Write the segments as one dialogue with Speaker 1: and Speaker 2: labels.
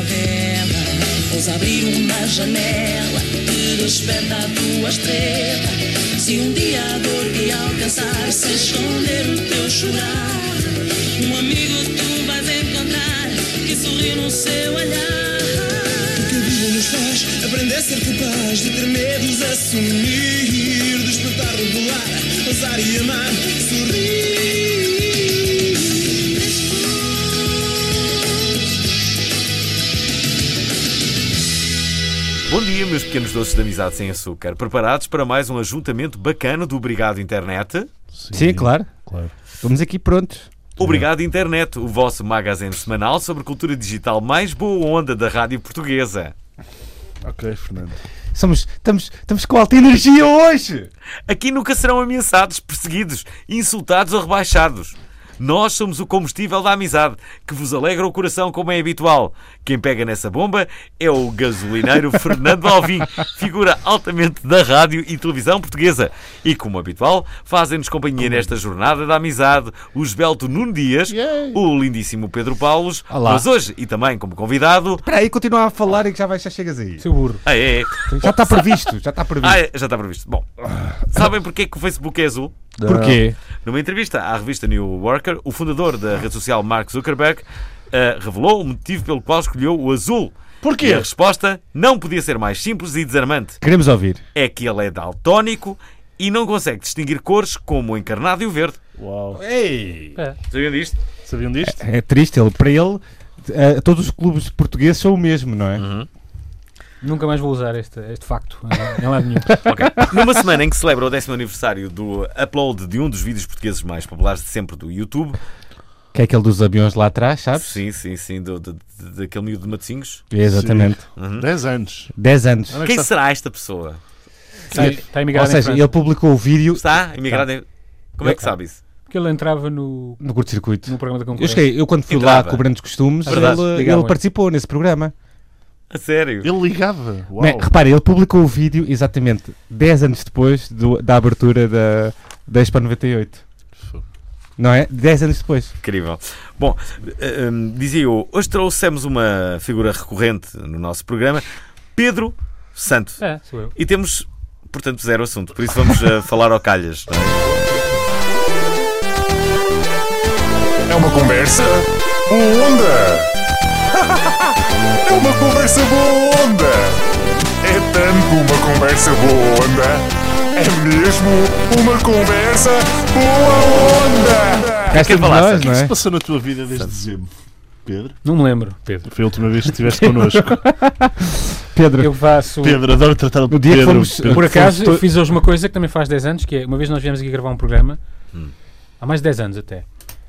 Speaker 1: um Vamos abrir uma janela que espeta a tua estrela. Se um dia a dor te alcançar, se esconder o teu chorar, um amigo tu vais encontrar que sorri no seu olhar.
Speaker 2: O que a vida nos faz aprender a ser capaz de ter medos, assumir, despertar, revelar, passar e amar, sorrir.
Speaker 3: Bom dia, meus pequenos doces de amizade sem açúcar. Preparados para mais um ajuntamento bacana do Obrigado Internet?
Speaker 4: Sim, claro.
Speaker 5: Claro.
Speaker 4: Estamos aqui prontos.
Speaker 3: Obrigado Internet, o vosso magazine semanal sobre cultura digital mais boa onda da rádio portuguesa.
Speaker 5: Ok, Fernando.
Speaker 4: Somos, estamos, estamos com alta energia hoje.
Speaker 3: Aqui nunca serão ameaçados, perseguidos, insultados ou rebaixados. Nós somos o combustível da amizade, que vos alegra o coração como é habitual. Quem pega nessa bomba é o gasolineiro Fernando Alvim, figura altamente da rádio e televisão portuguesa. E como habitual, fazem-nos companhia nesta jornada da amizade o esbelto Nuno Dias,
Speaker 5: Yay!
Speaker 3: o lindíssimo Pedro Paulos,
Speaker 4: Olá.
Speaker 3: mas hoje, e também como convidado...
Speaker 4: Espera aí, continua a falar e que já, vais, já chegas aí.
Speaker 5: Seu burro.
Speaker 3: Ah, é, é.
Speaker 4: Já está previsto, já está previsto.
Speaker 3: Ah, é, já está previsto. Bom, sabem porque é que o Facebook é azul?
Speaker 4: Porquê?
Speaker 3: Numa entrevista à revista New Worker, o fundador da rede social Mark Zuckerberg eh, revelou o motivo pelo qual escolheu o azul.
Speaker 5: Porquê?
Speaker 3: E a resposta não podia ser mais simples e desarmante.
Speaker 4: Queremos ouvir.
Speaker 3: É que ele é daltónico e não consegue distinguir cores como o encarnado e o verde.
Speaker 5: Uau.
Speaker 4: Ei!
Speaker 3: Sabiam disto?
Speaker 5: Sabiam disto?
Speaker 4: É triste, ele, para ele, eh, todos os clubes portugueses são o mesmo, não
Speaker 3: Uhum.
Speaker 4: é?
Speaker 6: Nunca mais vou usar este, este facto é, em lado nenhum.
Speaker 3: Ok. Numa semana em que celebra o décimo aniversário do upload de um dos vídeos portugueses mais populares de sempre do YouTube,
Speaker 4: Que é aquele dos aviões lá atrás, sabes? é
Speaker 3: sim, sim, sim, do, do- do- daquele miúdo de Matosinhos,
Speaker 4: Exatamente.
Speaker 5: 10 anos.
Speaker 4: 10 anos.
Speaker 5: Olha é que
Speaker 3: quem
Speaker 5: está-
Speaker 3: será esta pessoa?
Speaker 6: Está, está
Speaker 4: Ou
Speaker 6: emigrado em
Speaker 4: seja,
Speaker 6: França.
Speaker 4: ele publicou o vídeo
Speaker 3: Está imigrado em... Como é que sabe isso?
Speaker 6: Porque ele entrava no,
Speaker 4: no curto-circuito.
Speaker 6: no programa da
Speaker 4: Eu,
Speaker 6: concorrência.
Speaker 4: cheguei, eu quando fui
Speaker 3: Entrava. É
Speaker 4: lá cobrando os costumes,
Speaker 3: Verdade.
Speaker 4: ele,
Speaker 6: Ligava.
Speaker 4: ele participou nesse programa.
Speaker 3: A sério?
Speaker 5: Ele ligava. Uau.
Speaker 4: Bem, repare, ele publicou o vídeo exatamente 10 anos depois do- da abertura da, da Expo 98. Não é? 10 anos depois.
Speaker 3: Incrível. Bom, eh, hum, dizia eu, hoje trouxemos uma figura recorrente no nosso programa, Pedro Santo.
Speaker 6: É, sou eu.
Speaker 3: E temos, portanto, zero assunto, por isso vamos eh, falar ao calhas. não é?
Speaker 7: É uma conversa boa onda. É uma conversa boa onda. É tanto uma conversa boa onda. É mesmo uma conversa boa onda.
Speaker 4: Cá estamos
Speaker 3: falar,
Speaker 4: nós,
Speaker 3: Sérgio?
Speaker 4: não
Speaker 5: O que
Speaker 4: é?
Speaker 5: passou na tua vida desde dezembro? Pedro?
Speaker 6: Não me lembro, Pedro.
Speaker 5: Foi a última vez que estiveste connosco.
Speaker 4: Pedro,
Speaker 6: Eu faço.
Speaker 5: Pedro, adoro tratar de
Speaker 4: No dia que
Speaker 5: Pedro.
Speaker 4: fomos-
Speaker 5: Pedro.
Speaker 6: Por acaso,
Speaker 4: Foste-
Speaker 6: eu fiz hoje uma coisa que também faz 10 anos, que é, uma vez nós viemos aqui gravar um programa, há mais de 10 anos até,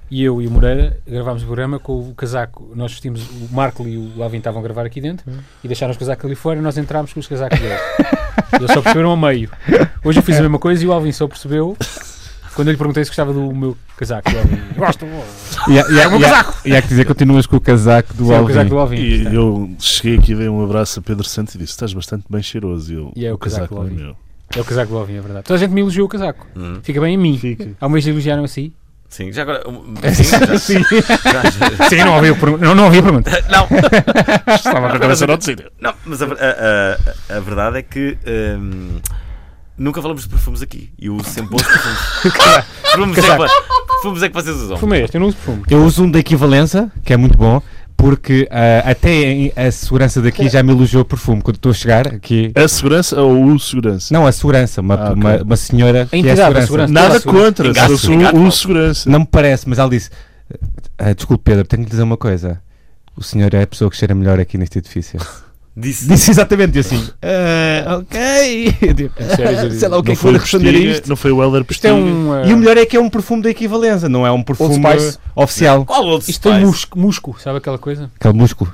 Speaker 6: e eu e o Moreira gravámos o programa com o casaco, nós vestimos, o Marco e o Alvin estavam a gravar aqui
Speaker 4: Hum.
Speaker 6: dentro, e deixaram os casacos ali fora, e nós entrámos com os casacos deles. Eles só perceberam a meio. Hoje eu fiz a mesma coisa e o Alvin só percebeu... Quando eu lhe perguntei se gostava do meu casaco, e o Alvin, gosto,
Speaker 4: e, há- e há- e há- e há que dizer, continuas com o casaco do
Speaker 6: É um Sim, é o casaco
Speaker 4: Alvin.
Speaker 6: do Alvin.
Speaker 5: E eu cheguei aqui, dei um abraço a Pedro Santos e disse: Estás bastante bem cheiroso. E, eu,
Speaker 6: E é o casaco
Speaker 5: não é
Speaker 6: Alvin.
Speaker 5: meu.
Speaker 6: É o casaco do Alvin, é verdade. Toda a gente me elogiou o casaco.
Speaker 3: Hum.
Speaker 6: Fica bem em mim.
Speaker 5: Fica.
Speaker 6: Há um mês elogiaram assim.
Speaker 3: Sim, já agora. um- Sim, já- já-
Speaker 6: Sim, não ouviu, não, não ouvi a pergunta.
Speaker 3: Não,
Speaker 5: Estava na cabeça não dizer.
Speaker 3: não, mas a, a- a- a verdade é que hum, nunca falamos de perfumes aqui. E o sempre ouço perfumes. perfumes, é que, perfumes é que vocês usam.
Speaker 6: Perfume é este, eu não uso perfume.
Speaker 4: Eu uso um daqui Valença, que é muito bom, porque ah, até em- a segurança daqui já me elogiou o perfume. Quando estou a chegar aqui.
Speaker 5: A segurança ou o segurança?
Speaker 4: Não, a segurança, uma,
Speaker 5: Ah, ok.
Speaker 4: uma, uma senhora que é
Speaker 6: entidade, a
Speaker 4: segurança.
Speaker 6: segurança.
Speaker 5: Nada
Speaker 6: Toda a segurança.
Speaker 5: contra, se
Speaker 3: Engaço,
Speaker 5: fosse
Speaker 3: engaço,
Speaker 5: o,
Speaker 3: Paulo.
Speaker 5: o segurança.
Speaker 4: Não me parece, mas ela disse: "Ah, Desculpe, Pedro, tenho que lhe dizer uma coisa. O senhor é a pessoa que cheira melhor aqui neste edifício.
Speaker 3: Disse.
Speaker 4: Disse exatamente e eu assim. "Ah, ok. Eu digo, "Ah, sei lá o que é que vou responder a
Speaker 5: Postiga,
Speaker 4: isto.
Speaker 5: Não foi o Helder
Speaker 6: Isto
Speaker 5: Postiga.
Speaker 6: é um. eh,
Speaker 4: E o melhor é que é um perfume da equivalência, não é um perfume
Speaker 6: Spice.
Speaker 4: oficial.
Speaker 3: Qual outro
Speaker 6: Isto tem
Speaker 3: spice?
Speaker 6: musco, musco, sabe aquela coisa?
Speaker 4: Aquele músculo.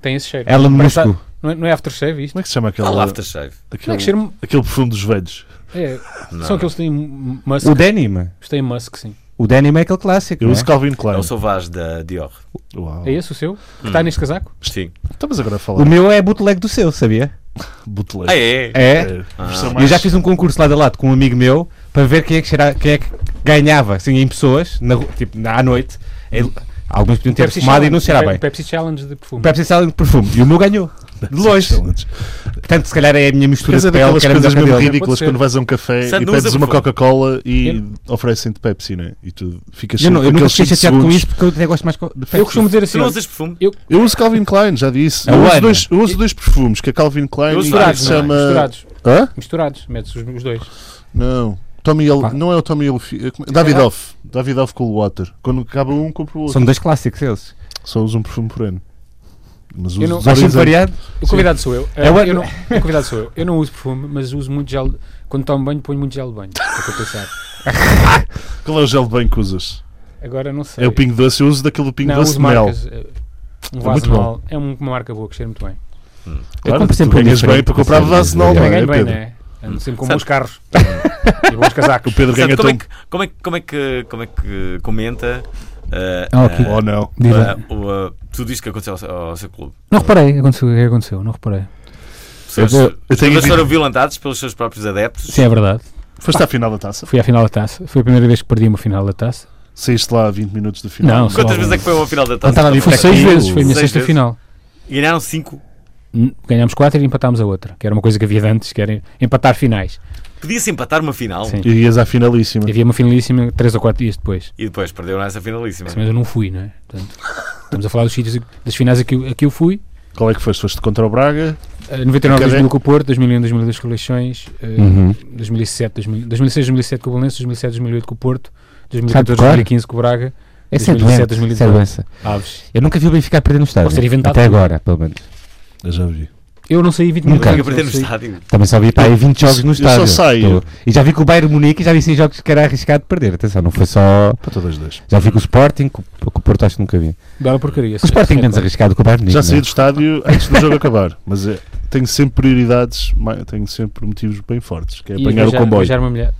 Speaker 6: Tem esse cheiro.
Speaker 4: Ela
Speaker 6: Parece-
Speaker 4: músculo.
Speaker 6: Não é, não é aftershave isto?
Speaker 5: Como é que se chama aquela,
Speaker 3: Ah, lá, aftershave.
Speaker 6: Não
Speaker 5: aquele,
Speaker 6: é que cheiro.
Speaker 5: aquele perfume dos velhos?
Speaker 6: É, são aqueles que têm mu- musk.
Speaker 4: O denim.
Speaker 6: Isto tem musk, sim.
Speaker 4: O denim é aquele clássico.
Speaker 5: Eu
Speaker 4: não é?
Speaker 5: uso Calvin
Speaker 3: É
Speaker 5: Klein.
Speaker 3: o Sauvage da Dior.
Speaker 5: Uau.
Speaker 6: É esse o seu? Que está neste casaco?
Speaker 3: Sim.
Speaker 5: Estamos agora a falar
Speaker 4: O
Speaker 5: de
Speaker 4: meu é bootleg do seu, sabia?
Speaker 5: bootleg.
Speaker 3: Ah, é?
Speaker 4: É.
Speaker 5: versão
Speaker 4: Eu
Speaker 5: mais-
Speaker 4: já fiz um concurso lado a lado com um amigo meu para ver quem é que, cheira- quem é que ganhava, assim, em pessoas, na, ru- tipo, na- à noite. Ele- alguns podiam ter fumado e não cheirar bem.
Speaker 6: Pepsi Challenge de perfume.
Speaker 4: Pepsi Salad de perfume. E o meu ganhou. De longe.
Speaker 5: Excelentes.
Speaker 4: Portanto, se calhar é a minha mistura
Speaker 5: Queres é
Speaker 4: de pele
Speaker 5: daquelas
Speaker 4: que era
Speaker 5: coisas
Speaker 4: melhor que
Speaker 5: mesmo
Speaker 4: a dele.
Speaker 5: ridículas
Speaker 6: Pode ser.
Speaker 5: quando vais a um café
Speaker 3: Sanduza,
Speaker 5: e pedes uma
Speaker 3: por favor.
Speaker 5: Coca-Cola e
Speaker 6: Eu-
Speaker 5: oferecem-te Pepsi, né? E tu ficas
Speaker 4: Eu,
Speaker 5: sempre
Speaker 4: não, eu
Speaker 5: com
Speaker 4: nunca
Speaker 5: aqueles
Speaker 4: fiquei
Speaker 5: cinco
Speaker 4: chateado com
Speaker 5: segundos.
Speaker 4: isso porque eu até gosto mais co- de
Speaker 6: Eu costumo dizer
Speaker 3: Tu
Speaker 6: assim,
Speaker 3: não
Speaker 6: olha,
Speaker 3: usas perfume?
Speaker 5: Eu uso Calvin Klein, já disse.
Speaker 4: A
Speaker 5: Eu uso,
Speaker 4: Ana.
Speaker 5: dois, eu uso dois perfumes, que é Calvin Klein
Speaker 3: Eu uso
Speaker 5: e que
Speaker 6: misturados,
Speaker 5: se
Speaker 6: não é?
Speaker 5: chama.
Speaker 6: misturados,
Speaker 5: Hã?
Speaker 6: misturados, metes os, os dois.
Speaker 5: Não. Tommy Yel-
Speaker 4: Vá.
Speaker 5: Não é o Tommy Yelfi- como- Davidoff. Davidoff Cool Water. Quando acaba um, compro o
Speaker 4: É.
Speaker 5: outro.
Speaker 4: São dois clássicos esses.
Speaker 5: Só uso um perfume por ano. Mas uso
Speaker 6: não-
Speaker 5: os
Speaker 4: Acho
Speaker 5: horizontes.
Speaker 4: variado.
Speaker 6: O convidado sou eu. Ah,
Speaker 4: É o-
Speaker 6: eu não, o convidado sou eu. Eu não uso perfume, mas uso muito gel. Quando tomo banho, ponho muito gel de banho. É o que eu pensar.
Speaker 5: Qual é o gel de banho que usas?
Speaker 6: Agora não sei.
Speaker 5: É o Pingo Doce. Eu uso daquele do Pingo
Speaker 6: não,
Speaker 5: Doce
Speaker 6: uso
Speaker 5: de mel.
Speaker 6: marcas. eh, Um
Speaker 5: É
Speaker 6: vaso
Speaker 5: muito bom.
Speaker 6: mal. É um- uma marca boa que cheira muito bem.
Speaker 5: Claro,
Speaker 4: compro
Speaker 5: tu
Speaker 4: sempre um
Speaker 5: ganhas
Speaker 4: diferente.
Speaker 5: bem para comprar Vasenol, não
Speaker 6: Também
Speaker 5: é,
Speaker 6: ganho bem,
Speaker 5: Pedro?
Speaker 6: não é? Ando sempre com
Speaker 3: Sabe-
Speaker 6: bons carros. e bons casacos.
Speaker 5: O Pedro
Speaker 3: Sabe
Speaker 5: ganha
Speaker 3: como,
Speaker 5: tão...
Speaker 3: é que, como, é que, como é que como é que comenta ah,
Speaker 6: Ah, ok.
Speaker 5: Oh, não.
Speaker 3: ah, o, ah, tudo isto que aconteceu ao, ao seu clube?
Speaker 6: Não reparei, aconteceu, o que aconteceu, não reparei.
Speaker 3: Pessoas,
Speaker 5: Eu tenho
Speaker 3: pessoas
Speaker 5: aqui-
Speaker 3: foram violentadas pelos seus próprios adeptos.
Speaker 6: Sim, é verdade.
Speaker 5: Foste à final da taça?
Speaker 6: Fui à final da taça. Foi a primeira vez que perdi uma final da taça.
Speaker 5: Saíste lá a 20 minutos do final?
Speaker 6: Não, só-
Speaker 3: Quantas vezes é que foi uma final da taça?
Speaker 4: Contava a
Speaker 6: Foi
Speaker 4: diferença.
Speaker 6: seis vezes,
Speaker 5: o-
Speaker 6: foi a minha
Speaker 3: seis
Speaker 6: sexta
Speaker 3: vezes.
Speaker 6: final.
Speaker 3: Ganharam 5.
Speaker 6: N- Ganhámos quatro e empatámos a outra, que era uma coisa que havia de antes, que era empatar finais.
Speaker 3: Podia-se empatar uma final
Speaker 6: Sim.
Speaker 5: Irias à finalíssima.
Speaker 6: E havia uma finalíssima três ou quatro dias depois.
Speaker 3: e depois perderam essa finalíssima.
Speaker 6: Mas eu não fui, não é? Portanto, estamos a falar dos sítios das finais a que, eu- a que eu fui.
Speaker 5: Qual é que foste? Foste contra o Braga?
Speaker 6: Eh, 99,
Speaker 5: Cadê?
Speaker 6: 2000 com o Porto, 2001, 2002 com o Leixões, eh,
Speaker 4: Uhum.
Speaker 6: 2007, 2000, 2006, 2007 com o Valença, 2007, 2008 com o Porto,
Speaker 4: Sabe de
Speaker 6: 2014,
Speaker 4: cor?
Speaker 6: 2015 com o Braga,
Speaker 4: Essa é
Speaker 6: 2017,
Speaker 4: doença. Essa é
Speaker 6: 2018.
Speaker 4: doença.
Speaker 6: Aves.
Speaker 4: Eu nunca vi o Benfica perder no estádio.
Speaker 6: Pode ser inventado.
Speaker 4: Até agora, pelo menos.
Speaker 5: Eu já vi.
Speaker 6: Eu não saí 20
Speaker 3: Nunca
Speaker 4: Nunca.
Speaker 6: minutos. antes,
Speaker 3: perder no
Speaker 6: eu saí-
Speaker 3: estádio.
Speaker 4: Também só vi para aí 20 jogos no
Speaker 5: eu só
Speaker 4: estádio.
Speaker 5: saio.
Speaker 4: Tô- E já vi com o Bayern Munique e já vi 6 jogos que era arriscado perder. Atenção, não foi só.
Speaker 5: Para todas as duas.
Speaker 4: Já vi com o Sporting, com, com o Porto acho que nunca vi.
Speaker 6: Bela porcaria.
Speaker 4: Com o Sporting menos
Speaker 6: Sim,
Speaker 4: arriscado que o Bayern Munique.
Speaker 5: Já
Speaker 4: não é?
Speaker 5: saí do estádio antes do jogo acabar, mas é, tenho sempre prioridades, ma- tenho sempre motivos bem fortes, que é
Speaker 6: E
Speaker 5: apanhar
Speaker 6: beijar-
Speaker 5: o comboio.
Speaker 6: beijar uma mulher.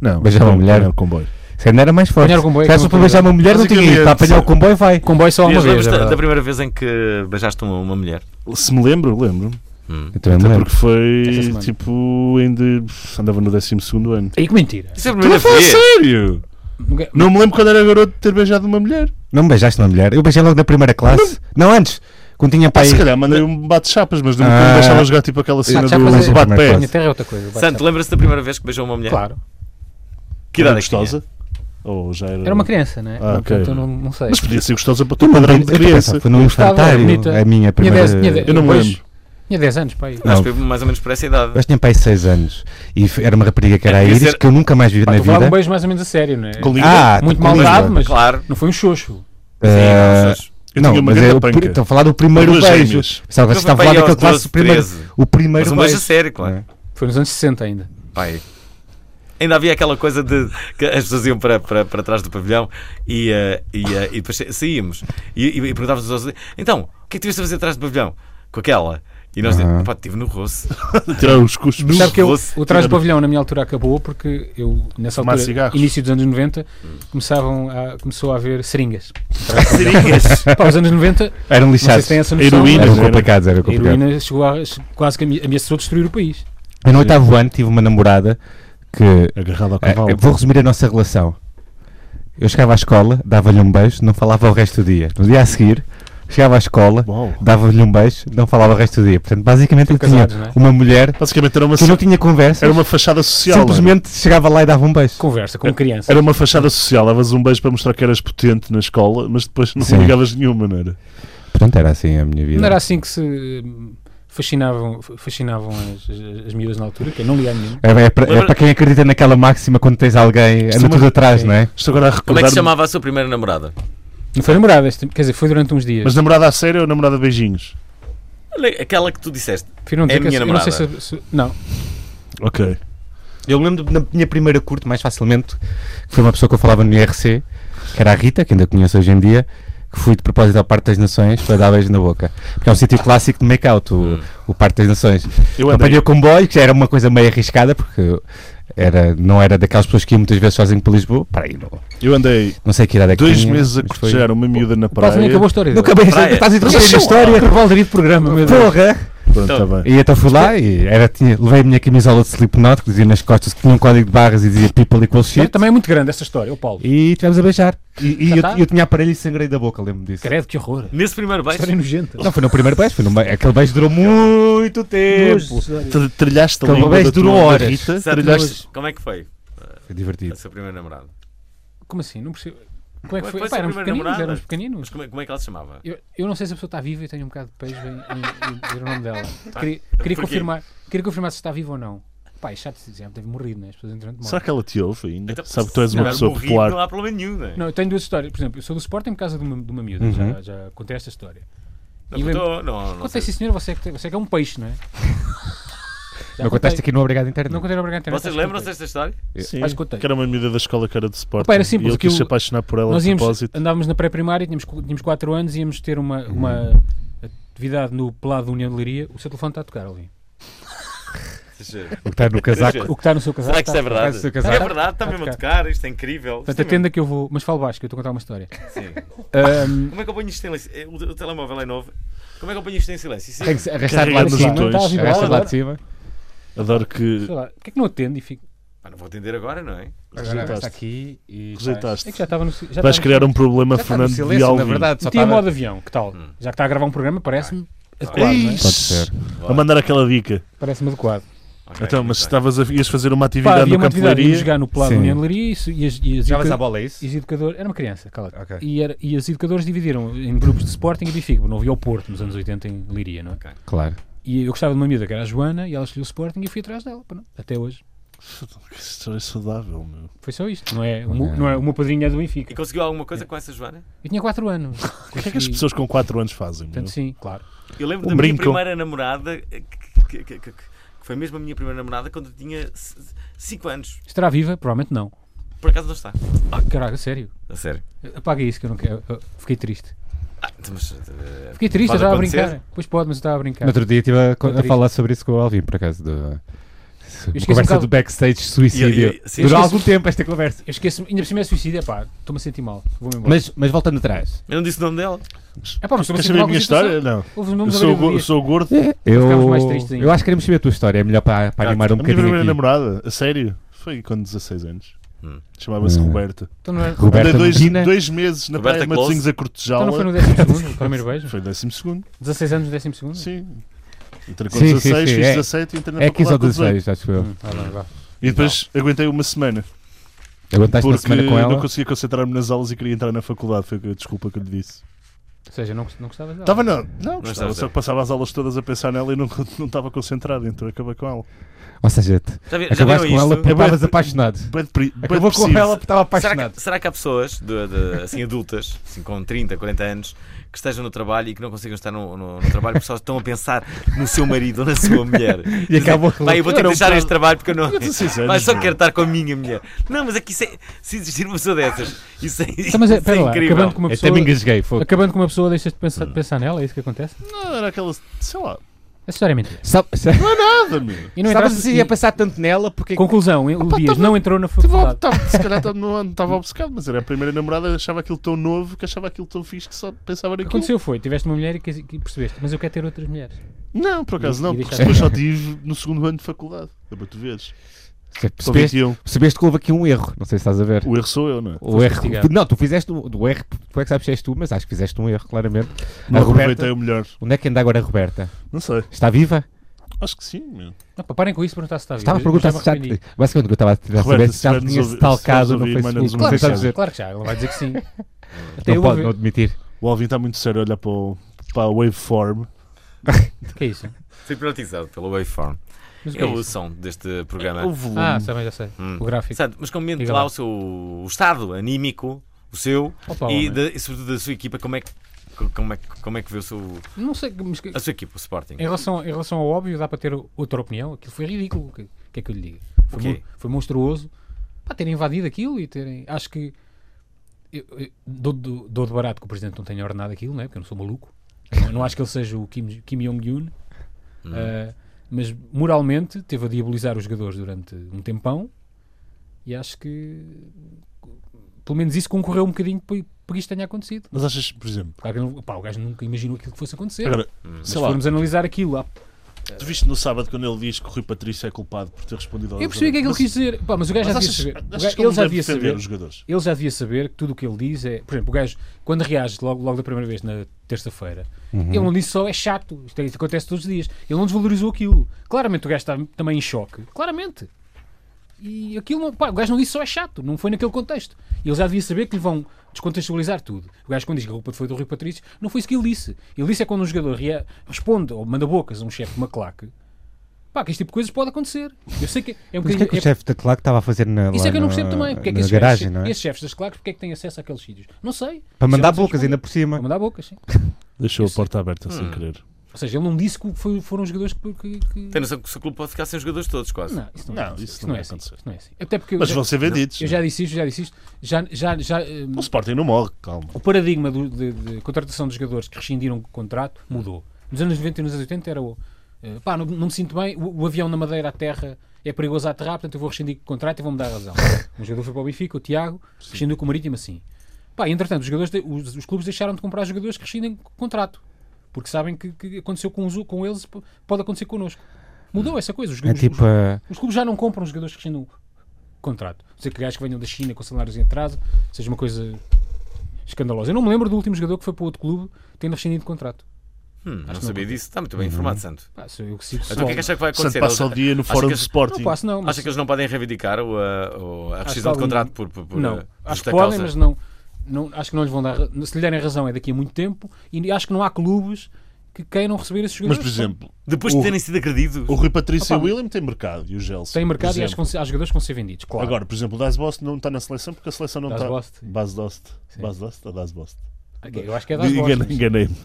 Speaker 5: Não,
Speaker 4: Beijar
Speaker 6: é
Speaker 4: uma
Speaker 5: apanhar
Speaker 4: mulher.
Speaker 5: o comboio.
Speaker 4: Se ainda era mais forte.
Speaker 6: Apanhar o comboio é
Speaker 4: Se era só
Speaker 6: que
Speaker 4: para
Speaker 6: não
Speaker 4: beijar uma mulher, não tinha ido. Para
Speaker 5: Basicamente,
Speaker 4: apanhar o comboio, vai.
Speaker 6: Comboio só uma
Speaker 3: Dias,
Speaker 6: vez.
Speaker 3: lembras-te
Speaker 6: é
Speaker 3: da, da
Speaker 6: verdade.
Speaker 3: primeira vez em que beijaste uma, uma mulher?
Speaker 5: Se me lembro, lembro-me.
Speaker 4: Eu também me lembro.
Speaker 5: Até porque
Speaker 6: Esta
Speaker 5: foi
Speaker 6: semana.
Speaker 5: tipo, ainda andava no 12 ano.
Speaker 6: Aí que mentira.
Speaker 3: Isso é a
Speaker 5: Tu
Speaker 3: primeira
Speaker 5: não foi a
Speaker 3: vez.
Speaker 5: sério!
Speaker 6: Nunca-
Speaker 5: Não me lembro quando era garoto de ter beijado uma mulher.
Speaker 4: Não me beijaste uma mulher. Eu beijei logo na primeira classe. Não, Ah, antes. Quando tinha
Speaker 5: Pá,
Speaker 4: pai.
Speaker 5: se calhar mandei um bate-chapas, mas não
Speaker 4: Ah.
Speaker 5: me deixava jogar tipo aquela cena do,
Speaker 6: Bate-chapas
Speaker 5: do
Speaker 4: é-
Speaker 5: bate-pé.
Speaker 6: A minha terra é outra coisa. bate-chapas.
Speaker 3: Santo, lembra-se da primeira vez que beijou uma mulher?
Speaker 6: Claro.
Speaker 3: Que
Speaker 5: Era
Speaker 3: idade é que tinha?
Speaker 5: gostosa? Ou já era...
Speaker 6: Era uma criança, né?
Speaker 5: Ah, ok.
Speaker 6: Portanto, eu não, não sei.
Speaker 5: Mas podia ser gostosa para o
Speaker 4: Tu
Speaker 5: teu
Speaker 4: não
Speaker 5: padrão
Speaker 4: beijaste-
Speaker 5: de
Speaker 4: eu pensava,
Speaker 5: criança.
Speaker 4: Foi num
Speaker 6: Gostava, era
Speaker 4: infantário.
Speaker 6: bonita.
Speaker 4: A minha primeira.
Speaker 6: dez- tinha dez-
Speaker 5: eh, Eu não me
Speaker 6: Pois.
Speaker 5: lembro.
Speaker 6: Tinha 10 anos, pai.
Speaker 3: Acho que foi mais ou menos por essa idade.
Speaker 4: Eu tinha pai 6 anos. E f- era uma rapariga que era a
Speaker 3: Devia
Speaker 4: Iris,
Speaker 3: ser-
Speaker 4: que eu nunca mais vi
Speaker 6: Pá,
Speaker 4: na
Speaker 6: tu falava um
Speaker 4: vida.
Speaker 6: beijo mais ou menos a sério, né?
Speaker 5: Com língua.
Speaker 4: Ah,
Speaker 6: Muito
Speaker 4: tu-
Speaker 6: mal dado, mas Eh,
Speaker 3: Claro.
Speaker 6: não foi um xoxo.
Speaker 4: Ah,
Speaker 3: Sim,
Speaker 5: Eu
Speaker 4: não,
Speaker 5: tinha uma
Speaker 4: mas
Speaker 5: grande
Speaker 4: eu então-
Speaker 5: panca.
Speaker 4: estou a falar do primeiro
Speaker 5: Duas
Speaker 4: beijo.
Speaker 5: gêmeas.
Speaker 3: não,
Speaker 4: Estava a
Speaker 3: foi para
Speaker 4: falar
Speaker 3: aí
Speaker 4: daquele
Speaker 3: aos
Speaker 4: clássico
Speaker 3: 12,
Speaker 4: primeiro.
Speaker 3: 13.
Speaker 4: O primeiro
Speaker 3: Mas um beijo a
Speaker 4: beijo.
Speaker 3: sério, claro.
Speaker 6: Foi nos anos 60 ainda.
Speaker 3: Pai. é. Ainda havia aquela coisa de que as pessoas iam para, para, para trás do pavilhão e, eh, e, eh, e depois saímos e, e, e perguntávamos aos outros: então, o que é que tiveste a fazer atrás do pavilhão? Com aquela? E nós dizemos: pá, estive no rosto.
Speaker 5: Tirar os cuspos.
Speaker 6: Sabe que eu,
Speaker 3: fosse-
Speaker 6: o traje de pavilhão na minha altura acabou porque eu, nessa
Speaker 5: Fumar
Speaker 6: altura,
Speaker 5: cigarros. Hum.
Speaker 6: início dos anos 90, começavam a- começou a haver seringas.
Speaker 3: Seringas.
Speaker 6: Pá, os anos 90,
Speaker 4: Era um
Speaker 6: não sei
Speaker 4: lixado.
Speaker 6: se têm essa noção,
Speaker 5: Heroína,
Speaker 4: Era um
Speaker 6: mas
Speaker 5: né?
Speaker 4: complicado, era
Speaker 6: a
Speaker 4: É complicado.
Speaker 6: heroína chegou a, quase que ame- ameaçou destruir o país.
Speaker 4: Eu no oitavo ano tive uma namorada que.
Speaker 5: Agarrado ao
Speaker 4: eh,
Speaker 5: cavalo.
Speaker 4: eu vou resumir a nossa relação. Eu chegava à escola, dava-lhe um beijo, não falava o resto do dia. No dia a seguir, chegava à escola,
Speaker 5: Uau.
Speaker 4: dava-lhe um beijo, não falava o resto do dia. Portanto, basicamente ele tinha
Speaker 6: casados, não é?
Speaker 4: uma mulher
Speaker 5: Basicamente era uma,
Speaker 4: que não tinha conversa,
Speaker 5: era uma fachada social.
Speaker 4: simplesmente chegava lá e dava um beijo.
Speaker 6: Conversa com criança.
Speaker 5: Era uma fachada social. Davas um beijo para mostrar que eras potente na escola, mas depois não
Speaker 4: Sim.
Speaker 5: ligavas nenhuma, não era?
Speaker 4: Portanto, era assim a minha vida.
Speaker 6: Não era assim que se hum, fascinavam, fascinavam as, as, as miúdas na altura, que eu não lia nenhum.
Speaker 4: É, é para é
Speaker 3: Lembra-
Speaker 4: para quem acredita naquela máxima quando tens alguém,
Speaker 5: Isto é
Speaker 4: anda tudo
Speaker 5: uma-
Speaker 4: atrás,
Speaker 6: Sim.
Speaker 4: não é?
Speaker 5: Estou agora a recordar.
Speaker 3: Como é que se chamava a sua primeira namorada?
Speaker 6: Não foi namorada, este- quer dizer, foi durante uns dias.
Speaker 5: Mas namorada a sério ou namorada a beijinhos?
Speaker 3: Olha, Aquela que tu disseste.
Speaker 6: Prefiro não
Speaker 3: é
Speaker 6: dizer
Speaker 3: a
Speaker 6: que
Speaker 3: minha
Speaker 6: eu
Speaker 3: namorada.
Speaker 6: Não, sei se- se- não,
Speaker 5: Ok.
Speaker 4: Eu lembro na minha primeira curta, mais facilmente, que foi uma pessoa que eu falava no IRC, que era a Rita, que ainda conheço hoje em dia, que fui de propósito ao Parque das Nações para dar beijo na boca. Porque é um sítio clássico de make-out, o, o Parque das Nações.
Speaker 5: Hum. Eu
Speaker 4: Apanhei
Speaker 5: andei.
Speaker 4: o comboio, que já era uma coisa meio arriscada, porque era, não era daquelas pessoas que iam muitas vezes sozinho para Lisboa. Peraí, não,
Speaker 5: Eu andei
Speaker 4: não sei que idade é que
Speaker 5: dois
Speaker 4: tinha,
Speaker 5: meses a
Speaker 4: mas foi-
Speaker 5: cortejar uma miúda na
Speaker 6: quase nem
Speaker 5: praia.
Speaker 6: acabou a história.
Speaker 4: Nunca bem
Speaker 3: Praia.
Speaker 4: estás a interromper a
Speaker 6: Deixa eu-
Speaker 4: história.
Speaker 5: é?
Speaker 6: Revolveria de programa, meu Deus.
Speaker 4: Porra!
Speaker 5: Pronto, está bem.
Speaker 4: E então fui lá e era, tinha, levei a minha camisola de Slipknot, que dizia nas costas que tinha um código de barras e dizia People Equal
Speaker 6: Mas
Speaker 4: Shit.
Speaker 6: Também é muito grande essa história, o Paulo.
Speaker 4: E estivemos a beijar. E, e
Speaker 6: Já
Speaker 4: eu,
Speaker 6: tá?
Speaker 4: eu tinha aparelho e sangrei da boca, lembro-me disso.
Speaker 6: Credo, que horror.
Speaker 3: Nesse primeiro beijo,
Speaker 6: História nojenta.
Speaker 4: Não, foi no primeiro beijo, foi no, be- aquele beijo durou muito tempo.
Speaker 5: Tr- Trilhaste a
Speaker 4: Então,
Speaker 5: língua
Speaker 4: mas
Speaker 5: da
Speaker 4: durou
Speaker 5: tua
Speaker 4: horas.
Speaker 5: Rita,
Speaker 3: sabe,
Speaker 5: trilhaste...
Speaker 3: como é que foi
Speaker 4: Foi divertido.
Speaker 3: essa primeira namorada?
Speaker 6: Como assim? Não percebo. Como é que
Speaker 3: Mas
Speaker 6: foi?
Speaker 3: foi a
Speaker 6: Pá,
Speaker 3: sua
Speaker 6: éramos
Speaker 3: primeira
Speaker 6: pequeninos,
Speaker 3: namorada?
Speaker 6: éramos pequeninos.
Speaker 3: Mas como é, como é que ela se chamava?
Speaker 6: Eu, eu não sei se a pessoa está viva e tenho um bocado de peixe em, em- em dizer o nome dela.
Speaker 3: Tá.
Speaker 6: Queria,
Speaker 3: porquê?
Speaker 6: queria, confirmar, queria confirmar se está viva ou não. Pá, é chato dizer, deve morrer, né? As pessoas entram de
Speaker 5: Será que ela te ouve ainda?
Speaker 3: Então,
Speaker 5: Sabe que tu és
Speaker 3: se
Speaker 5: uma
Speaker 3: calhar
Speaker 5: pessoa
Speaker 3: morri,
Speaker 5: popular.
Speaker 3: Não há problema nenhum, não é?
Speaker 6: Não, eu tenho duas histórias. Por exemplo, eu sou do Sporting por causa de uma, de uma miúda, já, já contei esta história.
Speaker 3: Não, Hum.
Speaker 6: E lembro-
Speaker 3: contou, não, não
Speaker 6: Contei,
Speaker 3: sei.
Speaker 6: sim senhor, você é, que, tem- você é que é um peixe, não é? Já
Speaker 4: Não contaste aqui no Obrigado
Speaker 6: Não
Speaker 4: Internet.
Speaker 6: contei na Bragantino.
Speaker 3: Vocês lembram-se desta história?
Speaker 5: Sim,
Speaker 6: Mas contei.
Speaker 5: que era uma miúda da escola que era de Sporting.
Speaker 6: Opa, era simples,
Speaker 5: e eu quis
Speaker 6: aquilo-
Speaker 5: apaixonar por ela
Speaker 6: Nós
Speaker 5: de
Speaker 6: íamos,
Speaker 5: propósito.
Speaker 6: andávamos na pré-primária, tínhamos, cu- tínhamos 4 anos, íamos ter uma, uma atividade no pelado da União de Leiria. O seu telefone está a tocar, Alvin.
Speaker 4: O que está tá no casaco.
Speaker 6: O que está no seu casaco
Speaker 3: Será que isto é
Speaker 6: está a tocar.
Speaker 3: verdade?
Speaker 4: Parece o
Speaker 3: É
Speaker 4: casaco.
Speaker 3: verdade, está mesmo a tocar, isto é incrível. Isto
Speaker 6: Portanto,
Speaker 3: é mesmo-
Speaker 6: atenda que eu vou... Mas falo baixo, que eu estou a contar uma história.
Speaker 3: Sim.
Speaker 6: Ahm,
Speaker 3: Como é que eu ponho isto em silêncio? Eh, O, o telemóvel é novo. Como é que eu ponho isto em silêncio? Sim.
Speaker 4: Tem que se arrastar de lá de
Speaker 5: Carrega
Speaker 4: cima.
Speaker 5: nos botões.
Speaker 4: Arrastar de lá de cima.
Speaker 5: Adoro que
Speaker 6: sei lá, o que é que não atende e fico...
Speaker 3: Ah, não vou atender agora, não é?
Speaker 4: Está
Speaker 5: rejeitaste.
Speaker 4: aqui e.
Speaker 5: Rejeitaste.
Speaker 6: É que já estava no... Já estava
Speaker 5: Vais
Speaker 6: tá no-
Speaker 5: criar um problema,
Speaker 4: Já está no
Speaker 5: Fernando, de
Speaker 4: silêncio, na
Speaker 5: Alvin.
Speaker 4: verdade. Só
Speaker 6: Meti a modo
Speaker 4: estava.
Speaker 6: avião, que tal?
Speaker 5: Hum.
Speaker 6: Já que está a gravar um programa, parece-me adequado, não é?
Speaker 5: Ixi,
Speaker 4: Pode ser.
Speaker 5: a mandar aquela dica.
Speaker 6: Parece-me adequado.
Speaker 3: Ok,
Speaker 5: então, mas
Speaker 3: muito
Speaker 5: estavas a, ias fazer uma
Speaker 6: Pá,
Speaker 5: atividade
Speaker 6: havia
Speaker 5: no
Speaker 6: uma
Speaker 5: campo de
Speaker 6: atividade, íamos
Speaker 5: leiria.
Speaker 6: jogar no pelado
Speaker 4: Sim.
Speaker 6: da União de Leiria e, as- e, as- e as
Speaker 4: Jogavas
Speaker 6: educa-
Speaker 4: à bola, é isso?
Speaker 6: e os educadores... Era uma criança, cala-te.
Speaker 4: Ok.
Speaker 6: E, era- e os educadores dividiram em grupos de Sporting e Benfica. Não havia o Porto nos anos 80 em Leiria, não é?
Speaker 4: Claro.
Speaker 6: E eu gostava de uma miúda que era a Joana e ela escolheu o Sporting e eu fui atrás dela, pá, não, é? até hoje.
Speaker 5: Que história saudável, meu.
Speaker 6: Foi só isto, não é? O, meu- não é, o meu padrinho é do
Speaker 3: bem.
Speaker 6: Benfica.
Speaker 3: E conseguiu alguma coisa com essa Joana?
Speaker 6: Eu tinha 4 anos.
Speaker 5: O que é que as pessoas com 4 anos fazem, meu?
Speaker 6: Portanto, sim, claro.
Speaker 3: Eu lembro
Speaker 5: Um
Speaker 3: da
Speaker 5: brinco.
Speaker 3: minha primeira namorada, eh, que, que- que- que- que foi mesmo a minha primeira namorada quando eu tinha 5 anos.
Speaker 6: Estará viva? Provavelmente não.
Speaker 3: Por acaso não está.
Speaker 6: Ah, caraca, sério.
Speaker 3: A sério.
Speaker 6: Apaga isso que eu não quero. Eu Fiquei triste.
Speaker 3: Ah, então, mas, eh,
Speaker 6: Fiquei triste, eu
Speaker 3: pode
Speaker 6: estava a
Speaker 3: acontecer?
Speaker 6: brincar. Pois pode, mas eu estava a brincar.
Speaker 4: No outro dia estive a, co- a
Speaker 6: Triste.
Speaker 4: falar sobre isso com o Alvin, por acaso. Do,
Speaker 6: esqueci um
Speaker 4: conversa
Speaker 6: bocado-
Speaker 4: do backstage suicídio.
Speaker 3: E- e- sim,
Speaker 4: Durou
Speaker 6: esqueci-
Speaker 4: algum tempo esta conversa.
Speaker 6: Eu esqueço-me, ainda por cima é suicídio, pá, estou-me a sentir mal. Vou-me embora.
Speaker 4: Mas, mas voltando atrás.
Speaker 3: Eu não disse o nome dela.
Speaker 6: é pá, mas estou-me
Speaker 5: Queres
Speaker 6: a sentir
Speaker 5: saber a
Speaker 6: mal. com
Speaker 5: minha
Speaker 6: a situação. um
Speaker 5: história? Não.
Speaker 6: Houve-me
Speaker 5: Eu
Speaker 6: nomes
Speaker 5: sou, go-
Speaker 6: alegria.
Speaker 5: sou gordo.
Speaker 4: Eu,
Speaker 6: ficámos mais tristes ainda.
Speaker 4: eu acho que queremos saber a tua história. É melhor para, para animar um
Speaker 5: Ah, a minha
Speaker 4: bocadinho.
Speaker 5: primeira
Speaker 4: aqui.
Speaker 5: namorada, a sério, foi com 16 anos. Chamava-se
Speaker 4: Hum.
Speaker 5: Roberta.
Speaker 6: Então não, era...
Speaker 4: Roberta
Speaker 5: Andei dois,
Speaker 4: Medina.
Speaker 5: dois meses na
Speaker 3: Roberta
Speaker 5: praia de Matosinhos a cortejá-la.
Speaker 6: então não foi no 12 segundo, o primeiro beijo?
Speaker 5: Foi no décimo segundo,
Speaker 6: 16 anos no 12 segundo?
Speaker 5: sim. Entrei com
Speaker 4: Sim, sim,
Speaker 5: 16,
Speaker 4: sim,
Speaker 5: fiz
Speaker 4: é-
Speaker 5: 17 e entrei na
Speaker 4: É 15 ou
Speaker 5: faculdade com 18.
Speaker 4: 16, acho eu.
Speaker 6: Hum, ah, não, vá.
Speaker 5: E depois aguentei uma semana,
Speaker 4: Aguentaste uma
Speaker 5: porque
Speaker 4: semana com
Speaker 5: não
Speaker 4: ela.
Speaker 5: conseguia concentrar-me nas aulas e queria entrar na faculdade, foi a desculpa que eu lhe disse.
Speaker 6: Ou seja, não, gost- não gostava dela.
Speaker 5: Estava não, não,
Speaker 4: tá
Speaker 3: estava
Speaker 5: gostava, só
Speaker 3: certo.
Speaker 5: que passava as aulas todas a pensar nela e não não estava concentrado, então acabei com ela.
Speaker 4: Ou seja, te-
Speaker 3: Já, vi, já viram
Speaker 4: acabaste com ela porque
Speaker 3: isto?
Speaker 4: estavas apaixonado.
Speaker 5: Bem depri- bem
Speaker 4: Acabou com
Speaker 5: depressivo.
Speaker 4: ela porque estava
Speaker 3: Será
Speaker 4: apaixonado.
Speaker 3: que, será que há pessoas de- de- assim, adultas, assim, com 30, 40 anos, que estejam no trabalho e que não consigam estar no, no- no trabalho porque só estão a pensar no seu marido ou na sua mulher? é,
Speaker 4: E acabou
Speaker 3: Vai, eu vou ter que
Speaker 5: Era um
Speaker 3: deixar
Speaker 5: bocado-
Speaker 3: este trabalho porque eu não.
Speaker 5: Tinha 16
Speaker 3: Vai,
Speaker 5: anos,
Speaker 3: só
Speaker 5: meu.
Speaker 3: quero estar com a minha mulher. Não, mas aqui se, se existir uma pessoa dessas, isso é, isso
Speaker 6: Então, mas
Speaker 3: é
Speaker 6: é, pera lá,
Speaker 3: incrível.
Speaker 6: acabando com uma
Speaker 4: Até
Speaker 6: pessoa.
Speaker 4: me engasguei. fogo.
Speaker 6: Acabando com uma pessoa, deixas de pensar, de pensar nela, é isso que acontece?
Speaker 5: Não, Ah, era aquela, sei lá,
Speaker 6: Essa história é mentira.
Speaker 4: Sabe- sabe-
Speaker 5: nada, meu.
Speaker 6: E não
Speaker 4: Estavas
Speaker 6: entraste-
Speaker 4: assim a passar tanto nela porque.
Speaker 6: e- Conclusão, o Dias
Speaker 5: tava-
Speaker 6: não entrou na
Speaker 5: Tava,
Speaker 6: faculdade.
Speaker 5: Tipo, tava, se calhar tava- não estava obcecado, mas era a primeira namorada, achava aquilo tão novo que achava aquilo tão fixe que só pensava
Speaker 6: O que
Speaker 5: naquilo.
Speaker 6: aconteceu foi, tiveste uma mulher e quis- e percebeste, mas eu quero ter outras mulheres.
Speaker 5: Não, por acaso
Speaker 6: E-
Speaker 5: não,
Speaker 6: e
Speaker 5: porque
Speaker 6: deixaste-
Speaker 5: depois só tive no segundo ano de faculdade. É para tu veres. Com
Speaker 4: Percebeste,
Speaker 5: 21.
Speaker 4: percebeste que houve aqui um erro. Não sei se estás a ver.
Speaker 5: O erro sou eu, não é?
Speaker 4: O erro.
Speaker 6: castigado.
Speaker 4: Não, tu fizeste o- do erro. Tu é que sabes se és tu, mas acho que fizeste um erro, claramente.
Speaker 5: Não
Speaker 4: a Roberta.
Speaker 5: aproveitei o melhor.
Speaker 4: Onde é que anda agora a Roberta?
Speaker 5: Não sei.
Speaker 4: Está viva?
Speaker 5: Acho que sim, meu.
Speaker 6: Não, pá, parem com isso, perguntar se está vivo.
Speaker 4: Estava a
Speaker 6: Eu
Speaker 4: perguntar
Speaker 6: já
Speaker 4: se
Speaker 6: me
Speaker 4: já.
Speaker 6: arrependi.
Speaker 4: Basicamente, o que eu estava a tentar
Speaker 5: Roberta,
Speaker 4: saber
Speaker 5: se
Speaker 4: se já
Speaker 5: estiver
Speaker 4: tinha
Speaker 5: nos ouvir- se
Speaker 4: stalkado no
Speaker 5: estiveres a ouvir,
Speaker 4: Facebook. Não
Speaker 5: manda-nos
Speaker 4: sei
Speaker 5: um
Speaker 4: se é estás a
Speaker 5: mensagem.
Speaker 4: dizer.
Speaker 6: Claro que já, ela vai dizer que sim. Até
Speaker 4: Não
Speaker 6: eu
Speaker 4: pode
Speaker 6: ouvi.
Speaker 4: não admitir.
Speaker 5: O Alvin está muito sério a olhar para, o, para a waveform.
Speaker 6: O que é isso?
Speaker 3: Fui hipnotizado pela Waveform.
Speaker 6: Mas o que
Speaker 3: É
Speaker 6: é
Speaker 3: o
Speaker 6: isso?
Speaker 3: som deste programa.
Speaker 5: O volume.
Speaker 6: Ah, também já sei.
Speaker 3: Hum.
Speaker 6: O gráfico.
Speaker 3: Sabe, mas comente
Speaker 6: Diga
Speaker 3: lá
Speaker 6: lá.
Speaker 3: o seu o estado anímico, o seu
Speaker 6: Opa,
Speaker 3: e,
Speaker 6: homem.
Speaker 3: da- e sobretudo da sua equipa, como é que. Como é, que- como é que vê o seu,
Speaker 6: Não sei, mas que-
Speaker 3: a sua equipa, o Sporting?
Speaker 6: em, relação, em relação ao óbvio, dá para ter outra opinião. Aquilo foi ridículo. O que, o que é que eu lhe digo? Foi,
Speaker 3: quê?
Speaker 6: mon- foi monstruoso. Pá, terem invadido aquilo e terem. Acho que. Eu, eu dou, dou- dou de barato que o presidente não tenha ordenado aquilo, né? porque eu não sou maluco. Não, não acho que ele seja o Kim, Kim Jong-un.
Speaker 5: Hum.
Speaker 6: Ah, mas moralmente teve a diabolizar os jogadores durante um tempão e acho que pelo menos isso concorreu um bocadinho para para que isto tenha acontecido.
Speaker 5: Mas achas, por exemplo,
Speaker 6: Claro que não- pá, o gajo nunca imaginou aquilo que fosse acontecer.
Speaker 5: agora,
Speaker 6: Mas
Speaker 5: sei
Speaker 6: se
Speaker 5: lá,
Speaker 6: formos analisar aquilo à,
Speaker 5: Tu viste no sábado quando ele diz que o Rui Patrício é culpado por ter respondido ao
Speaker 6: Eu percebi o que é que ele quis dizer. Pá, mas o gajo já
Speaker 5: Mas
Speaker 6: devia
Speaker 5: achas,
Speaker 6: saber. O
Speaker 5: achas
Speaker 6: gajo-
Speaker 5: que ele,
Speaker 6: Ele já
Speaker 5: deve
Speaker 6: devia
Speaker 5: defender
Speaker 6: saber.
Speaker 5: os jogadores?
Speaker 6: Ele já devia saber que tudo o que ele diz é. Por exemplo, o gajo, quando reage logo, logo da primeira vez, na terça-feira,
Speaker 4: Uhum.
Speaker 6: ele não disse só é chato, isto, é- isto acontece todos os dias. Ele não desvalorizou aquilo. Claramente o gajo está também em choque. Claramente. E aquilo, não- pá, o gajo não disse só é chato, não foi naquele contexto. E ele já devia saber que lhe vão descontextualizar tudo. O gajo, quando diz que a culpa foi do Rui Patrício, não foi isso que ele disse. Ele disse é quando um jogador rea- responde ou manda bocas a um chefe de uma claque. Pá, que este tipo de coisas pode acontecer. Eu sei que é um
Speaker 4: Mas o que é que o
Speaker 6: é-
Speaker 4: chefe da claque estava a fazer na,
Speaker 6: isso
Speaker 4: lá
Speaker 6: é que eu não
Speaker 4: na-
Speaker 6: percebo também. Porque é que
Speaker 4: na
Speaker 6: esses,
Speaker 4: garagem,
Speaker 6: chefes,
Speaker 4: não é?
Speaker 6: esses chefes das claques, porque é que têm acesso àqueles sítios? Não sei.
Speaker 4: Para
Speaker 6: Isso
Speaker 4: mandar
Speaker 6: é o que
Speaker 4: bocas
Speaker 6: vocês
Speaker 4: ainda por cima.
Speaker 6: Para mandar bocas, sim.
Speaker 5: Deixou a porta aberta sem
Speaker 6: Hum.
Speaker 5: querer.
Speaker 6: Ou seja, ele não disse que foi- foram os jogadores que. que- que-
Speaker 3: Tem noção que o seu clube pode ficar sem os jogadores todos, quase.
Speaker 6: Não, isso não,
Speaker 5: Não,
Speaker 6: é assim.
Speaker 5: isso
Speaker 6: Isso
Speaker 5: não
Speaker 6: não é
Speaker 5: vai
Speaker 6: assim.
Speaker 5: acontecer.
Speaker 6: Isso não é assim. Até porque eu
Speaker 5: Mas
Speaker 6: já-
Speaker 5: vão ser vendidos.
Speaker 6: Eu já disse isto, já disse isto. Já, já, já, hum,
Speaker 5: O Sporting não morre, calma.
Speaker 6: o paradigma do- de, de contratação dos jogadores que rescindiram o contrato mudou. Nos anos 90 e nos anos 80 era o. eh, pá, não, não me sinto bem, o, o avião na madeira à terra é perigoso a aterrar, portanto eu vou rescindir o contrato e vão-me dar razão. Um jogador foi para o Benfica, o Tiago, rescindiu com o Marítimo assim. Pá, e entretanto, os, jogadores de- os, os clubes deixaram de comprar jogadores que rescindem o contrato. Porque sabem que, que aconteceu com, os, com eles, p- pode acontecer connosco. Mudou essa coisa. Os,
Speaker 4: É
Speaker 6: os-
Speaker 4: tipo.
Speaker 6: os-
Speaker 4: ah,
Speaker 6: os clubes já não compram os jogadores que rescindem o contrato. Não sei que gajos que venham da China com salários em atraso, seja uma coisa escandalosa. Eu não me lembro do último jogador que foi para outro clube tendo rescindido contrato.
Speaker 3: Hum, não
Speaker 6: que não Uhum.
Speaker 3: sabia disso. Está muito bem informado, Santo.
Speaker 6: Pá, se eu sigo
Speaker 3: Então o que é que achas que vai
Speaker 5: Santo
Speaker 3: acontecer?
Speaker 5: passa o
Speaker 3: Eles-
Speaker 5: dia no
Speaker 3: acho
Speaker 5: fórum
Speaker 3: que
Speaker 5: do
Speaker 3: eles-
Speaker 5: Sporting.
Speaker 6: Não passo, não. Mas,
Speaker 3: Acha que eles não podem reivindicar o, a, o- a
Speaker 6: Acho
Speaker 3: rescisão
Speaker 6: que
Speaker 3: de
Speaker 6: algum-
Speaker 3: contrato por, por, por
Speaker 6: não.
Speaker 3: eh,
Speaker 6: Acho
Speaker 3: justa
Speaker 6: que podem,
Speaker 3: causa?
Speaker 6: mas não, não. Acho que não lhes vão dar. ra- Se lhe derem razão é daqui a muito tempo e acho que não há clubes que queiram receber esses
Speaker 5: Mas,
Speaker 6: jogadores.
Speaker 5: por exemplo,
Speaker 3: Depois de
Speaker 5: O-
Speaker 3: terem sido agredidos.
Speaker 5: o Rui Patrício e o
Speaker 6: Opa,
Speaker 5: William têm mercado e o Gelson.
Speaker 6: Tem mercado
Speaker 5: por
Speaker 6: e acho que
Speaker 5: exemplo.
Speaker 6: vão ser- há jogadores que vão ser vendidos. Claro.
Speaker 5: Agora, por exemplo, o Das Bost não está na seleção porque a seleção não
Speaker 6: Das
Speaker 5: está.
Speaker 6: Bost, sim.
Speaker 5: Bas Dost.
Speaker 6: Sim.
Speaker 5: Bas Dost ou Das Bost?
Speaker 6: eu acho que é das
Speaker 5: Engane-
Speaker 6: Bosta, mas-
Speaker 5: Enganei-me.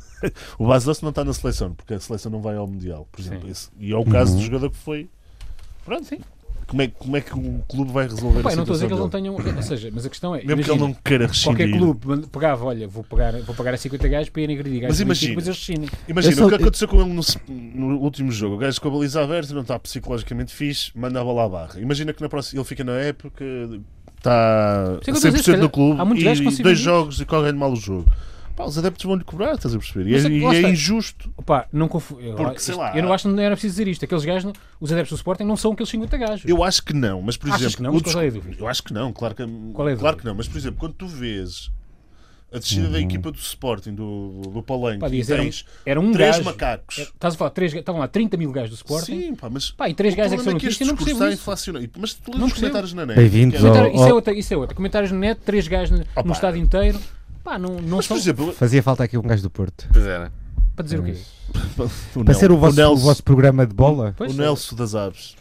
Speaker 5: O Bas Dost não está na seleção porque a seleção não vai ao Mundial, por exemplo.
Speaker 6: Sim.
Speaker 5: Esse- E é o caso do jogador que foi. Pronto, sim. Como é, como é que o clube vai resolver
Speaker 6: Pá, eu
Speaker 5: a
Speaker 6: não estou a
Speaker 5: situação
Speaker 6: dizer que eles não
Speaker 5: assim dele?
Speaker 6: tenham. Ou seja, mas a questão é.
Speaker 5: Mesmo que ele
Speaker 6: imagina,
Speaker 5: não queira rescindir.
Speaker 6: Qualquer clube man- pegava, olha, vou pagar, vou pagar a 50 gajos para irem agredir gajos
Speaker 5: Mas
Speaker 6: do
Speaker 5: imagina.
Speaker 6: Benfica, depois eles rescindem.
Speaker 5: Imagina,
Speaker 4: Eu só-
Speaker 5: o que aconteceu com ele no, se- no último jogo. O gajo com a baliza aberta, não está psicologicamente fixe, manda a bola à barra. Imagina que na próxima, ele fica na época, tá está
Speaker 6: Isso é que eu estou a dizer,
Speaker 5: 100%
Speaker 6: se
Speaker 5: no
Speaker 6: calhar
Speaker 5: clube
Speaker 6: há muitos gajos que
Speaker 5: e
Speaker 6: conseguem
Speaker 5: dois
Speaker 6: isso.
Speaker 5: jogos e corre mal o jogo. Pá, os adeptos vão-lhe cobrar, estás a perceber? E
Speaker 6: Mas
Speaker 5: é,
Speaker 6: é que
Speaker 5: e
Speaker 6: lá
Speaker 5: é
Speaker 6: está.
Speaker 5: injusto.
Speaker 6: Opa, não confu... eu,
Speaker 5: Porque, sei
Speaker 6: isto-
Speaker 5: lá,
Speaker 6: eu não acho que não era preciso dizer isto. Aqueles gajos, não- os adeptos do Sporting, não são aqueles 50 gajos.
Speaker 5: Eu acho que não, mas por
Speaker 6: Achas
Speaker 5: exemplo.
Speaker 6: que não?
Speaker 5: o
Speaker 6: Mas
Speaker 5: dis-
Speaker 6: qual é a dúvida?
Speaker 5: Eu acho que não, claro que,
Speaker 6: Qual é
Speaker 5: claro
Speaker 6: a dúvida?
Speaker 5: que não. Mas por exemplo, quando tu vês a descida
Speaker 4: Uhum.
Speaker 5: da equipa do Sporting, do, do Palenque,
Speaker 6: Pá,
Speaker 5: e
Speaker 6: dias, era um-
Speaker 5: tens
Speaker 6: era um
Speaker 5: três
Speaker 6: gajo.
Speaker 5: macacos.
Speaker 6: É, Estás a falar, três, ga- estavam lá 30 mil gajos do Sporting.
Speaker 5: Sim, pá, mas.
Speaker 6: Pá, e três
Speaker 5: o
Speaker 6: gajos é que
Speaker 5: problema
Speaker 6: são
Speaker 5: este
Speaker 6: notícia, eu não
Speaker 5: discurso
Speaker 6: percebo
Speaker 5: está
Speaker 6: isso.
Speaker 5: inflacionado. Mas tu lês
Speaker 6: Não
Speaker 5: os
Speaker 6: percebo.
Speaker 5: comentários na net.
Speaker 4: Bem-vindos
Speaker 5: quer dizer,
Speaker 6: Comentário-
Speaker 4: Oh,
Speaker 6: isso,
Speaker 4: oh.
Speaker 6: É outra, isso é outra. Comentários na net, três gajos no,
Speaker 5: Opa.
Speaker 6: no estádio inteiro. Pá, não, não
Speaker 5: Mas,
Speaker 6: são.
Speaker 5: por exemplo,
Speaker 4: Fazia falta aqui um gajo do Porto.
Speaker 3: Pois era. é
Speaker 6: para dizer o quê?
Speaker 5: o
Speaker 4: Para ser o
Speaker 5: Nelson-
Speaker 4: vosso, o
Speaker 5: Nelson-
Speaker 4: vosso programa de bola.
Speaker 5: o
Speaker 6: Pois, é.
Speaker 5: Nelson das Aves.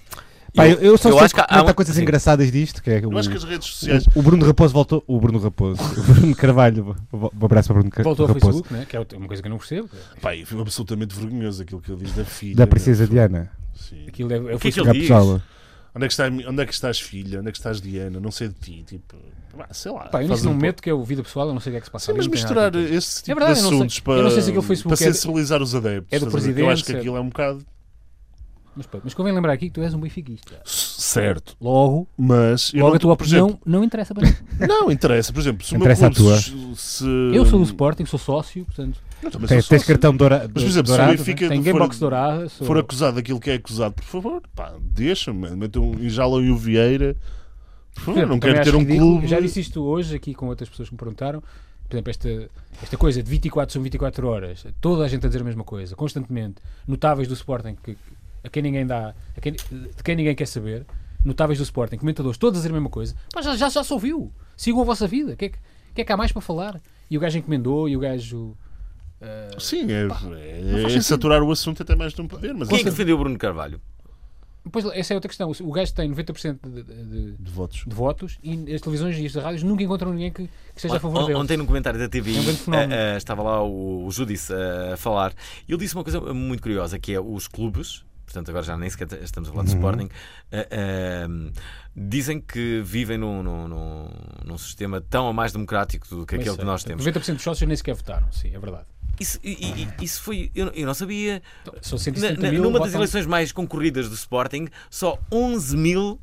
Speaker 4: Pá, eu, eu só
Speaker 3: eu
Speaker 4: sei
Speaker 3: acho que há-
Speaker 4: comentar
Speaker 3: há uma-
Speaker 4: coisas
Speaker 3: sim.
Speaker 4: engraçadas disto. Que é o,
Speaker 5: um- Eu acho que as redes sociais.
Speaker 4: o- o Bruno Raposo voltou. O Bruno Raposo. O Bruno Carvalho. vo- Um abraço para o Bruno Ca-
Speaker 6: Voltou ao
Speaker 4: Raposo.
Speaker 6: Facebook, né? que é outra- uma coisa que eu não percebo.
Speaker 5: Pá, e foi absolutamente vergonhoso aquilo que ele diz da filha.
Speaker 4: Da
Speaker 5: meu.
Speaker 4: Princesa Diana.
Speaker 5: Sim.
Speaker 6: Aquilo é, é o
Speaker 3: que é que
Speaker 6: Facebook.
Speaker 3: Ele diz.
Speaker 4: Gapesola.
Speaker 5: Onde é, que está, onde é que estás, filha? Onde é que estás, Diana? Não sei de ti. Tipo, pá, sei lá.
Speaker 6: Pá, eu
Speaker 5: faz
Speaker 6: nisso não
Speaker 5: um
Speaker 6: me
Speaker 5: pouco-
Speaker 6: meto, que é o vida pessoal, eu não sei o que é que se passa.
Speaker 5: Sim,
Speaker 6: ali,
Speaker 5: mas
Speaker 6: não tem nada
Speaker 5: misturar
Speaker 6: a ver com isso.
Speaker 5: esse tipo
Speaker 6: É verdade,
Speaker 5: de
Speaker 6: eu não sei-
Speaker 5: assuntos para,
Speaker 6: eu não sei se aquele Facebook
Speaker 5: para
Speaker 6: é de-
Speaker 5: sensibilizar os adeptos.
Speaker 6: é do
Speaker 5: estás a ver? Porque Eu acho que
Speaker 6: presidente,
Speaker 5: aquilo é um bocado
Speaker 6: Mas, pronto, mas convém lembrar aqui que tu és um benfiquista.
Speaker 5: certo,
Speaker 6: Logo,
Speaker 5: mas eu
Speaker 6: logo
Speaker 5: não-
Speaker 6: a tua
Speaker 5: por exemplo,
Speaker 6: opinião não interessa para mim.
Speaker 5: Não, interessa. Por exemplo, se o meu
Speaker 4: Interessa a
Speaker 5: clube se- se-
Speaker 6: Eu sou do Sporting, sou sócio, portanto, né?
Speaker 5: Eu também
Speaker 4: Tens,
Speaker 5: sou
Speaker 4: tens
Speaker 5: sócio.
Speaker 4: cartão doura- dourado.
Speaker 5: Mas, por exemplo, se o Benfica
Speaker 6: tenho
Speaker 5: for,
Speaker 6: Gamebox dourada. Sou...
Speaker 5: for acusado daquilo que é acusado, por favor, pá, deixa-me. Mete um enjala e o Vieira. Por favor,
Speaker 6: Por exemplo,
Speaker 5: não
Speaker 6: também
Speaker 5: quero ter
Speaker 6: acho
Speaker 5: um
Speaker 6: ridículo-
Speaker 5: clube.
Speaker 6: Já disse isto hoje aqui com outras pessoas que me perguntaram. Por exemplo, esta, esta coisa de 24 são 24 horas, toda a gente a dizer a mesma coisa, constantemente. Notáveis do Sporting, que, a quem ninguém dá, a quem, de quem ninguém quer saber. Notáveis do Sporting, comentadores, todos a dizer a mesma coisa. Pá, já, já, já se ouviu. Sigam a vossa vida. O que, é que, o que é que há mais para falar? E o gajo encomendou, e o gajo. ah,
Speaker 5: Sim, é, é-
Speaker 6: faz
Speaker 5: é
Speaker 6: sentido.
Speaker 5: saturar o assunto até mais não poder, mas
Speaker 3: Quem é que
Speaker 5: é
Speaker 3: defendeu o Bruno Carvalho?
Speaker 6: Pois, essa é outra questão. O gajo tem 90% de, de- de-
Speaker 5: de votos.
Speaker 6: de votos e as televisões e as rádios nunca encontram ninguém que, que esteja a favor
Speaker 3: On-
Speaker 6: dele.
Speaker 3: Ontem, num comentário da TV,
Speaker 6: É um grande fenómeno.
Speaker 3: eh, eh, estava lá o, o Judice eh, a falar e ele disse uma coisa muito curiosa: que é os clubes, portanto, agora já nem sequer t- estamos a falar de
Speaker 5: Uhum.
Speaker 3: Sporting, eh, eh, dizem que vivem num, num- num- num sistema tão a mais democrático do que
Speaker 6: Pois
Speaker 3: aquele
Speaker 6: é.
Speaker 3: que nós temos.
Speaker 6: 90% dos sócios nem sequer votaram, sim, é verdade.
Speaker 3: Isso, e- e- e- isso foi. Eu, eu não sabia.
Speaker 6: Então, São
Speaker 3: Na-
Speaker 6: 170
Speaker 3: na-
Speaker 6: mil.
Speaker 3: numa das
Speaker 6: votam-
Speaker 3: eleições mais concorridas do Sporting, só 11 mil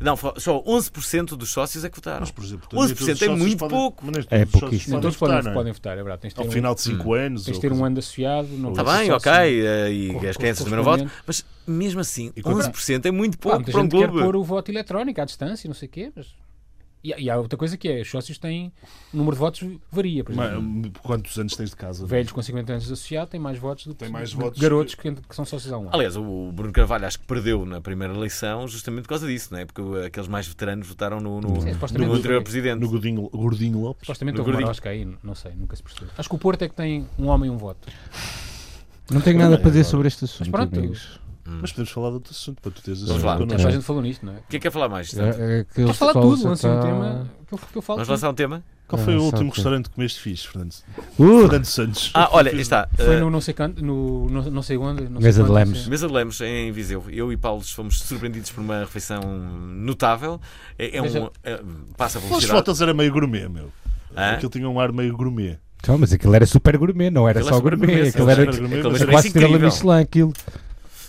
Speaker 3: Não, fo- só 11% dos sócios é que votaram.
Speaker 5: Por exemplo,
Speaker 3: 11% é muito pouco.
Speaker 4: É pouquíssimo.
Speaker 5: pouquíssimo.
Speaker 6: Nem todos podem, podem votar, é verdade. Tens de ter,
Speaker 5: Ao
Speaker 6: um,
Speaker 5: final de 5 anos.
Speaker 6: tens de
Speaker 5: ou
Speaker 6: ter um
Speaker 5: coisa-
Speaker 6: ano de associado. não
Speaker 3: Está
Speaker 6: podes
Speaker 3: Tá bem,
Speaker 6: ser
Speaker 3: ok.
Speaker 6: sócio.
Speaker 3: eh, E as crianças também não votam. Mas mesmo assim,
Speaker 5: quando-
Speaker 3: 11% é muito
Speaker 6: Pá,
Speaker 3: pouco
Speaker 6: muita
Speaker 3: para um
Speaker 6: gente quer
Speaker 3: clube.
Speaker 6: pôr o voto eletrónico à distância, não sei o quê, mas... E, e há outra coisa que é, os sócios têm... O número de votos varia, por exemplo.
Speaker 5: Mas, assim. Hum. quantos anos tens de casa?
Speaker 6: Velhos com 50 anos de associado têm mais votos do que
Speaker 5: Têm mais
Speaker 6: do-
Speaker 5: votos
Speaker 6: garotos que... que são sócios há um ano.
Speaker 3: Aliás, o Bruno Carvalho acho que perdeu na primeira eleição justamente por causa disso, não é? Porque uh, aqueles mais veteranos votaram no, no,
Speaker 6: Sim,
Speaker 3: no
Speaker 6: supostamente
Speaker 3: anterior
Speaker 6: foi.
Speaker 3: presidente.
Speaker 5: No Godinho, Gordinho Lopes?
Speaker 6: Supostamente
Speaker 3: No
Speaker 6: houve uma
Speaker 3: gordinho.
Speaker 6: rosca aí, não sei, nunca se percebeu. Acho que o Porto é que tem um homem e um voto.
Speaker 4: Não tenho nada para dizer sobre este assunto,
Speaker 6: pronto,
Speaker 4: amigos.
Speaker 5: Mas podemos falar de outro assunto para tu teres
Speaker 3: Vamos lá.
Speaker 5: assunto
Speaker 6: Mas
Speaker 5: connosco.
Speaker 6: só a gente falou nisto, não é?
Speaker 3: Quem quer falar mais? Santo?
Speaker 4: É, é que
Speaker 6: Posso falar
Speaker 4: o
Speaker 6: tudo,
Speaker 4: pessoal
Speaker 6: lancei um
Speaker 4: está-
Speaker 6: tema que eu, que eu falo.
Speaker 3: Vamos
Speaker 6: tudo.
Speaker 3: lançar um tema?
Speaker 5: Qual foi o
Speaker 4: Ah, sabe
Speaker 5: último
Speaker 4: que-
Speaker 5: restaurante que comeste fixe, Fernando?
Speaker 4: Uh,
Speaker 5: Fernando Santos.
Speaker 3: Ah, olha, está.
Speaker 6: Foi
Speaker 3: uh,
Speaker 6: no não sei canto, no não, não sei onde. Não
Speaker 4: Mesa de
Speaker 6: sei quando,
Speaker 4: Lemos.
Speaker 6: não sei-
Speaker 3: Mesa de Lemos, em Viseu. Eu e Paulo fomos surpreendidos por uma refeição notável. É, é um.
Speaker 6: Veja.
Speaker 3: é- passa a
Speaker 5: As
Speaker 3: velocidade.
Speaker 5: fotos era meio gourmet, meu.
Speaker 3: Hã?
Speaker 6: é
Speaker 5: Aquilo tinha um ar meio gourmet.
Speaker 4: então, mas aquilo era super gourmet, não era
Speaker 3: Aquilo é
Speaker 4: só
Speaker 3: super
Speaker 4: gourmet.
Speaker 3: gourmet,
Speaker 4: aquilo
Speaker 3: sim,
Speaker 4: era,
Speaker 5: era gourmet,
Speaker 4: aquilo
Speaker 5: mas
Speaker 4: era
Speaker 3: era
Speaker 4: quase estrela
Speaker 3: incrível.
Speaker 4: Michelin. Aquilo.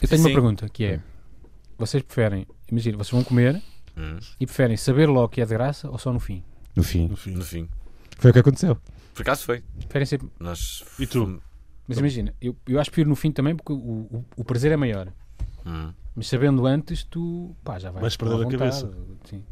Speaker 6: Eu tenho
Speaker 3: Sim.
Speaker 6: uma pergunta que é: vocês preferem, imagina, vocês vão comer
Speaker 3: Hum.
Speaker 6: e preferem saber logo que é de graça ou só no fim?
Speaker 4: No fim,
Speaker 5: No fim.
Speaker 3: No fim.
Speaker 4: foi o que aconteceu.
Speaker 3: Por acaso foi.
Speaker 6: Preferem sempre.
Speaker 3: Nós
Speaker 5: E tu?
Speaker 3: fomos-
Speaker 6: Mas imagina, eu, eu acho que prefiro no fim também porque o, o, o prazer é maior.
Speaker 3: Hum.
Speaker 6: Mas sabendo antes, tu pá, já vais.
Speaker 5: Vais
Speaker 6: com
Speaker 5: perder a
Speaker 6: vontade, sim.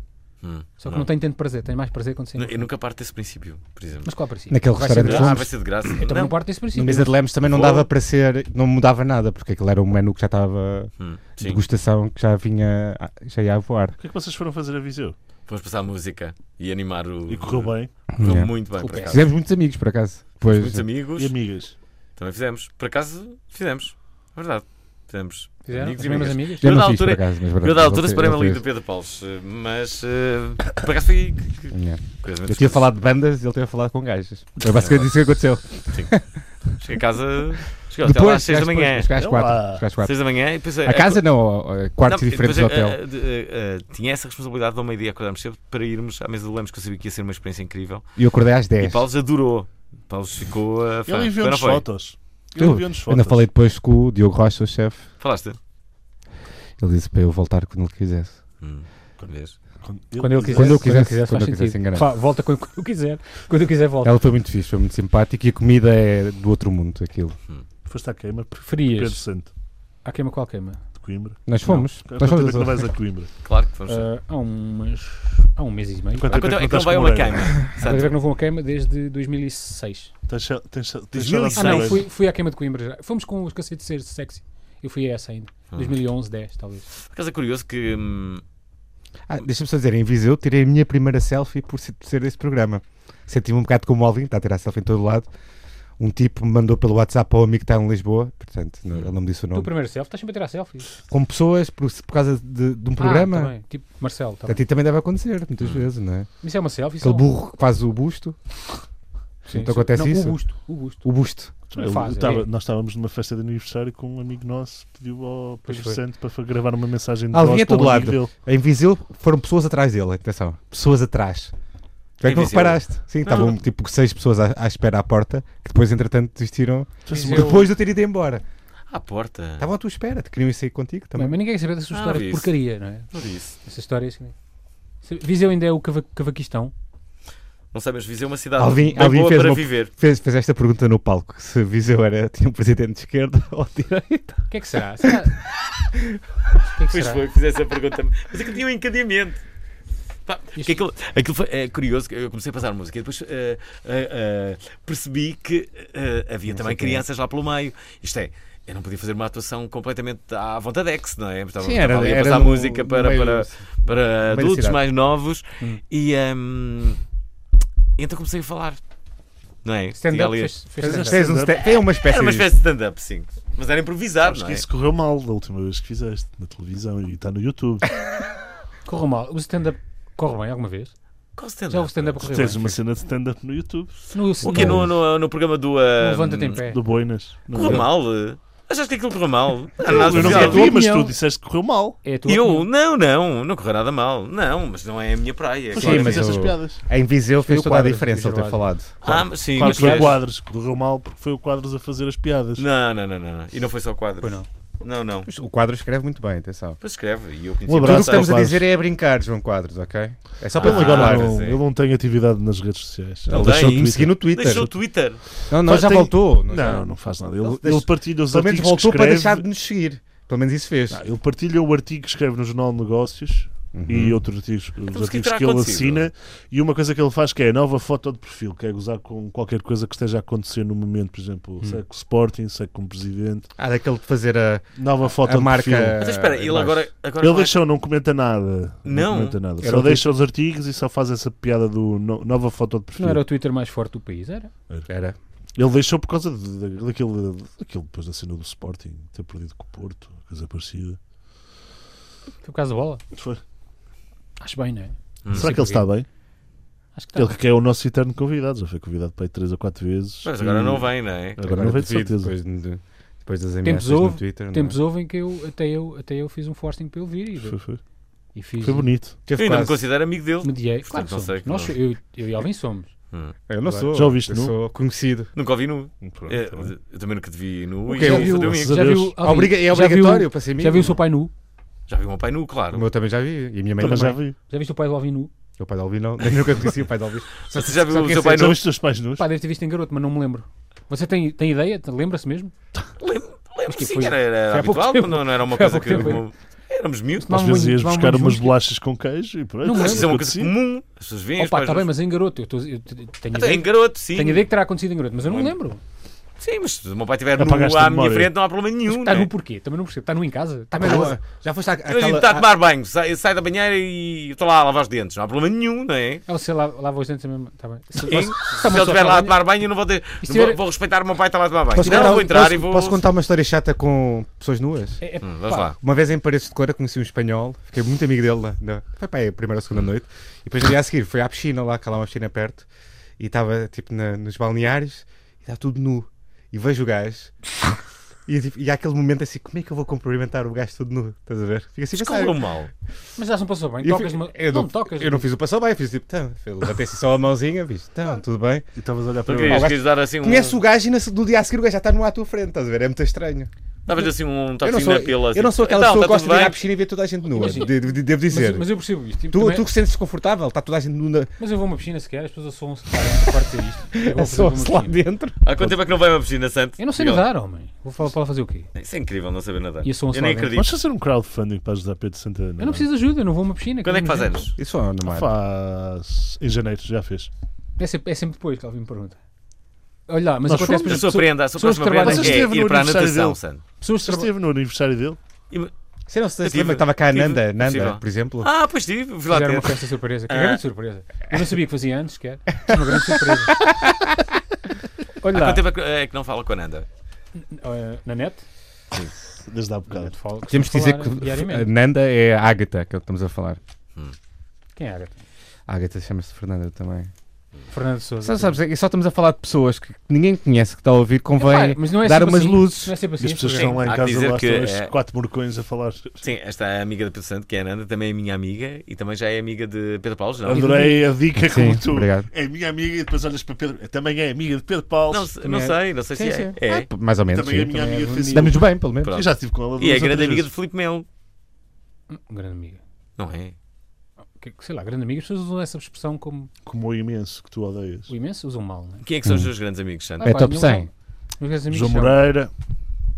Speaker 3: Hum.
Speaker 6: Só que não. tem tanto prazer, tem mais prazer quando sempre.
Speaker 3: Eu nunca parto desse princípio, por exemplo.
Speaker 6: Mas qual parecia?
Speaker 4: Naquele
Speaker 6: Vai
Speaker 4: restaurante
Speaker 6: ser
Speaker 4: que
Speaker 3: Ah,
Speaker 6: graça?
Speaker 3: vai ser de graça.
Speaker 4: Então
Speaker 6: Eu
Speaker 3: Não,
Speaker 6: também não parto desse
Speaker 4: Na
Speaker 6: princípio.
Speaker 4: mesa de Lemos também não
Speaker 3: Vou.
Speaker 4: dava para ser, não mudava nada, porque aquilo era um menu que já estava
Speaker 3: Hum, sim.
Speaker 4: degustação que já vinha, a- já ia a voar.
Speaker 5: O que é que vocês foram fazer a Viseu?
Speaker 3: Vamos passar a música e animar o.
Speaker 5: E correu bem.
Speaker 3: Correu
Speaker 4: Yeah.
Speaker 3: muito bem, por
Speaker 6: Super.
Speaker 3: acaso.
Speaker 4: Fizemos muitos amigos, por acaso. Depois,
Speaker 3: Muitos amigos.
Speaker 5: E amigas?
Speaker 3: Também fizemos. Por acaso, fizemos. É verdade. Fizemos.
Speaker 6: Fizeram?
Speaker 3: Amigos e
Speaker 6: As mesmas
Speaker 3: amigas.
Speaker 6: amigas?
Speaker 4: eu
Speaker 3: Eu,
Speaker 4: não
Speaker 3: da
Speaker 4: fiz,
Speaker 3: altura-
Speaker 4: por acaso, mas
Speaker 3: Eu,
Speaker 4: pronto,
Speaker 3: da altura,
Speaker 4: ele
Speaker 3: separei-me ali
Speaker 4: fez.
Speaker 3: do Pedro Paulos, eh, mas eh, por acaso foi aí que, que-
Speaker 4: Yeah.
Speaker 3: curiosamente,
Speaker 4: Eu tinha
Speaker 3: fez.
Speaker 4: falado de bandas e ele tinha falado com gajas. Foi basicamente isso que aconteceu.
Speaker 3: Cheguei a casa, cheguei ao hotel às 6 da
Speaker 4: chegaste
Speaker 3: manhã.
Speaker 4: depois, chegaste
Speaker 5: Eu
Speaker 4: às quatro,
Speaker 5: lá.
Speaker 4: chegaste às quatro.
Speaker 3: 6 da manhã e pensei.
Speaker 4: A casa não, ao- ao-
Speaker 3: É Não,
Speaker 4: quartos diferentes do
Speaker 3: depois, eh,
Speaker 4: hotel.
Speaker 3: eh, de- eh, eh, tinha essa responsabilidade de ao meio-dia acordarmos cedo para irmos à mesa do Lemos, que eu sabia que ia ser uma experiência incrível.
Speaker 4: E eu acordei às
Speaker 3: E
Speaker 4: 10.
Speaker 3: Paulos adorou. Paulos ficou a fã.
Speaker 5: Ele
Speaker 3: Foi, não
Speaker 5: enviou-nos
Speaker 3: foi?
Speaker 5: fotos. Ele
Speaker 4: Eu
Speaker 5: enviou-nos fotos.
Speaker 4: Ainda falei depois com o Diogo Rocha, o chefe.
Speaker 3: Falaste?
Speaker 4: Ele disse para eu voltar quando ele quisesse.
Speaker 3: Hum, vês?
Speaker 5: Quando
Speaker 6: Quando eu quiser,
Speaker 4: Quando eu quisesse,
Speaker 6: quiser,
Speaker 4: quando
Speaker 6: faz
Speaker 4: eu quisesse,
Speaker 6: sentido.
Speaker 4: enganado.
Speaker 6: Fa- volta quando eu quiser. Quando eu quiser, volta.
Speaker 4: Ela foi muito fixe, foi muito simpática e a comida é do outro mundo, aquilo.
Speaker 5: Foste à queima. Pedro
Speaker 6: Preferias
Speaker 5: Santo,
Speaker 6: há queima qual queima?
Speaker 5: de Coimbra.
Speaker 4: Nós fomos.
Speaker 5: Há
Speaker 4: Nós fomos
Speaker 5: quanto tempo é que não vais
Speaker 4: a-
Speaker 5: a Coimbra?
Speaker 3: Claro que vamos.
Speaker 6: Ah, há, umas, há um mês e meio.
Speaker 5: Enquanto
Speaker 3: Há quanto tempo é que é não
Speaker 5: estás
Speaker 3: vai a
Speaker 5: com
Speaker 3: uma
Speaker 5: Moreira?
Speaker 3: queima?
Speaker 6: Há
Speaker 3: Santo.
Speaker 6: que não vou a queima desde 2006.
Speaker 5: Tens só- tens só- tens só
Speaker 3: 2006.
Speaker 6: Ah,
Speaker 5: dado
Speaker 6: não,
Speaker 5: cerveja.
Speaker 6: fui, fui à queima de Coimbra já. Fomos com os cacetes de ser sexy. Eu fui a essa ainda.
Speaker 3: Ah.
Speaker 6: 2011, 10, talvez.
Speaker 3: Por acaso é curioso que. hum,
Speaker 4: Ah, Deixa-me só dizer, em Viseu tirei a minha primeira selfie por ser- por ser desse programa. Senti-me um bocado como o Alvin, está a tirar selfie em todo lado. Um tipo me mandou pelo WhatsApp para o amigo que está em Lisboa, portanto, não, ele não me disse o
Speaker 6: Tu,
Speaker 4: nome.
Speaker 6: primeiro selfie, estás sempre a tirar selfies.
Speaker 4: Com pessoas por, por causa de, de um
Speaker 6: Ah, tá
Speaker 4: programa.
Speaker 6: bem. tipo Marcelo. Tá
Speaker 4: a ti também deve acontecer, muitas vezes, não é?
Speaker 6: bem. Isso é uma selfie. isso
Speaker 4: Aquele
Speaker 6: é um-
Speaker 4: burro que faz o busto,
Speaker 6: Sim,
Speaker 4: então
Speaker 6: sim.
Speaker 4: acontece
Speaker 6: Não,
Speaker 4: isso?
Speaker 6: O busto. O busto.
Speaker 4: o busto.
Speaker 5: Eu- eu
Speaker 6: Faz, é.
Speaker 5: tava- nós estávamos numa festa de aniversário com um amigo nosso pediu ao Pedro
Speaker 6: foi.
Speaker 5: Santo para fa- gravar uma mensagem de
Speaker 4: Alguém
Speaker 5: voz
Speaker 4: a todo
Speaker 5: para um amigo
Speaker 4: lado. Em
Speaker 5: dele.
Speaker 4: Viseu foram pessoas atrás dele, atenção, pessoas atrás. Tu é
Speaker 3: Em
Speaker 4: que não
Speaker 3: Viseu?
Speaker 4: reparaste? Sim, estavam tipo seis pessoas à, à espera à porta, que depois entretanto desistiram,
Speaker 6: Isso é o-
Speaker 4: depois de eu ter ido embora.
Speaker 3: À porta.
Speaker 4: Estavam à tua espera, te queriam ir sair contigo
Speaker 6: Bem,
Speaker 4: também.
Speaker 6: Mas ninguém quer saber dessa
Speaker 3: Ah,
Speaker 6: história
Speaker 3: vi
Speaker 6: de
Speaker 3: isso.
Speaker 6: porcaria, não é?
Speaker 3: Não disse.
Speaker 6: Essas histórias. que nem- Se- Viseu ainda é o cava- cavaquistão.
Speaker 3: Não sei, mas Viseu é uma cidade
Speaker 4: Alvin-
Speaker 3: bem
Speaker 4: Alvin
Speaker 3: boa
Speaker 4: fez
Speaker 3: para
Speaker 4: uma-
Speaker 3: viver.
Speaker 4: Fez, fez esta pergunta no palco: se Viseu era, tinha um presidente de esquerda ou de direita?
Speaker 6: O que é que será? Será- O que é
Speaker 3: Pois
Speaker 6: que será?
Speaker 3: foi, fiz essa pergunta. Mas é que tinha um encadeamento. Pá, porque aquilo, aquilo foi, é curioso, que eu comecei a passar música e depois eh, eh, eh, percebi que eh, havia também crianças lá pelo meio. Isto é, eu não podia fazer uma atuação completamente à vontade ex, não é? Estava, estava ali a passar música para, para, para
Speaker 4: meio da
Speaker 3: adultos
Speaker 4: cidade.
Speaker 3: mais novos e ehm, então comecei a falar. Não é? Tinha
Speaker 6: Stand-up
Speaker 3: ali-
Speaker 6: fez, fez
Speaker 4: Fez,
Speaker 6: stand-up.
Speaker 4: fez um stand- fez uma espécie
Speaker 3: Era uma
Speaker 4: disso.
Speaker 3: espécie de stand-up, sim. Mas era improvisado,
Speaker 5: Acho
Speaker 3: não
Speaker 5: que
Speaker 3: é?
Speaker 5: isso correu mal da última vez que fizeste na televisão e está no YouTube.
Speaker 6: Correu mal. O stand-up corre bem alguma vez?
Speaker 3: Qual stand-up?
Speaker 6: Já o stand-up correu
Speaker 5: Tens
Speaker 6: bem.
Speaker 5: uma cena de stand-up no YouTube
Speaker 6: No,
Speaker 3: O quê? No, no, no programa do. ah,
Speaker 6: Levanta-te em pé.
Speaker 5: do Boinas. Não
Speaker 3: Correu
Speaker 5: é?
Speaker 3: mal? eh. Achaste que aquilo correu mal? Não, era
Speaker 5: Eu
Speaker 3: nada
Speaker 5: não
Speaker 3: especial.
Speaker 6: sei,
Speaker 5: vi, mas tu
Speaker 6: opinião.
Speaker 5: disseste que correu mal.
Speaker 6: É a tua
Speaker 3: Eu?
Speaker 6: opinião.
Speaker 3: Não, não, não correu nada mal. Não, mas não é a minha praia.
Speaker 4: Mas
Speaker 3: claro
Speaker 4: sim,
Speaker 3: que
Speaker 4: mas
Speaker 3: sim.
Speaker 5: essas
Speaker 4: o-
Speaker 5: piadas.
Speaker 4: Em Viseu fez
Speaker 6: o
Speaker 4: toda a
Speaker 6: quadro,
Speaker 4: diferença ele
Speaker 6: Fez o
Speaker 4: ter falado.
Speaker 3: Ah, mas sim,
Speaker 5: Claro
Speaker 3: mas
Speaker 5: que foi o
Speaker 3: fez-
Speaker 5: Quadros que correu mal porque foi o Quadros a fazer as piadas.
Speaker 3: Não, não, não, não, não. E não foi só quadros.
Speaker 6: Pois não.
Speaker 3: Não, não.
Speaker 4: O quadro escreve muito bem, atenção.
Speaker 3: Mas escreve. E eu conheci
Speaker 4: Tudo
Speaker 5: Um
Speaker 4: o que
Speaker 5: abraço,
Speaker 4: estamos a
Speaker 5: Quadros.
Speaker 4: dizer é a brincar, João Quadros, ok? É só para
Speaker 5: Ele
Speaker 3: Ah,
Speaker 5: agora
Speaker 4: lembrar.
Speaker 3: pois
Speaker 5: não,
Speaker 3: é.
Speaker 5: ele não tem atividade nas redes sociais.
Speaker 3: Não
Speaker 5: deixou
Speaker 3: tem,
Speaker 5: o Twitter.
Speaker 4: Seguir no Twitter.
Speaker 3: Deixou o Twitter.
Speaker 4: Não, não,
Speaker 5: Pá,
Speaker 4: já
Speaker 5: tem-
Speaker 4: voltou.
Speaker 5: Não,
Speaker 4: já-
Speaker 5: não, faz nada. Ele,
Speaker 4: Ele
Speaker 5: ele,
Speaker 4: deixa-
Speaker 5: partilha os
Speaker 4: Pelo menos
Speaker 5: artigos que
Speaker 4: voltou
Speaker 5: escreve.
Speaker 4: para deixar de nos seguir. Pelo menos isso fez.
Speaker 5: Não, ele partilha o artigo que escreve no Jornal de Negócios
Speaker 4: Uhum.
Speaker 5: e outros artigos, os
Speaker 3: o que
Speaker 5: artigos
Speaker 3: terá
Speaker 5: que ele
Speaker 3: acontecido?
Speaker 5: assina. E uma coisa que ele faz que é a nova foto de perfil, que é gozar com qualquer coisa que esteja a acontecer no momento, por exemplo,
Speaker 4: Hum.
Speaker 5: sei com o Sporting, sei com o Presidente.
Speaker 4: Ah, daquele de fazer a,
Speaker 5: Nova
Speaker 4: a
Speaker 5: foto de perfil.
Speaker 4: marca.
Speaker 3: Mas espera, ele
Speaker 4: embaixo.
Speaker 3: agora. agora
Speaker 5: Ele
Speaker 3: não é-
Speaker 5: deixou, não comenta nada.
Speaker 3: Não.
Speaker 5: comenta nada.
Speaker 4: Era
Speaker 5: Só
Speaker 4: o
Speaker 5: deixa os artigos e só faz essa piada do no- nova foto de perfil.
Speaker 6: Não era o Twitter mais forte do país, era?
Speaker 4: Era.
Speaker 5: Ele deixou por causa de, de, daquilo, daquilo depois da cena do Sporting, ter perdido com o Porto, coisa parecida.
Speaker 6: Foi por causa da bola?
Speaker 5: Foi.
Speaker 6: Acho bem, não é?
Speaker 5: Será que ele está bem?
Speaker 6: Acho que tá. está.
Speaker 5: Ele que é o nosso eterno convidado, já foi convidado para aí 3 ou 4 vezes.
Speaker 3: Mas agora
Speaker 5: E
Speaker 3: não vem, não é?
Speaker 5: Agora, não vem de
Speaker 4: devido,
Speaker 5: certeza.
Speaker 4: Depois, de- depois das
Speaker 6: Tempos
Speaker 4: ameaças
Speaker 6: houve,
Speaker 4: no Twitter. não é?
Speaker 6: Tempos houve em que eu até, eu até eu fiz um forcing para ele vir
Speaker 5: Foi,
Speaker 6: e,
Speaker 5: foi.
Speaker 6: e fiz. um
Speaker 5: Foi bonito.
Speaker 4: Teve
Speaker 3: Eu ainda me
Speaker 4: quase.
Speaker 3: considero amigo dele.
Speaker 6: Mediei.
Speaker 3: Portanto,
Speaker 6: Claro que
Speaker 3: não
Speaker 6: somos.
Speaker 3: sei que
Speaker 6: Nós,
Speaker 3: não-
Speaker 6: eu, eu e Alvin somos.
Speaker 4: Eu não sou.
Speaker 5: Já ouviste
Speaker 4: eu
Speaker 5: nu?
Speaker 4: sou conhecido.
Speaker 3: Nunca ouvi nu.
Speaker 5: Pronto,
Speaker 3: É,
Speaker 5: tá bem.
Speaker 3: Eu também nunca te vi nu.
Speaker 4: O
Speaker 3: e
Speaker 6: é
Speaker 4: quê?
Speaker 3: já um
Speaker 4: Já
Speaker 3: sou
Speaker 4: viu-
Speaker 3: teu amigo.
Speaker 5: Deus.
Speaker 6: Alvin,
Speaker 4: Obriga- é
Speaker 6: já viu-
Speaker 4: obrigatório para ser
Speaker 6: Já
Speaker 4: amigo,
Speaker 6: viu o
Speaker 4: não?
Speaker 6: seu pai nu?
Speaker 3: Já vi o meu pai nu, claro.
Speaker 4: O meu também já vi. E a minha mãe
Speaker 5: Também já
Speaker 4: também.
Speaker 5: vi.
Speaker 6: Já viste o pai do Alvin nu?
Speaker 4: O pai de Alvin não. Eu nunca conheci o pai de Alvin. Só-
Speaker 3: Você já viu
Speaker 4: só
Speaker 3: o
Speaker 4: conheci-
Speaker 3: seu pai
Speaker 5: Já
Speaker 3: nu?
Speaker 5: viste os teus pais nus?
Speaker 6: Pá, deve ter visto em garoto, mas não me lembro. Você tem, tem ideia? Lembra-se mesmo?
Speaker 3: Lembro-me
Speaker 6: que
Speaker 3: sim,
Speaker 6: foi-
Speaker 3: era, era
Speaker 6: foi há pouco
Speaker 3: habitual,
Speaker 6: tempo.
Speaker 3: não, não era uma
Speaker 6: Foi há
Speaker 3: coisa que.
Speaker 6: pouco tempo.
Speaker 3: Éramos miúdos.
Speaker 5: Às
Speaker 6: Tomava
Speaker 5: vezes
Speaker 6: muito-
Speaker 5: ias
Speaker 6: tomava
Speaker 5: buscar
Speaker 6: muito
Speaker 5: umas
Speaker 6: junto.
Speaker 5: bolachas com queijo e pronto. assim
Speaker 6: Não
Speaker 5: Isso
Speaker 6: me lembro.
Speaker 3: Isso é uma coisa
Speaker 5: acontecia.
Speaker 3: comum. As pessoas veem as
Speaker 6: Opa,
Speaker 4: tá
Speaker 6: está bem,
Speaker 3: coisas.
Speaker 6: mas em garoto. Eu, tô- eu te- tenho,
Speaker 3: Até
Speaker 6: ideia,
Speaker 3: em garoto, sim.
Speaker 6: tenho ideia que terá acontecido em garoto, mas eu não me
Speaker 3: Lembro.
Speaker 6: lembro.
Speaker 3: Sim, mas se o meu pai estiver
Speaker 5: Apagaste
Speaker 3: nu
Speaker 5: a
Speaker 3: à minha
Speaker 5: memória.
Speaker 3: frente, não há problema
Speaker 6: Mas
Speaker 3: nenhum.
Speaker 6: Está
Speaker 3: né?
Speaker 6: no porquê? Também não percebo. Está no em casa? Tá Está na
Speaker 4: Mas
Speaker 6: rua?
Speaker 4: não- Já foste à-
Speaker 3: Imagina,
Speaker 4: àquela...
Speaker 3: está a tá tomar banho, sai, sai da banheira e estou lá a lavar os dentes. Não há problema nenhum, não é?
Speaker 6: Ah, você lava, lava os dentes mesmo. Está bem.
Speaker 4: tá,
Speaker 6: Se,
Speaker 3: Sim.
Speaker 6: se- se-
Speaker 3: Se ele
Speaker 6: se-
Speaker 3: estiver lá a
Speaker 6: se-
Speaker 3: tomar banho, eu não vou, de-
Speaker 6: Isso
Speaker 3: não vou,
Speaker 6: era-
Speaker 3: vou respeitar o meu pai estar lá a tomar banho.
Speaker 4: Posso
Speaker 3: não,
Speaker 4: contar- um-
Speaker 3: vou entrar
Speaker 4: posso-
Speaker 3: e vou.
Speaker 4: Posso contar uma história chata com pessoas nuas?
Speaker 6: É, é,
Speaker 3: Hum,
Speaker 6: pá,
Speaker 3: vamos lá.
Speaker 4: Uma vez em Paredes de Cora conheci um espanhol, fiquei muito amigo dele lá. na- Foi para aí a primeira ou segunda noite. E depois no dia a seguir foi à piscina lá, que há lá uma piscina perto, e estava tipo na- nos balneários e está tudo nu. E vejo o gajo. E, tipo, e há aquele momento assim, como é que eu vou cumprimentar o gajo todo nu? Estás a ver? Fica assim,
Speaker 3: Mas
Speaker 4: pensar.
Speaker 3: correu mal.
Speaker 6: Mas já se não passou bem.
Speaker 4: E eu
Speaker 6: Tocas
Speaker 4: fi-
Speaker 6: numa-
Speaker 4: eu
Speaker 6: não Ah.
Speaker 4: não,
Speaker 6: me tocas.
Speaker 4: eu não fiz o passo bem, fiz tipo, tão, levantei assim só a mãozinha, fiz, tão, tudo bem.
Speaker 5: E estavas a olhar
Speaker 3: Tu
Speaker 5: para ele.
Speaker 3: querias,
Speaker 4: gajo-
Speaker 3: querias dar assim um.
Speaker 4: Conhece o gajo e no, no dia a seguir o gajo já está nu à tua frente, estás a ver? É muito estranho.
Speaker 3: Davas assim um
Speaker 4: Eu não
Speaker 3: toquezinho
Speaker 4: sou,
Speaker 3: na pila. assim,
Speaker 4: eu não sou aquela
Speaker 3: "Então,
Speaker 4: pessoa que
Speaker 3: tá
Speaker 4: gosta
Speaker 3: tudo
Speaker 4: de ir
Speaker 3: bem?"
Speaker 4: à piscina e ver toda a gente nua,
Speaker 6: Imagina.
Speaker 4: de- de- devo dizer.
Speaker 6: mas, mas eu percebo isto. tipo,
Speaker 4: Tu,
Speaker 6: Também-
Speaker 4: tu que sentes desconfortável, está toda a gente na
Speaker 6: Mas eu vou a uma piscina sequer, as pessoas assoam-se para para dizer isto. Eu vou fazer uma
Speaker 4: É se lá
Speaker 6: piscina.
Speaker 4: dentro.
Speaker 3: Há quanto tempo é que não vai a uma piscina, Santo?
Speaker 6: Eu não sei
Speaker 3: Diga lá.
Speaker 6: nadar, homem. Vou falar para ela fazer o quê?
Speaker 3: Isso é incrível, não saber nadar.
Speaker 6: E assou-se
Speaker 3: eu nem
Speaker 6: lá dentro.
Speaker 3: acredito.
Speaker 5: Vamos fazer um crowdfunding para ajudar Pedro Santana. é?
Speaker 6: Eu não preciso de ajuda, eu não vou a uma piscina.
Speaker 3: Quando é que faz
Speaker 6: mesmo.
Speaker 3: anos?
Speaker 4: Isso é no mar.
Speaker 5: Faz. Em janeiro, já fez.
Speaker 6: É sempre, é sempre depois que alguém me pergunta. Olha lá, mas
Speaker 5: Nós
Speaker 6: acontece
Speaker 5: fomos-
Speaker 3: A
Speaker 6: por
Speaker 3: sua
Speaker 6: exemplo,
Speaker 3: prenda, a sua
Speaker 6: pessoas que
Speaker 3: próxima prenda
Speaker 6: trabalham-
Speaker 3: é
Speaker 5: Esteve
Speaker 3: ir
Speaker 5: no
Speaker 3: para a
Speaker 5: aniversário
Speaker 3: natação,
Speaker 5: dele.
Speaker 3: Santo.
Speaker 6: pessoas
Speaker 5: Você
Speaker 6: que trabalham.
Speaker 5: esteve no aniversário dele?
Speaker 4: Você não se
Speaker 3: Eu tive-
Speaker 4: lembra que estava cá a
Speaker 3: tive-
Speaker 4: Nanda, Nanda,
Speaker 3: possível.
Speaker 4: por exemplo?
Speaker 3: Ah, pois tive, fui lá
Speaker 6: Fizeram uma
Speaker 3: ter.
Speaker 6: festa surpresa.
Speaker 3: Ah.
Speaker 6: Que é grande surpresa. Eu não sabia que fazia antes, quer. Foi uma grande surpresa. Olha
Speaker 3: Há
Speaker 6: lá,
Speaker 3: quanto tempo é que- é que não fala com a Nanda?
Speaker 6: eh, na net,
Speaker 5: Desde há
Speaker 6: na
Speaker 5: bocado.
Speaker 6: net falo,
Speaker 4: Temos que
Speaker 6: costumo
Speaker 4: dizer
Speaker 6: falar
Speaker 4: que a
Speaker 6: diariamente.
Speaker 4: Nanda é a Ágata, que é o que estamos a falar.
Speaker 6: Quem é a Agatha?
Speaker 4: A Ágata chama-se Fernanda também.
Speaker 6: Fernando
Speaker 4: Só,
Speaker 6: Sousa.
Speaker 4: sabes, é- só estamos a falar de pessoas que ninguém conhece, que está a ouvir,
Speaker 6: Epá,
Speaker 4: convém
Speaker 6: mas não é
Speaker 4: dar
Speaker 6: sempre
Speaker 4: umas
Speaker 6: assim.
Speaker 4: luzes.
Speaker 6: Não é sempre assim.
Speaker 5: E as pessoas
Speaker 3: Sim,
Speaker 5: estão lá
Speaker 3: há
Speaker 5: em
Speaker 3: que
Speaker 5: casa,
Speaker 3: dizer
Speaker 5: lá
Speaker 3: que
Speaker 5: estão
Speaker 3: é-
Speaker 5: os quatro morcões a falar.
Speaker 3: Sim, esta amiga da Pedro Santo, que é a Nanda, também é minha amiga e também já é amiga de Pedro Paulo, não?
Speaker 5: Adorei a dica
Speaker 4: Sim,
Speaker 5: como tu.
Speaker 4: obrigado.
Speaker 5: É minha amiga e depois olhas para Pedro. Também é amiga de Pedro Paulo.
Speaker 3: Não, se- não sei, não sei se
Speaker 4: Sim,
Speaker 3: é.
Speaker 4: sim.
Speaker 3: é.
Speaker 4: Ah, mais ou menos.
Speaker 5: também
Speaker 4: Sim.
Speaker 5: é minha
Speaker 6: também é
Speaker 5: amiga
Speaker 6: bonito.
Speaker 5: fez
Speaker 4: Damos bem, pelo menos.
Speaker 3: Pronto.
Speaker 5: Eu já estive com ela
Speaker 3: E é
Speaker 5: duas ou
Speaker 3: grande
Speaker 5: três
Speaker 3: amiga de
Speaker 5: vezes.
Speaker 3: Filipe Melo,
Speaker 6: é um Grande amiga.
Speaker 3: não é?
Speaker 6: Que- que Sei lá, grande amiga. As pessoas usam essa expressão como
Speaker 5: Como o imenso que tu odeias.
Speaker 6: o imenso, usam mal, não é?
Speaker 3: Quem é que são os seus grandes amigos, Santo?
Speaker 4: É
Speaker 6: pá,
Speaker 4: top
Speaker 6: não
Speaker 4: 100.
Speaker 6: Os meus amigos
Speaker 3: é
Speaker 5: João
Speaker 3: um-
Speaker 6: são
Speaker 5: Moreira.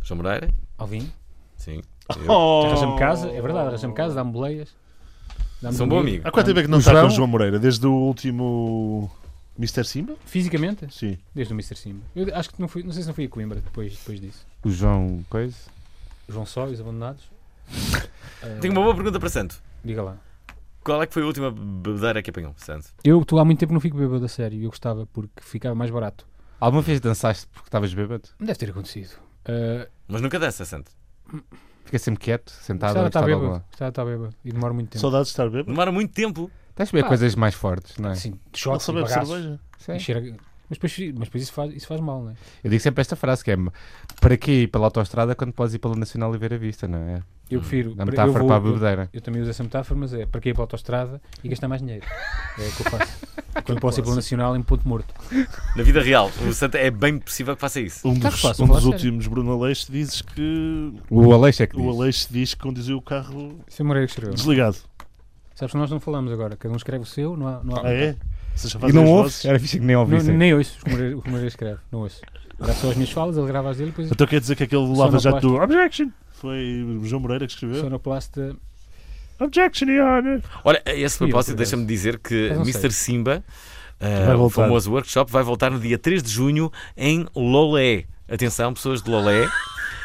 Speaker 3: João Moreira?
Speaker 6: Alvin,
Speaker 3: Sim.
Speaker 5: Oh!
Speaker 6: arranja-me casa, é verdade, arranja-me casa, dá-me boleias. dá-me
Speaker 3: São um bom
Speaker 6: dinheiro.
Speaker 3: amigo.
Speaker 5: Há quanto tempo é que não
Speaker 4: O
Speaker 5: está com o
Speaker 4: João?
Speaker 5: João Moreira? Desde o último. Mr. Simba?
Speaker 6: Fisicamente?
Speaker 5: Sim.
Speaker 6: Desde o Mr. Simba. Eu acho que não fui, não sei se não fui a Coimbra depois, depois disso.
Speaker 4: O João Coisa.
Speaker 6: João Só e os abandonados. Ah,
Speaker 3: Tenho uma boa pergunta para Santo.
Speaker 6: Diga lá.
Speaker 3: Qual é que foi a última bebedeira que apanhou, Santo?
Speaker 6: Eu tu, há muito tempo não fico bêbado a sério e eu gostava porque ficava mais barato.
Speaker 4: Alguma vez dançaste porque estavas bêbado?
Speaker 6: Não deve ter acontecido. Ah,
Speaker 3: Mas nunca dança, Santo.
Speaker 4: Fica sempre quieto, sentado,
Speaker 6: gostava de estar
Speaker 4: gostava
Speaker 6: bêbado.
Speaker 4: alguma-
Speaker 6: Gostava de estar bêbado. E demora muito tempo.
Speaker 5: Saudades de estar bêbado?
Speaker 3: Demora muito tempo.
Speaker 4: Tens de beber
Speaker 6: Ah.
Speaker 4: coisas mais fortes, não é?
Speaker 6: Assim,
Speaker 5: Não
Speaker 6: shots e
Speaker 5: sabemos
Speaker 6: bagaços.
Speaker 5: cerveja.
Speaker 4: Sim.
Speaker 6: Encher a- Mas depois, mas depois isso, faz, isso faz mal, não é?
Speaker 4: Eu digo sempre esta frase que é para quê ir pela autoestrada quando podes ir pela Nacional e ver a vista, não é?
Speaker 6: Eu prefiro.
Speaker 4: Na
Speaker 6: eu
Speaker 4: metáfora
Speaker 6: vou-
Speaker 4: para a
Speaker 6: eu-
Speaker 4: bebedeira.
Speaker 6: Eu também uso essa metáfora, mas é para que ir para a autostrada e gastar mais dinheiro. É o que eu faço. Quando posso ir para o Nacional em ponto morto.
Speaker 3: Na vida real, o Santa é bem possível que faça isso.
Speaker 5: Um
Speaker 6: Tá
Speaker 5: dos,
Speaker 6: fácil,
Speaker 5: um
Speaker 6: falar
Speaker 5: dos
Speaker 6: sério.
Speaker 5: últimos, Bruno Aleixo, dizes que
Speaker 4: O Aleixo é que diz.
Speaker 5: o Aleixo diz que conduziu o carro
Speaker 6: Isso é Moreira que escreveu.
Speaker 5: desligado.
Speaker 6: Sabes que nós não falamos agora. Cada um escreve o seu, não há. Não há
Speaker 5: Ah, é? Vocês já
Speaker 4: E
Speaker 5: fazem
Speaker 4: não
Speaker 5: as
Speaker 4: ouves?
Speaker 5: vozes?
Speaker 4: Era fixe que nem
Speaker 6: Não-
Speaker 4: ouvissem.
Speaker 6: nem ouço o que o Moreira- o que o Moreira escreve. Não ouço. Dá só as minhas falas, ele grava as dele, depois
Speaker 5: Então quer dizer que aquele lava-jato
Speaker 6: Sonoplasta.
Speaker 5: do Objection foi o João Moreira que
Speaker 6: o
Speaker 5: escreveu?
Speaker 6: sonoplasta.
Speaker 5: Objection, Your Honor.
Speaker 3: Olha, a esse
Speaker 6: Fui eu,
Speaker 3: propósito,
Speaker 6: por
Speaker 3: deixa-me dizer que
Speaker 6: Eu não sei.
Speaker 3: Mr. Simba, eh,
Speaker 5: Vai
Speaker 3: o
Speaker 5: voltar.
Speaker 3: famoso workshop, vai voltar no dia 3 de junho em Lolé. Atenção, pessoas de Lolé.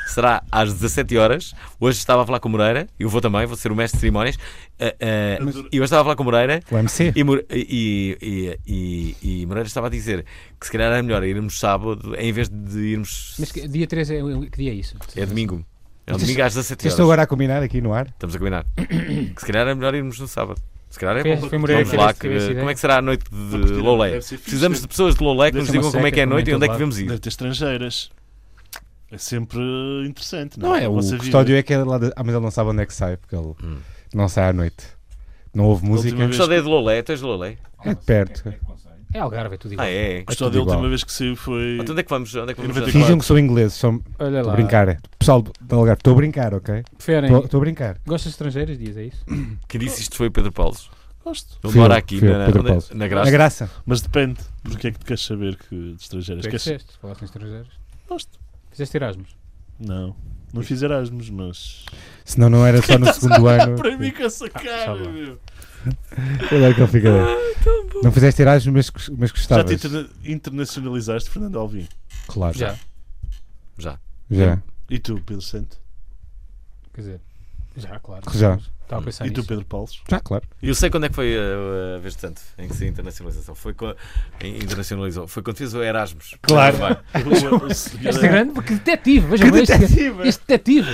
Speaker 3: Será às 17 horas. Hoje estava a falar com o Moreira. Eu vou também, vou ser o mestre de cerimónias. Eh, eh, e hoje estava a falar com o Moreira
Speaker 4: O MC?
Speaker 3: E, Moura- e- e- e- e- e Moreira estava a dizer que se calhar era melhor irmos sábado em vez de irmos.
Speaker 6: Mas que- dia 13 é que dia é isso?
Speaker 3: É domingo. É um domingo às 17
Speaker 4: Vocês estão
Speaker 3: horas.
Speaker 4: agora a combinar aqui no ar?
Speaker 3: Estamos a combinar. Que se calhar era melhor irmos no sábado. Se calhar é
Speaker 6: Foi-
Speaker 3: bom.
Speaker 6: foi Moreira
Speaker 3: Vamos
Speaker 6: que
Speaker 3: lá,
Speaker 6: teve- teve essa
Speaker 3: que- como é
Speaker 6: ideia.
Speaker 3: que será a noite de
Speaker 5: Vamos tirar,
Speaker 3: Lolé?
Speaker 5: deve ser fixe. é.
Speaker 3: Precisamos de pessoas de Lolé que nos
Speaker 6: Deve ser
Speaker 3: digam
Speaker 6: uma
Speaker 3: como é que é a
Speaker 6: seca
Speaker 3: noite e onde é que
Speaker 6: também,
Speaker 3: vemos
Speaker 5: Deve
Speaker 3: ir.
Speaker 5: ter estrangeiras. É sempre interessante, não,
Speaker 4: Não é, o
Speaker 5: Vossa
Speaker 4: custódio
Speaker 5: vida.
Speaker 4: é que é lá. da- Ah, mas ele não sabe onde é que sai, porque ele não sai à noite. Não houve música.
Speaker 5: última vez-
Speaker 3: Gostei de Lolé, tu és de Lolé.
Speaker 4: É de perto.
Speaker 6: É Algarve, é tudo igual.
Speaker 3: Ah, é? é.
Speaker 5: O custódio, a
Speaker 4: igual.
Speaker 5: última vez que saiu foi.
Speaker 3: Então onde é que vamos? Onde é que vamos?
Speaker 5: Eu não vou ter
Speaker 3: jantar?
Speaker 4: Finjam que sou inglês, são.
Speaker 5: é.
Speaker 6: Olha
Speaker 4: Estou
Speaker 6: lá.
Speaker 4: a brincar. Pessoal do Algarve, estou a brincar, ok?
Speaker 6: Preferem.
Speaker 4: Estou estou a brincar.
Speaker 6: Gostas de estrangeiros, diz, é isso?
Speaker 3: Quem disse isto foi o Pedro Paulo.
Speaker 5: Gosto.
Speaker 3: Ele
Speaker 4: Fui eu,
Speaker 3: mora aqui
Speaker 4: fui eu,
Speaker 3: na,
Speaker 4: Pedro
Speaker 3: onde é?
Speaker 4: Paulo.
Speaker 3: na
Speaker 4: A
Speaker 3: Graça.
Speaker 4: graça.
Speaker 5: Mas depende. Porque é que tu queres saber que de estrangeiras?
Speaker 6: Tu é que
Speaker 5: Queres...
Speaker 6: disseste, falaste em estrangeiros.
Speaker 5: Gosto.
Speaker 6: Fizeste Erasmus.
Speaker 5: Não. Não fiz Erasmus, mas.
Speaker 4: Senão não era só no segundo ano.
Speaker 5: Para mim com essa
Speaker 4: Tá
Speaker 5: cara,
Speaker 6: sabe lá.
Speaker 5: meu.
Speaker 4: Olha que ele fica. Não fizeste Erasmus, mas, gos- mas
Speaker 5: Já
Speaker 4: gostavas.
Speaker 5: te interna- internacionalizaste, Fernando Alvim. Ah,
Speaker 4: Claro.
Speaker 6: Já.
Speaker 3: Já.
Speaker 6: É.
Speaker 4: Já.
Speaker 5: E tu, Pedro Santo?
Speaker 6: Quer dizer, já, claro.
Speaker 4: Já.
Speaker 6: Estava a pensar
Speaker 5: E tu,
Speaker 6: nisso.
Speaker 5: Pedro Paulos?
Speaker 4: Já, claro.
Speaker 3: Eu sei quando é que foi a, a vez de tanto em que se internacionalização. Foi quando, em- internacionalizou. Foi quando fiz o Erasmus.
Speaker 4: Claro.
Speaker 3: Muito bem.
Speaker 6: Este é grande, porque detetive, vejam bem, este detetive. Este detetive.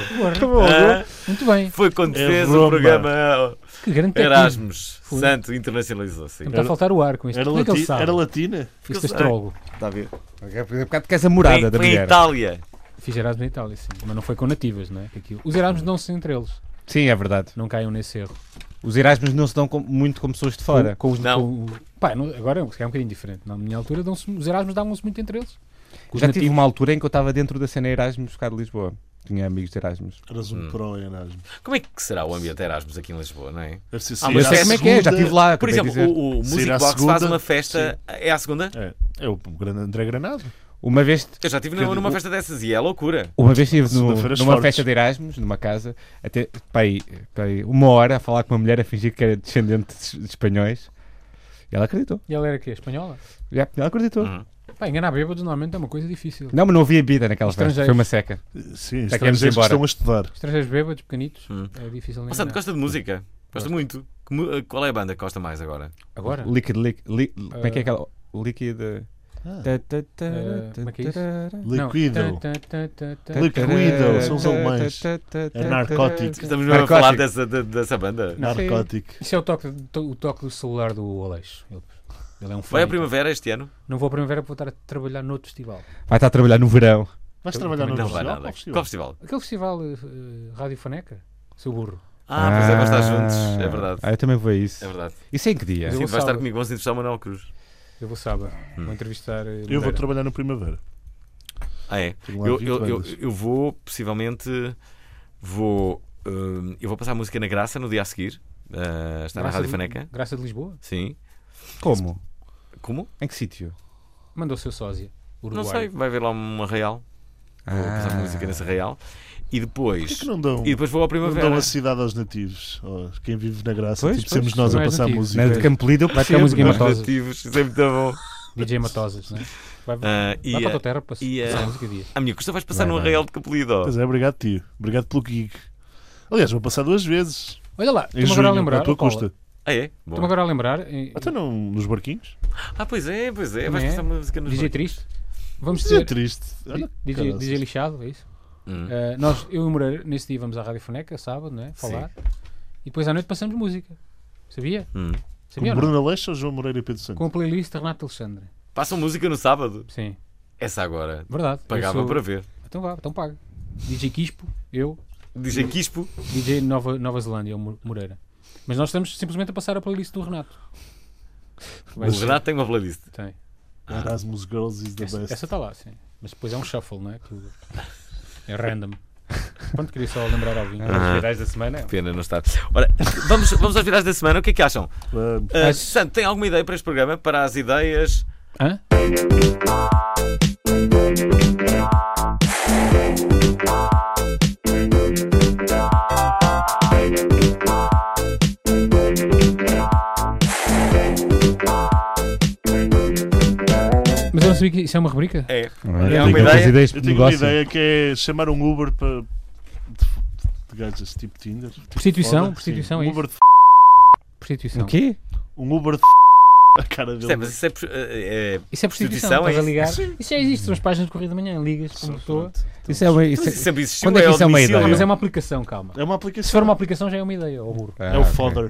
Speaker 3: Ah,
Speaker 6: Muito bem.
Speaker 3: foi quando
Speaker 5: É
Speaker 3: fez o
Speaker 5: bomba.
Speaker 3: programa
Speaker 6: Que grande detetive.
Speaker 3: Erasmus.
Speaker 6: Foi.
Speaker 3: Santo internacionalizou-se.
Speaker 6: Está a faltar o ar com este.
Speaker 5: Era,
Speaker 6: Como é que ele
Speaker 5: lati-
Speaker 6: sabe?
Speaker 5: era latina?
Speaker 6: Fiz
Speaker 3: Fica-se
Speaker 6: astrólogo.
Speaker 3: Está a ver?
Speaker 4: Ok, Por exemplo, queres a morada
Speaker 3: Foi-
Speaker 4: da
Speaker 3: foi em
Speaker 4: mulher.
Speaker 3: Itália.
Speaker 6: Fiz Erasmus na Itália, sim. Mas não foi com nativas, não é? Que aquilo- Os Erasmus não se entre eles.
Speaker 4: Sim, é verdade.
Speaker 6: Não caiam nesse erro.
Speaker 4: Os Erasmus não se dão com- muito com pessoas de fora.
Speaker 6: Com, com os,
Speaker 3: Não.
Speaker 6: com- pá, não- agora é um é um bocadinho diferente. Na minha altura, dão-se- os Erasmus davam-se muito entre eles. Com os
Speaker 4: Já
Speaker 6: nativos.
Speaker 4: tive uma altura em que eu estava dentro da cena Erasmus cá de Lisboa. Tinha amigos de Erasmus.
Speaker 5: Eras um pró em Erasmus.
Speaker 3: Como é que será o ambiente Erasmus aqui em Lisboa, não é?
Speaker 5: Deve ser
Speaker 3: Ah,
Speaker 5: sair
Speaker 3: mas
Speaker 5: à
Speaker 3: sei como
Speaker 4: é que é, já
Speaker 5: segunda-
Speaker 4: estive lá.
Speaker 3: Por
Speaker 4: acabei de
Speaker 3: exemplo,
Speaker 4: dizer.
Speaker 3: o, o
Speaker 5: Se
Speaker 3: Music
Speaker 5: ir à
Speaker 3: Box
Speaker 5: segunda,
Speaker 3: faz uma festa. É à segunda?
Speaker 5: É, é o grande André Granado.
Speaker 4: Uma vez,
Speaker 3: Eu já estive numa, numa festa dessas e é loucura.
Speaker 4: uma vez estive no-
Speaker 5: Segunda-feira,
Speaker 4: numa
Speaker 5: fortes.
Speaker 4: festa de Erasmus, numa casa, até pá, aí- pá, aí uma hora a falar com uma mulher a fingir que era descendente de de espanhóis. E ela acreditou.
Speaker 6: E ela era quê? Espanhola?
Speaker 4: Já, ela acreditou.
Speaker 3: Hum.
Speaker 6: Pá, enganar bêbados normalmente é uma coisa difícil.
Speaker 5: Hum.
Speaker 4: Não, mas não havia bebida naquela festa.
Speaker 6: Estrangeiros.
Speaker 4: Foi uma seca.
Speaker 5: Sim,
Speaker 4: Já queremos ir
Speaker 5: estrangeiros que
Speaker 4: embora.
Speaker 5: estão a estudar.
Speaker 6: Estrangeiros bêbados, pequenitos,
Speaker 3: Hum.
Speaker 6: é difícil
Speaker 3: Ó,
Speaker 6: enganar.
Speaker 3: Santo, gosta de música? Gosta muito. Que mu- Qual é a banda que gosta mais agora?
Speaker 6: Agora?
Speaker 4: Liquid, liquid, como é que é aquela? Líquida.
Speaker 5: Ah.
Speaker 6: como é que é isso? Não.
Speaker 5: Liquido.
Speaker 6: Tá, tá, tá, tá, tá.
Speaker 5: Liquido, são os alemães. É narcótico.
Speaker 3: Estamos mesmo a
Speaker 4: Narcótico.
Speaker 3: falar dessa, de- dessa banda.
Speaker 6: Não.
Speaker 5: Narcótico.
Speaker 6: Isso é o toque, to- o toque do celular do Aleixo. Ele, ele é um fã.
Speaker 3: Vai à primavera este ano?
Speaker 6: Não vou à primavera porque vou estar a trabalhar noutro festival.
Speaker 4: Vai estar a trabalhar no verão.
Speaker 5: Vais trabalhar no
Speaker 3: não vai
Speaker 5: festival?
Speaker 3: nada.
Speaker 5: Qual festival?
Speaker 3: Qual festival?
Speaker 6: Aquele festival eh, eh, Rádio Faneca, seu burro.
Speaker 3: Ah, pois é, vão estar
Speaker 4: Ah.
Speaker 3: juntos. É verdade.
Speaker 4: Ah, eu também vou a isso.
Speaker 3: É verdade.
Speaker 4: Isso é em que dia?
Speaker 6: Eu
Speaker 3: Sim,
Speaker 6: vou
Speaker 3: vai estar
Speaker 6: sábado.
Speaker 3: comigo, vamos entrevistar o Manuel Cruz.
Speaker 6: Eu vou sábado.
Speaker 3: Hum.
Speaker 6: Vou entrevistar. eh,
Speaker 5: Eu vou
Speaker 6: Moreira.
Speaker 5: trabalhar no Primavera.
Speaker 3: Ah, é?
Speaker 5: Tenho lá
Speaker 3: Eu,
Speaker 5: 20
Speaker 3: eu, eu,
Speaker 5: bandas.
Speaker 3: eu vou, possivelmente, vou. hum, eu vou passar música na Graça no dia a seguir. Ah, está na
Speaker 6: Graça
Speaker 3: Rádio
Speaker 6: de-
Speaker 3: Faneca.
Speaker 6: Graça de Lisboa.
Speaker 3: Sim.
Speaker 4: Como?
Speaker 3: Como?
Speaker 4: Em que sítio?
Speaker 6: Mandou o seu sósia.
Speaker 3: Não
Speaker 6: Uruguai.
Speaker 3: sei, vai haver lá uma real. Vou
Speaker 4: Ah.
Speaker 3: passar música nesse real. E
Speaker 5: Por que
Speaker 3: depois.
Speaker 5: não dão,
Speaker 3: E depois vou à
Speaker 5: não
Speaker 3: primavera.
Speaker 5: dão a
Speaker 6: assim
Speaker 5: cidade aos nativos? Ou quem vive na graça,
Speaker 4: Pois,
Speaker 5: tipo,
Speaker 4: pois,
Speaker 5: somos nós a
Speaker 6: não és
Speaker 5: passar
Speaker 6: nativo.
Speaker 4: Na
Speaker 5: música.
Speaker 4: de Campolido eu
Speaker 6: Vai ter
Speaker 4: percebo.
Speaker 6: música em
Speaker 4: mas-
Speaker 6: Matosinhos.
Speaker 3: Os nativos, isso é muito bom.
Speaker 6: DJ Matosas, né? Vai, vai
Speaker 3: Ah, e,
Speaker 6: para a
Speaker 3: ah,
Speaker 6: tua terra para
Speaker 3: e,
Speaker 6: passar
Speaker 3: ah,
Speaker 6: música dia.
Speaker 3: a minha custa vais passar
Speaker 4: Vai,
Speaker 3: num
Speaker 4: vai.
Speaker 3: real de Capelido.
Speaker 5: Pois é, obrigado, tio. Obrigado pelo gig. Aliás, vou passar duas vezes.
Speaker 6: Olha lá,
Speaker 5: Em
Speaker 6: estou-me agora a
Speaker 5: junho,
Speaker 6: lembrar.
Speaker 5: à tua
Speaker 6: ó, Paula,
Speaker 5: custa. Então,
Speaker 3: Ah, é? Bom.
Speaker 6: Estou-me agora a lembrar. eh, em-
Speaker 5: Até não nos barquinhos.
Speaker 3: Ah, pois é, pois é.
Speaker 6: Não
Speaker 3: Vais
Speaker 6: é?
Speaker 3: passar uma música nos
Speaker 6: DJ
Speaker 3: bancos.
Speaker 6: Triste. Vamos
Speaker 5: Isso é
Speaker 6: dizer.
Speaker 5: triste. Olha,
Speaker 6: DJ,
Speaker 5: caraças.
Speaker 6: DJ Lixado, é isso?
Speaker 3: Hum.
Speaker 6: Ah, nós, eu e o Moreira, nesse dia vamos à Rádio Foneca, sábado, né? Falar. E depois à noite passamos música. Sabia?
Speaker 3: Hum.
Speaker 6: Sabia
Speaker 5: Com
Speaker 6: ou não?
Speaker 5: Bruno Aleixo ou João Moreira e Pedro Santos?
Speaker 6: Com a playlist de Renato Alexandre.
Speaker 3: Passam música no sábado.
Speaker 6: Sim,
Speaker 3: Essa agora.
Speaker 6: verdade. Eu
Speaker 3: Pagava
Speaker 6: sou-
Speaker 3: para ver.
Speaker 6: Então vá, então paga. DJ Quispo, eu,
Speaker 3: Dizem Quispo.
Speaker 6: DJ Nova, Nova Zelândia, o Mo- Moreira. Mas nós estamos simplesmente a passar a playlist do Renato.
Speaker 3: O Renato tem uma playlist.
Speaker 6: Tem.
Speaker 5: Erasmus Girls is the
Speaker 6: Essa
Speaker 5: best.
Speaker 6: está lá, sim. Mas depois é um shuffle, não é? Aquilo É random. Pronto, queria só lembrar ao vinho.
Speaker 3: Ah.
Speaker 6: Os virais da semana. é-
Speaker 3: Pena não estar. Ora, vamos, vamos aos virais da semana. O que é que acham?
Speaker 5: Vamos.
Speaker 3: Ah, Santo, tem alguma ideia para este programa? Para as ideias.
Speaker 6: Hã? Mas eu não sabia que isso é uma rubrica?
Speaker 3: É.
Speaker 4: Não
Speaker 3: É
Speaker 4: é?
Speaker 3: uma
Speaker 4: Tem outras
Speaker 3: ideia?
Speaker 4: ideias de
Speaker 5: Eu tenho uma
Speaker 4: negócio.
Speaker 5: ideia que é chamar um Uber para. de- de gajas tipo Tinder. Tipo
Speaker 6: Prostituição,
Speaker 5: foda.
Speaker 6: prostituição,
Speaker 5: Sim,
Speaker 6: é
Speaker 5: um
Speaker 6: isso?
Speaker 5: Uber de f.
Speaker 6: Prostituição.
Speaker 4: O quê?
Speaker 5: Um Uber de f. A cara
Speaker 3: Isto é,
Speaker 5: dele.
Speaker 3: mas isso é, pro- é- é-
Speaker 6: Isso
Speaker 3: Prostituição,
Speaker 6: é prostituição,
Speaker 3: é
Speaker 6: estás a
Speaker 3: isso?
Speaker 6: ligar? Isso já existe, são as páginas de corrida de manhã, ligas como estou.
Speaker 4: Isso é uma.
Speaker 3: mas
Speaker 4: Isso
Speaker 3: isso
Speaker 4: é...
Speaker 3: sempre existiu.
Speaker 4: Quando é que
Speaker 3: ao
Speaker 4: isso é uma
Speaker 3: domicílio.
Speaker 6: Ah, mas
Speaker 4: ideia?
Speaker 6: é uma aplicação, calma.
Speaker 5: É uma
Speaker 6: Se
Speaker 5: aplicação.
Speaker 6: for uma aplicação já é uma ideia, ó burro.
Speaker 4: Ah,
Speaker 5: É o
Speaker 4: ok.
Speaker 5: fodder.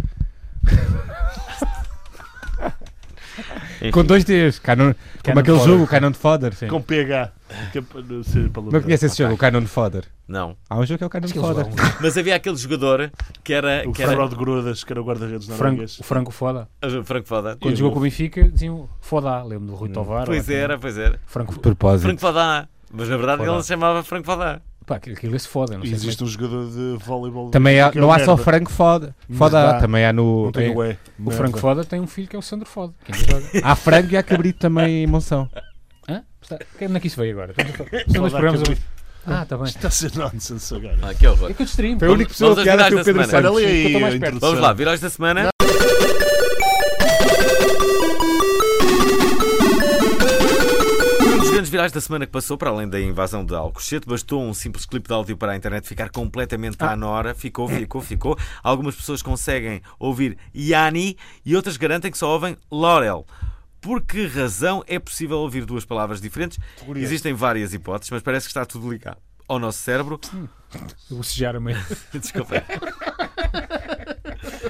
Speaker 4: Com dois T's. Canon... Como aquele
Speaker 6: fodder.
Speaker 4: jogo, o Canon de Fodder. Sim.
Speaker 5: Com PH. Que é pa- Não sei a palavra.
Speaker 4: Não conhece esse jogo, o Canon de Fodder.
Speaker 3: Não.
Speaker 4: Há um jogo que é o Canon de
Speaker 6: Aquilo
Speaker 4: Fodder.
Speaker 6: é um
Speaker 3: Mas havia aquele jogador que era.
Speaker 5: O
Speaker 3: Que era
Speaker 5: Frode Grudas, que era o guarda-redes
Speaker 6: frango,
Speaker 5: norueguês.
Speaker 6: o frango foda.
Speaker 3: Ah, Franco Fadá.
Speaker 6: Quando
Speaker 5: E
Speaker 6: jogou
Speaker 5: o-
Speaker 6: com o Benfica, diziam foda. Lembro do Rui Tovar.
Speaker 3: Pois é.
Speaker 6: ou-
Speaker 3: era, pois era.
Speaker 6: Franco,
Speaker 4: De propósito.
Speaker 3: Franco Fadá. Mas na verdade
Speaker 6: Fadá.
Speaker 3: ele se chamava Franco Fadá.
Speaker 6: pá, aquilo aquilo é se foda. Não
Speaker 5: E
Speaker 6: sei como é
Speaker 5: Existe um jogador de voleibol.
Speaker 4: Também há,
Speaker 5: que é um
Speaker 4: não há só
Speaker 5: merda.
Speaker 4: Franco Foda.
Speaker 5: Mas
Speaker 4: Foda,
Speaker 5: dá.
Speaker 4: também há no. é,
Speaker 5: Não tem o E.
Speaker 6: que- é O Franco
Speaker 5: Merda.
Speaker 6: Foda tem um filho que é o Sandro Foda. que ainda joga.
Speaker 4: Há frango e há cabrito também em Monção.
Speaker 6: Hã? Está- que- Onde é que isso veio agora? Estamos a falar- São dois programas.
Speaker 5: Foda,
Speaker 6: a- Ah, está bem.
Speaker 5: Está Tá a ser nonsense agora.
Speaker 3: Ah, que horror.
Speaker 6: É que eu distraí-me.
Speaker 4: Foi a única pessoa
Speaker 3: vamos
Speaker 4: que era
Speaker 3: aos
Speaker 4: foi o
Speaker 3: virais da
Speaker 4: Pedro é
Speaker 3: semana.
Speaker 4: Santos.
Speaker 5: Olha ali aí
Speaker 6: eu tô mais
Speaker 5: a
Speaker 6: perto.
Speaker 5: introdução.
Speaker 3: Vamos lá, virais da semana. Um dos grandes virais da semana que passou, para além da invasão de Alcochete, bastou um simples clipe de áudio para a internet ficar completamente à nora. Ficou, ficou, ficou. Algumas pessoas conseguem ouvir Yani e outras garantem que só ouvem Laurel. Por que razão é possível ouvir duas palavras diferentes?
Speaker 5: Curioso.
Speaker 3: Existem várias hipóteses, mas parece que está tudo ligado ao nosso cérebro.
Speaker 6: Eu bocejar a meio.
Speaker 3: Desculpa.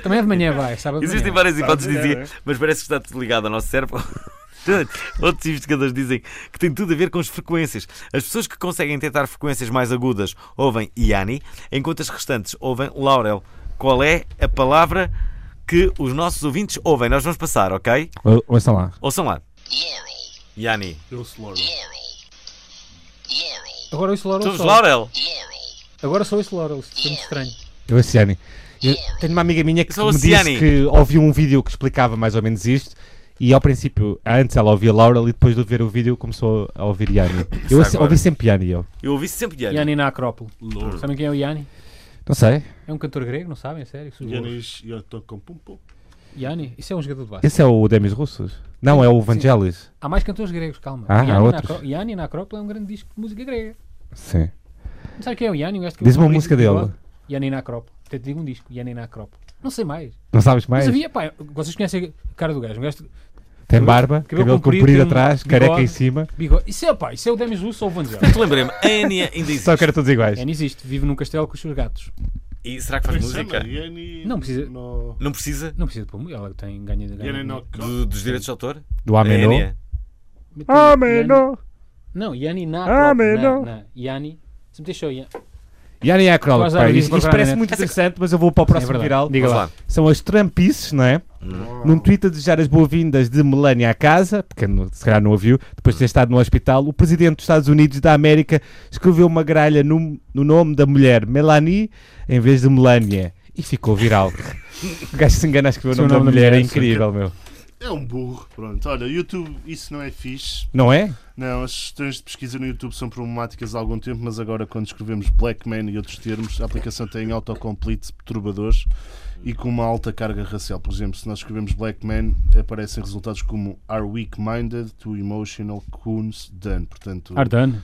Speaker 6: Também é de manhã, vai. Sábado de
Speaker 3: Existem
Speaker 6: manhã.
Speaker 3: várias hipóteses de
Speaker 5: Está a
Speaker 3: dizer,
Speaker 5: ver,
Speaker 3: mas parece que está tudo ligado ao nosso cérebro. Outros investigadores dizem que tem tudo a ver com as frequências. As pessoas que conseguem tentar frequências mais agudas ouvem Iani, enquanto as restantes ouvem Laurel. Qual é a palavra que os nossos ouvintes ouvem? Nós vamos passar, ok?
Speaker 4: Ou- Ouçam lá.
Speaker 3: Ouçam lá. Iani.
Speaker 5: Eu sou Laura.
Speaker 6: Agora ouço Laurel
Speaker 3: Todos
Speaker 6: só.
Speaker 3: Laurel.
Speaker 6: Agora só ouço Laurel. Isso é muito estranho.
Speaker 4: Eu, Oceani. Eu tenho uma amiga minha que
Speaker 3: Sou
Speaker 4: me
Speaker 3: Oceani.
Speaker 4: disse que ouviu um vídeo que explicava mais ou menos isto. E ao princípio, antes ela ouvia Laurel e depois de ver o vídeo começou a ouvir Yanni. Eu
Speaker 3: Isso é agora.
Speaker 4: ouvi sempre Yanni, eu.
Speaker 3: Eu ouvi sempre Iani.
Speaker 6: Yanni na Acrópole. Sabem quem é o Yanni?
Speaker 4: Não sei.
Speaker 6: É um cantor grego, não sabem? Sério?
Speaker 5: Yanis Yotokon Pumpo.
Speaker 6: Yanni? Isso é um jogador de base.
Speaker 4: Esse é o Demis Russos? Não, é o Vangelis.
Speaker 6: Há mais cantores gregos, calma.
Speaker 4: Ah, há
Speaker 6: Yanni,
Speaker 4: outros.
Speaker 6: Na Acro... Yanni na Acrópole é um grande disco de música grega.
Speaker 4: Sim.
Speaker 6: Não sabe quem é o Yanni? O gajo que
Speaker 4: Diz-me
Speaker 6: eu-
Speaker 4: uma música
Speaker 6: eu-
Speaker 4: dele.
Speaker 6: Yanni na Acrópole. Até te digo um disco, Yanni na Acrópole. Não sei mais.
Speaker 4: Não sabes mais?
Speaker 6: Mas havia, pá, vocês conhecem a cara do gajo. Um gajo de
Speaker 4: Tem barba, cabelo, comprido,
Speaker 6: tem um
Speaker 4: atrás, careca
Speaker 6: bigode.
Speaker 4: em cima.
Speaker 6: bigode. Isso é, pá, isso é o Demis Russo ou o Vanzel.
Speaker 3: Te lembrei-me, a Enya ainda existe.
Speaker 4: Só que era todos iguais.
Speaker 6: Yanni existe, vive num castelo com os seus gatos.
Speaker 3: E será que faz
Speaker 5: é,
Speaker 3: música?
Speaker 5: Yanis.
Speaker 6: Não precisa-
Speaker 5: No...
Speaker 3: Não precisa
Speaker 6: Não precisa de pôr mu- ela tem ganha de ganha.
Speaker 5: Yanis no...
Speaker 3: do- dos direitos de autor?
Speaker 4: Do
Speaker 3: A é.
Speaker 4: Amenô.
Speaker 3: Enya.
Speaker 6: Mete- Yanni-
Speaker 4: Amenô.
Speaker 6: Não, Yanni na
Speaker 4: Ah,
Speaker 6: Acrópole.
Speaker 4: mas não.
Speaker 6: na- na- Yanni, se me deixou Yanni.
Speaker 4: Yanni é acrólico.
Speaker 6: Quase
Speaker 4: pá,
Speaker 6: nada disso
Speaker 4: Isto,
Speaker 6: para
Speaker 4: isto
Speaker 6: procurar na
Speaker 4: parece
Speaker 6: net.
Speaker 4: muito interessante, mas eu vou para o
Speaker 6: É
Speaker 4: próximo
Speaker 6: verdade.
Speaker 4: viral.
Speaker 6: Diga
Speaker 3: Vamos
Speaker 6: lá.
Speaker 3: lá.
Speaker 4: São as trampices, não é? Num tweet a desejar as boas-vindas de Melania à casa, porque não- se calhar não ouviu, depois de ter estado no hospital, o presidente dos Estados Unidos da América escreveu uma gralha no, no nome da mulher Melanie em vez de Melania e ficou viral. o gajo se engana a escrever o
Speaker 6: Seu
Speaker 4: nome da
Speaker 6: nome da
Speaker 4: mulher, é
Speaker 6: mulher,
Speaker 4: incrível, meu.
Speaker 5: É um burro. Pronto, olha, YouTube, isso não é fixe.
Speaker 4: Não é?
Speaker 5: Não, as questões de pesquisa no YouTube são problemáticas há algum tempo, mas agora quando escrevemos Black Man e outros termos, a aplicação tem autocomplete perturbadores e com uma alta carga racial. Por exemplo, se nós escrevemos Black Man, aparecem resultados como Are Weak-Minded to Emotional Coons Done. Portanto,
Speaker 6: Ardano.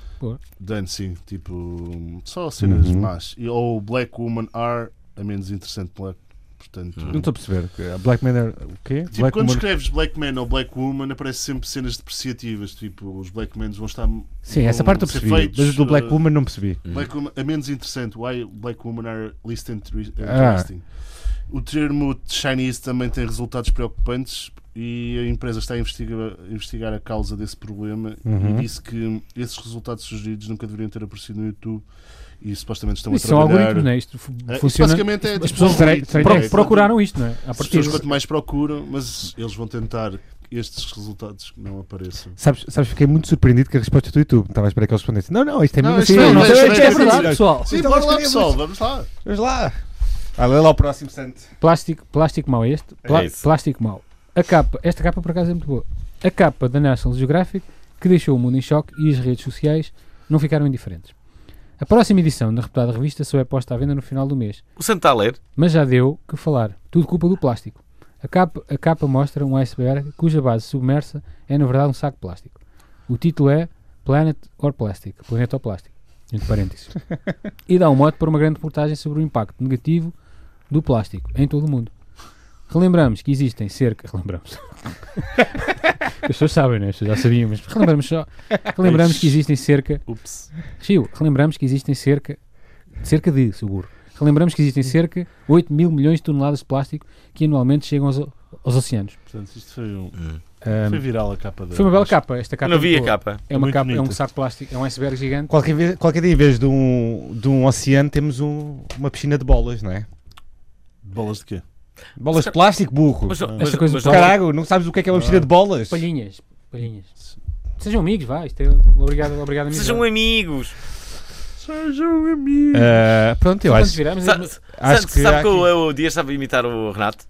Speaker 5: Done sim, tipo, só cenas más. E, ou Black Woman Are, a menos interessante Black. Portanto,
Speaker 4: Não estou a perceber. A Black Manor, o quê?
Speaker 5: Tipo,
Speaker 4: Então, Black
Speaker 5: quando
Speaker 4: Moon-
Speaker 5: escreves Black Man ou Black Woman, aparecem sempre cenas depreciativas. Tipo, os Black Men vão estar.
Speaker 4: Sim,
Speaker 5: vão
Speaker 4: essa parte eu
Speaker 5: ser
Speaker 4: percebi,
Speaker 5: feitos,
Speaker 4: mas do Black
Speaker 5: eh,
Speaker 4: Woman não percebi.
Speaker 5: Black Woman, a menos interessante, why Black Women are least inter-
Speaker 4: Ah.
Speaker 5: interesting. O termo Chinese também tem resultados preocupantes e a empresa está a investigar, a investigar a causa desse problema
Speaker 6: Uhum.
Speaker 5: e disse que esses resultados sugeridos nunca deveriam ter aparecido no YouTube e supostamente estão
Speaker 6: Isso
Speaker 5: a
Speaker 6: são
Speaker 5: trabalhar.
Speaker 6: algoritmos, não é? Isto fu-
Speaker 5: É, isso
Speaker 6: funciona.
Speaker 5: basicamente é
Speaker 6: As
Speaker 5: tipo
Speaker 6: pessoas
Speaker 5: um algoritmo.
Speaker 6: pro-
Speaker 5: Parece-
Speaker 6: procuraram isto, não é? A
Speaker 5: As
Speaker 6: partir
Speaker 5: pessoas quanto mais procuram, mas eles vão tentar que estes resultados não apareçam.
Speaker 4: Sabes, sabes, fiquei muito surpreendido com a resposta do YouTube. Estava à espera que eles respondessem. Não, não, isto é
Speaker 5: Não,
Speaker 4: mesmo
Speaker 5: isto
Speaker 4: assim.
Speaker 5: é-
Speaker 4: não
Speaker 5: isto
Speaker 4: sei,
Speaker 5: é-
Speaker 4: isto
Speaker 5: isto é verdade,
Speaker 6: pessoal.
Speaker 5: Sim,
Speaker 4: Então
Speaker 5: bora
Speaker 4: nós
Speaker 5: lá
Speaker 4: queremos-
Speaker 5: pessoal, vamos lá.
Speaker 4: Vamos lá. Vai Ah, lá ao próximo santo.
Speaker 6: Plástico, plástico mau é este? Plá-
Speaker 3: É isso.
Speaker 6: plástico mau. A capa, esta capa por acaso é muito boa. A capa da National Geographic que deixou o mundo em choque e as redes sociais não ficaram indiferentes. A próxima edição da reputada revista só é posta à venda no final do mês,
Speaker 3: O Santo está a ler?
Speaker 6: mas já deu que falar. Tudo culpa do plástico. A capa, a capa mostra um iceberg cuja base submersa é na verdade um saco de plástico. O título é Planet or Plastic, Planeta ou Plástico, entre parênteses. e dá um mote para uma grande reportagem sobre o impacto negativo do plástico em todo o mundo. Relembramos que existem cerca. Relembramos. As pessoas sabem, né? As pessoas já sabiam, mas relembramos só. Relembramos que existem cerca.
Speaker 5: Ups.
Speaker 6: Rio, relembramos que existem cerca. Cerca de, seguro. Relembramos que existem cerca 8 mil milhões de toneladas de plástico que anualmente chegam aos, o- aos oceanos.
Speaker 5: Portanto, isto foi, um,
Speaker 6: Ahm,
Speaker 5: foi viral a capa dele.
Speaker 6: É. foi uma bela capa. Esta capa
Speaker 3: Eu não
Speaker 6: é
Speaker 3: vi a
Speaker 6: boa.
Speaker 3: capa.
Speaker 6: É, uma
Speaker 5: Muito
Speaker 6: capa, é um
Speaker 5: bonita.
Speaker 6: saco de plástico, é um iceberg gigante.
Speaker 4: Qualquer, vez- qualquer dia, em vez de um, de um oceano, temos um- uma piscina de bolas, não é?
Speaker 5: Bolas de quê?
Speaker 4: Bolas de plástico, burro.
Speaker 3: Mas, mas,
Speaker 6: Esta coisa
Speaker 3: mas,
Speaker 6: do
Speaker 4: Caralho, não sabes o que é que é uma piscina de bolas?
Speaker 6: Palhinhas. Palhinhas. Sejam amigos, vá. Isto é obrigado, obrigado amigos.
Speaker 3: sejam amigos.
Speaker 4: Ah, pronto, eu
Speaker 6: Quando
Speaker 4: acho,
Speaker 6: virarmos,
Speaker 3: Sa-
Speaker 6: é-
Speaker 4: acho
Speaker 3: sabe
Speaker 4: que.
Speaker 3: sabe
Speaker 4: há
Speaker 3: que
Speaker 4: aqui-
Speaker 3: o, o Dias sabe imitar o Renato?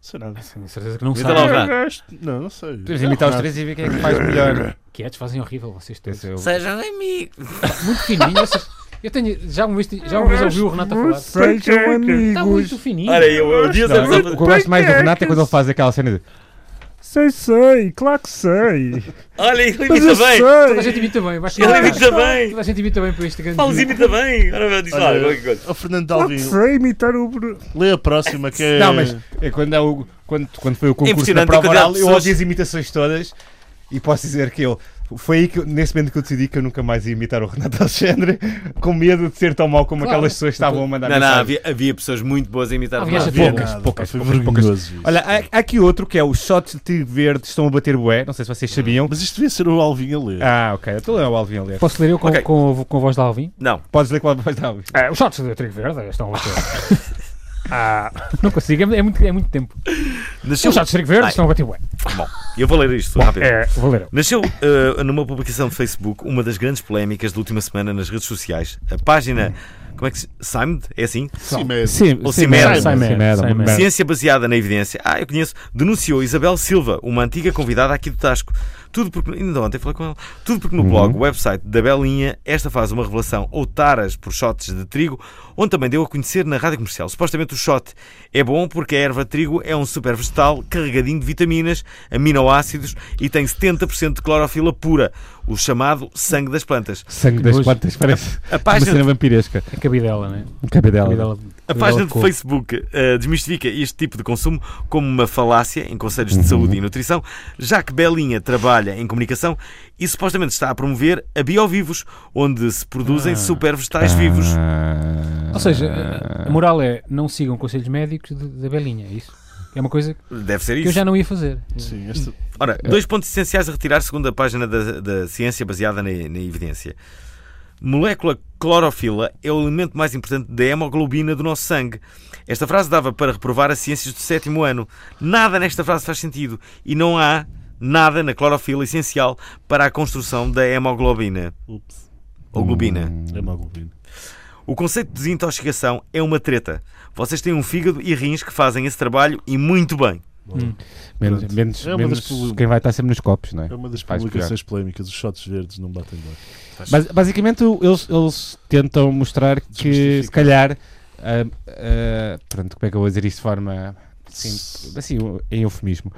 Speaker 5: Sei nada.
Speaker 6: Tenho certeza que não
Speaker 3: Imita
Speaker 6: sabem.
Speaker 3: lá o Renato.
Speaker 5: Não, não sei.
Speaker 4: Podemos imitar os três e ver quem é que faz melhor.
Speaker 6: Quietos, fazem horrível vocês
Speaker 4: é
Speaker 6: todos.
Speaker 3: Sejam amigos.
Speaker 6: Muito fininho. vocês- Eu tenho, já uma vez, já uma vez ouvi é o Renato a falar.
Speaker 4: Sejam
Speaker 6: Está muito
Speaker 4: amigos.
Speaker 6: fininho.
Speaker 3: Olha, eu, o Dias é
Speaker 4: é um Não, o que eu gosto mais do Renato é quando ele faz aquela cena de.
Speaker 8: Sei, sei, claro que sei.
Speaker 3: Olha, ele
Speaker 8: Mas eu
Speaker 3: imita bem.
Speaker 6: Toda a
Speaker 8: sei.
Speaker 6: gente imita bem.
Speaker 3: Ele
Speaker 6: Vai chegar.
Speaker 3: imita bem.
Speaker 6: Toda a gente imita bem para este grande.
Speaker 3: Paulo imita bem. Ora, meu, diz lá,
Speaker 5: Olha,
Speaker 3: qualquer coisa.
Speaker 5: O Fernando
Speaker 8: Claro que
Speaker 5: Dalvin,
Speaker 8: sei imitar o Bruno.
Speaker 5: lê a próxima que é.
Speaker 4: Não, mas é quando, é o- quando, quando foi o concurso
Speaker 3: impressionante
Speaker 4: da
Speaker 3: é
Speaker 4: prova
Speaker 3: a quantidade
Speaker 4: oral,
Speaker 3: de
Speaker 4: eu
Speaker 3: pessoas-
Speaker 4: ouvi as imitações todas e posso dizer que eu. Foi aí que, eu- nesse momento que eu decidi que eu nunca mais ia imitar o Renato Alexandre, com medo de ser tão mau como
Speaker 6: Claro.
Speaker 4: aquelas pessoas que estavam a mandar
Speaker 3: Não, não,
Speaker 4: mensagem.
Speaker 3: havia, havia pessoas muito boas a imitar o
Speaker 6: Havia
Speaker 3: Renato.
Speaker 5: Havia
Speaker 4: poucas,
Speaker 5: nada,
Speaker 4: poucas,
Speaker 5: pá, foi
Speaker 4: poucas, poucas.
Speaker 5: vergonhoso isso.
Speaker 4: Olha, há, há aqui outro que é os shots de tiro verde estão a bater bué, não sei se vocês sabiam.
Speaker 5: Mas isto devia ser o Alvin a ler.
Speaker 4: Ah, ok, eu estou a ler o Alvin a ler.
Speaker 6: Posso ler eu com,
Speaker 3: Ok.
Speaker 6: com, com a voz de Alvin?
Speaker 3: Não,
Speaker 4: Podes ler qual voz da Alvin.
Speaker 6: Ah, os shots do Trigo Verde estão a bater. Ah, não consigo, é, é muito, é muito tempo.
Speaker 3: nasceu.
Speaker 6: Os shots do Trigo Verde
Speaker 3: Ai.
Speaker 6: estão a bater bué.
Speaker 3: Bom, eu vou ler isto rápido.
Speaker 6: É, vou ler. eu.
Speaker 3: Nasceu eh, numa publicação de Facebook uma das grandes polémicas da última semana nas redes sociais. A página. Como é que se. Simed? É assim?
Speaker 5: Sim, mesmo.
Speaker 4: Sim,
Speaker 3: Ou
Speaker 4: sim,
Speaker 3: Cimerda.
Speaker 4: merda,
Speaker 6: Cimerda,
Speaker 4: sim, merda,
Speaker 6: Cimerda.
Speaker 4: merda.
Speaker 3: Ciência baseada na evidência. Ah, eu conheço. Denunciou Isabel Silva, uma antiga convidada aqui do Tasco. Tudo porque. Ainda ontem falei com ela. Tudo porque no blog, o website da Belinha, esta faz uma revelação ou taras por shotes de trigo, onde também deu a conhecer na rádio comercial. Supostamente o shot é bom porque a erva de trigo é um super vegetal carregadinho de vitaminas, aminoácidos e tem 70% de clorofila pura, o chamado sangue das plantas.
Speaker 4: Sangue das
Speaker 6: Hoje-
Speaker 4: plantas, parece
Speaker 3: A
Speaker 4: uma
Speaker 3: página
Speaker 4: cena vampiresca.
Speaker 6: A cabidela, né?
Speaker 4: Um cabedela.
Speaker 6: Cabidela,
Speaker 3: A página de Facebook eh, desmistifica este tipo de consumo como uma falácia em conselhos de saúde e nutrição, já que Belinha trabalha em comunicação e supostamente está a promover a biovivos, onde se produzem super vegetais vivos.
Speaker 6: Ou seja, a- a moral é não sigam conselhos médicos de- da Belinha, é isso? É uma coisa que
Speaker 3: Deve ser
Speaker 6: eu
Speaker 3: isso.
Speaker 6: já não ia fazer.
Speaker 5: Sim, esta-
Speaker 3: Ora,
Speaker 4: É.
Speaker 3: dois pontos essenciais a retirar segundo a página da, da ciência baseada na, na evidência. Molécula clorofila é o elemento mais importante da hemoglobina do nosso sangue. Esta frase dava para reprovar as ciências do sétimo ano. Nada nesta frase faz sentido e não há nada na clorofila essencial para a construção da hemoglobina.
Speaker 5: Ups.
Speaker 3: Ou globina.
Speaker 5: É uma globina.
Speaker 3: O conceito de desintoxicação é uma treta. Vocês têm um fígado e rins que fazem esse trabalho e muito bem.
Speaker 4: Menos,
Speaker 5: Pronto.
Speaker 4: menos,
Speaker 5: É uma
Speaker 4: menos
Speaker 5: das polu-
Speaker 4: quem vai estar sempre nos copos, não é?
Speaker 5: É uma das
Speaker 4: Faz
Speaker 5: publicações polémicas. Os shots verdes não batem bem.
Speaker 4: Bas- basicamente, o- eles, eles tentam mostrar que, se
Speaker 5: Desmistificar.
Speaker 4: calhar, ah, ah, pronto, como é que eu vou dizer isto de forma assim, assim, em eufemismo?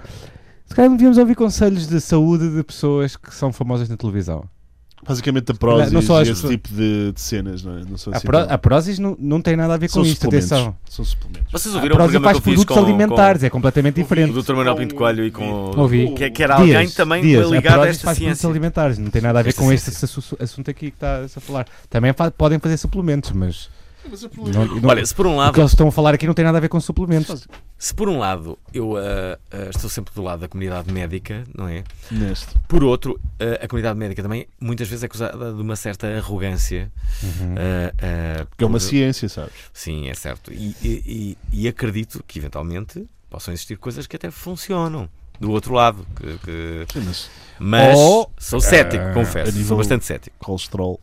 Speaker 4: Se calhar devíamos ouvir conselhos de saúde de pessoas que são famosas na televisão.
Speaker 5: Basicamente a prosa
Speaker 4: Não só
Speaker 5: e
Speaker 4: as
Speaker 5: esse
Speaker 4: pessoas-
Speaker 5: tipo de, de cenas, não é? Não são
Speaker 4: A,
Speaker 5: assim
Speaker 4: pro,
Speaker 5: tão-
Speaker 4: a Prozis não, não tem nada a ver com
Speaker 5: são
Speaker 4: isto,
Speaker 5: suplementos.
Speaker 4: atenção.
Speaker 5: São suplementos.
Speaker 3: Vocês
Speaker 4: A
Speaker 3: ouviram o
Speaker 4: Prozis
Speaker 3: programa
Speaker 4: faz
Speaker 3: que eu fiz
Speaker 4: produtos
Speaker 3: com,
Speaker 4: alimentares, é completamente
Speaker 3: com o
Speaker 4: diferente.
Speaker 3: Dr. Manuel Pinto Coelho e com o
Speaker 6: Ouvi.
Speaker 3: Que, que era alguém também
Speaker 4: Dias,
Speaker 3: ligado a,
Speaker 4: Prozis
Speaker 3: esta
Speaker 4: faz produtos
Speaker 3: ciência.
Speaker 4: alimentares, não tem nada a ver
Speaker 3: Esta
Speaker 4: com este assu- assunto aqui que está a falar. Também fa- podem fazer suplementos, mas
Speaker 5: Mas o
Speaker 4: Não-
Speaker 5: problema
Speaker 4: não-
Speaker 3: Olha, se por um
Speaker 4: o que
Speaker 3: lado,
Speaker 4: eles estão a falar aqui não tem nada a ver com suplementos.
Speaker 3: se por um lado eu ah, ah, estou sempre do lado da comunidade médica, não é?
Speaker 5: neste.
Speaker 3: Por outro, ah, a comunidade médica também muitas vezes é acusada de uma certa arrogância.
Speaker 6: Uhum.
Speaker 3: ah, ah,
Speaker 5: Porque é uma
Speaker 3: por-
Speaker 5: ciência, sabes?
Speaker 3: Sim, é certo. E, e- e- e acredito que eventualmente possam existir coisas que até funcionam do outro lado. que- que-
Speaker 5: Sim, mas
Speaker 3: Mas
Speaker 4: Oh,
Speaker 5: Ou-
Speaker 3: sou cético,
Speaker 5: Ah,
Speaker 3: confesso.
Speaker 5: a nível-
Speaker 3: Sou bastante cético.
Speaker 5: colesterol.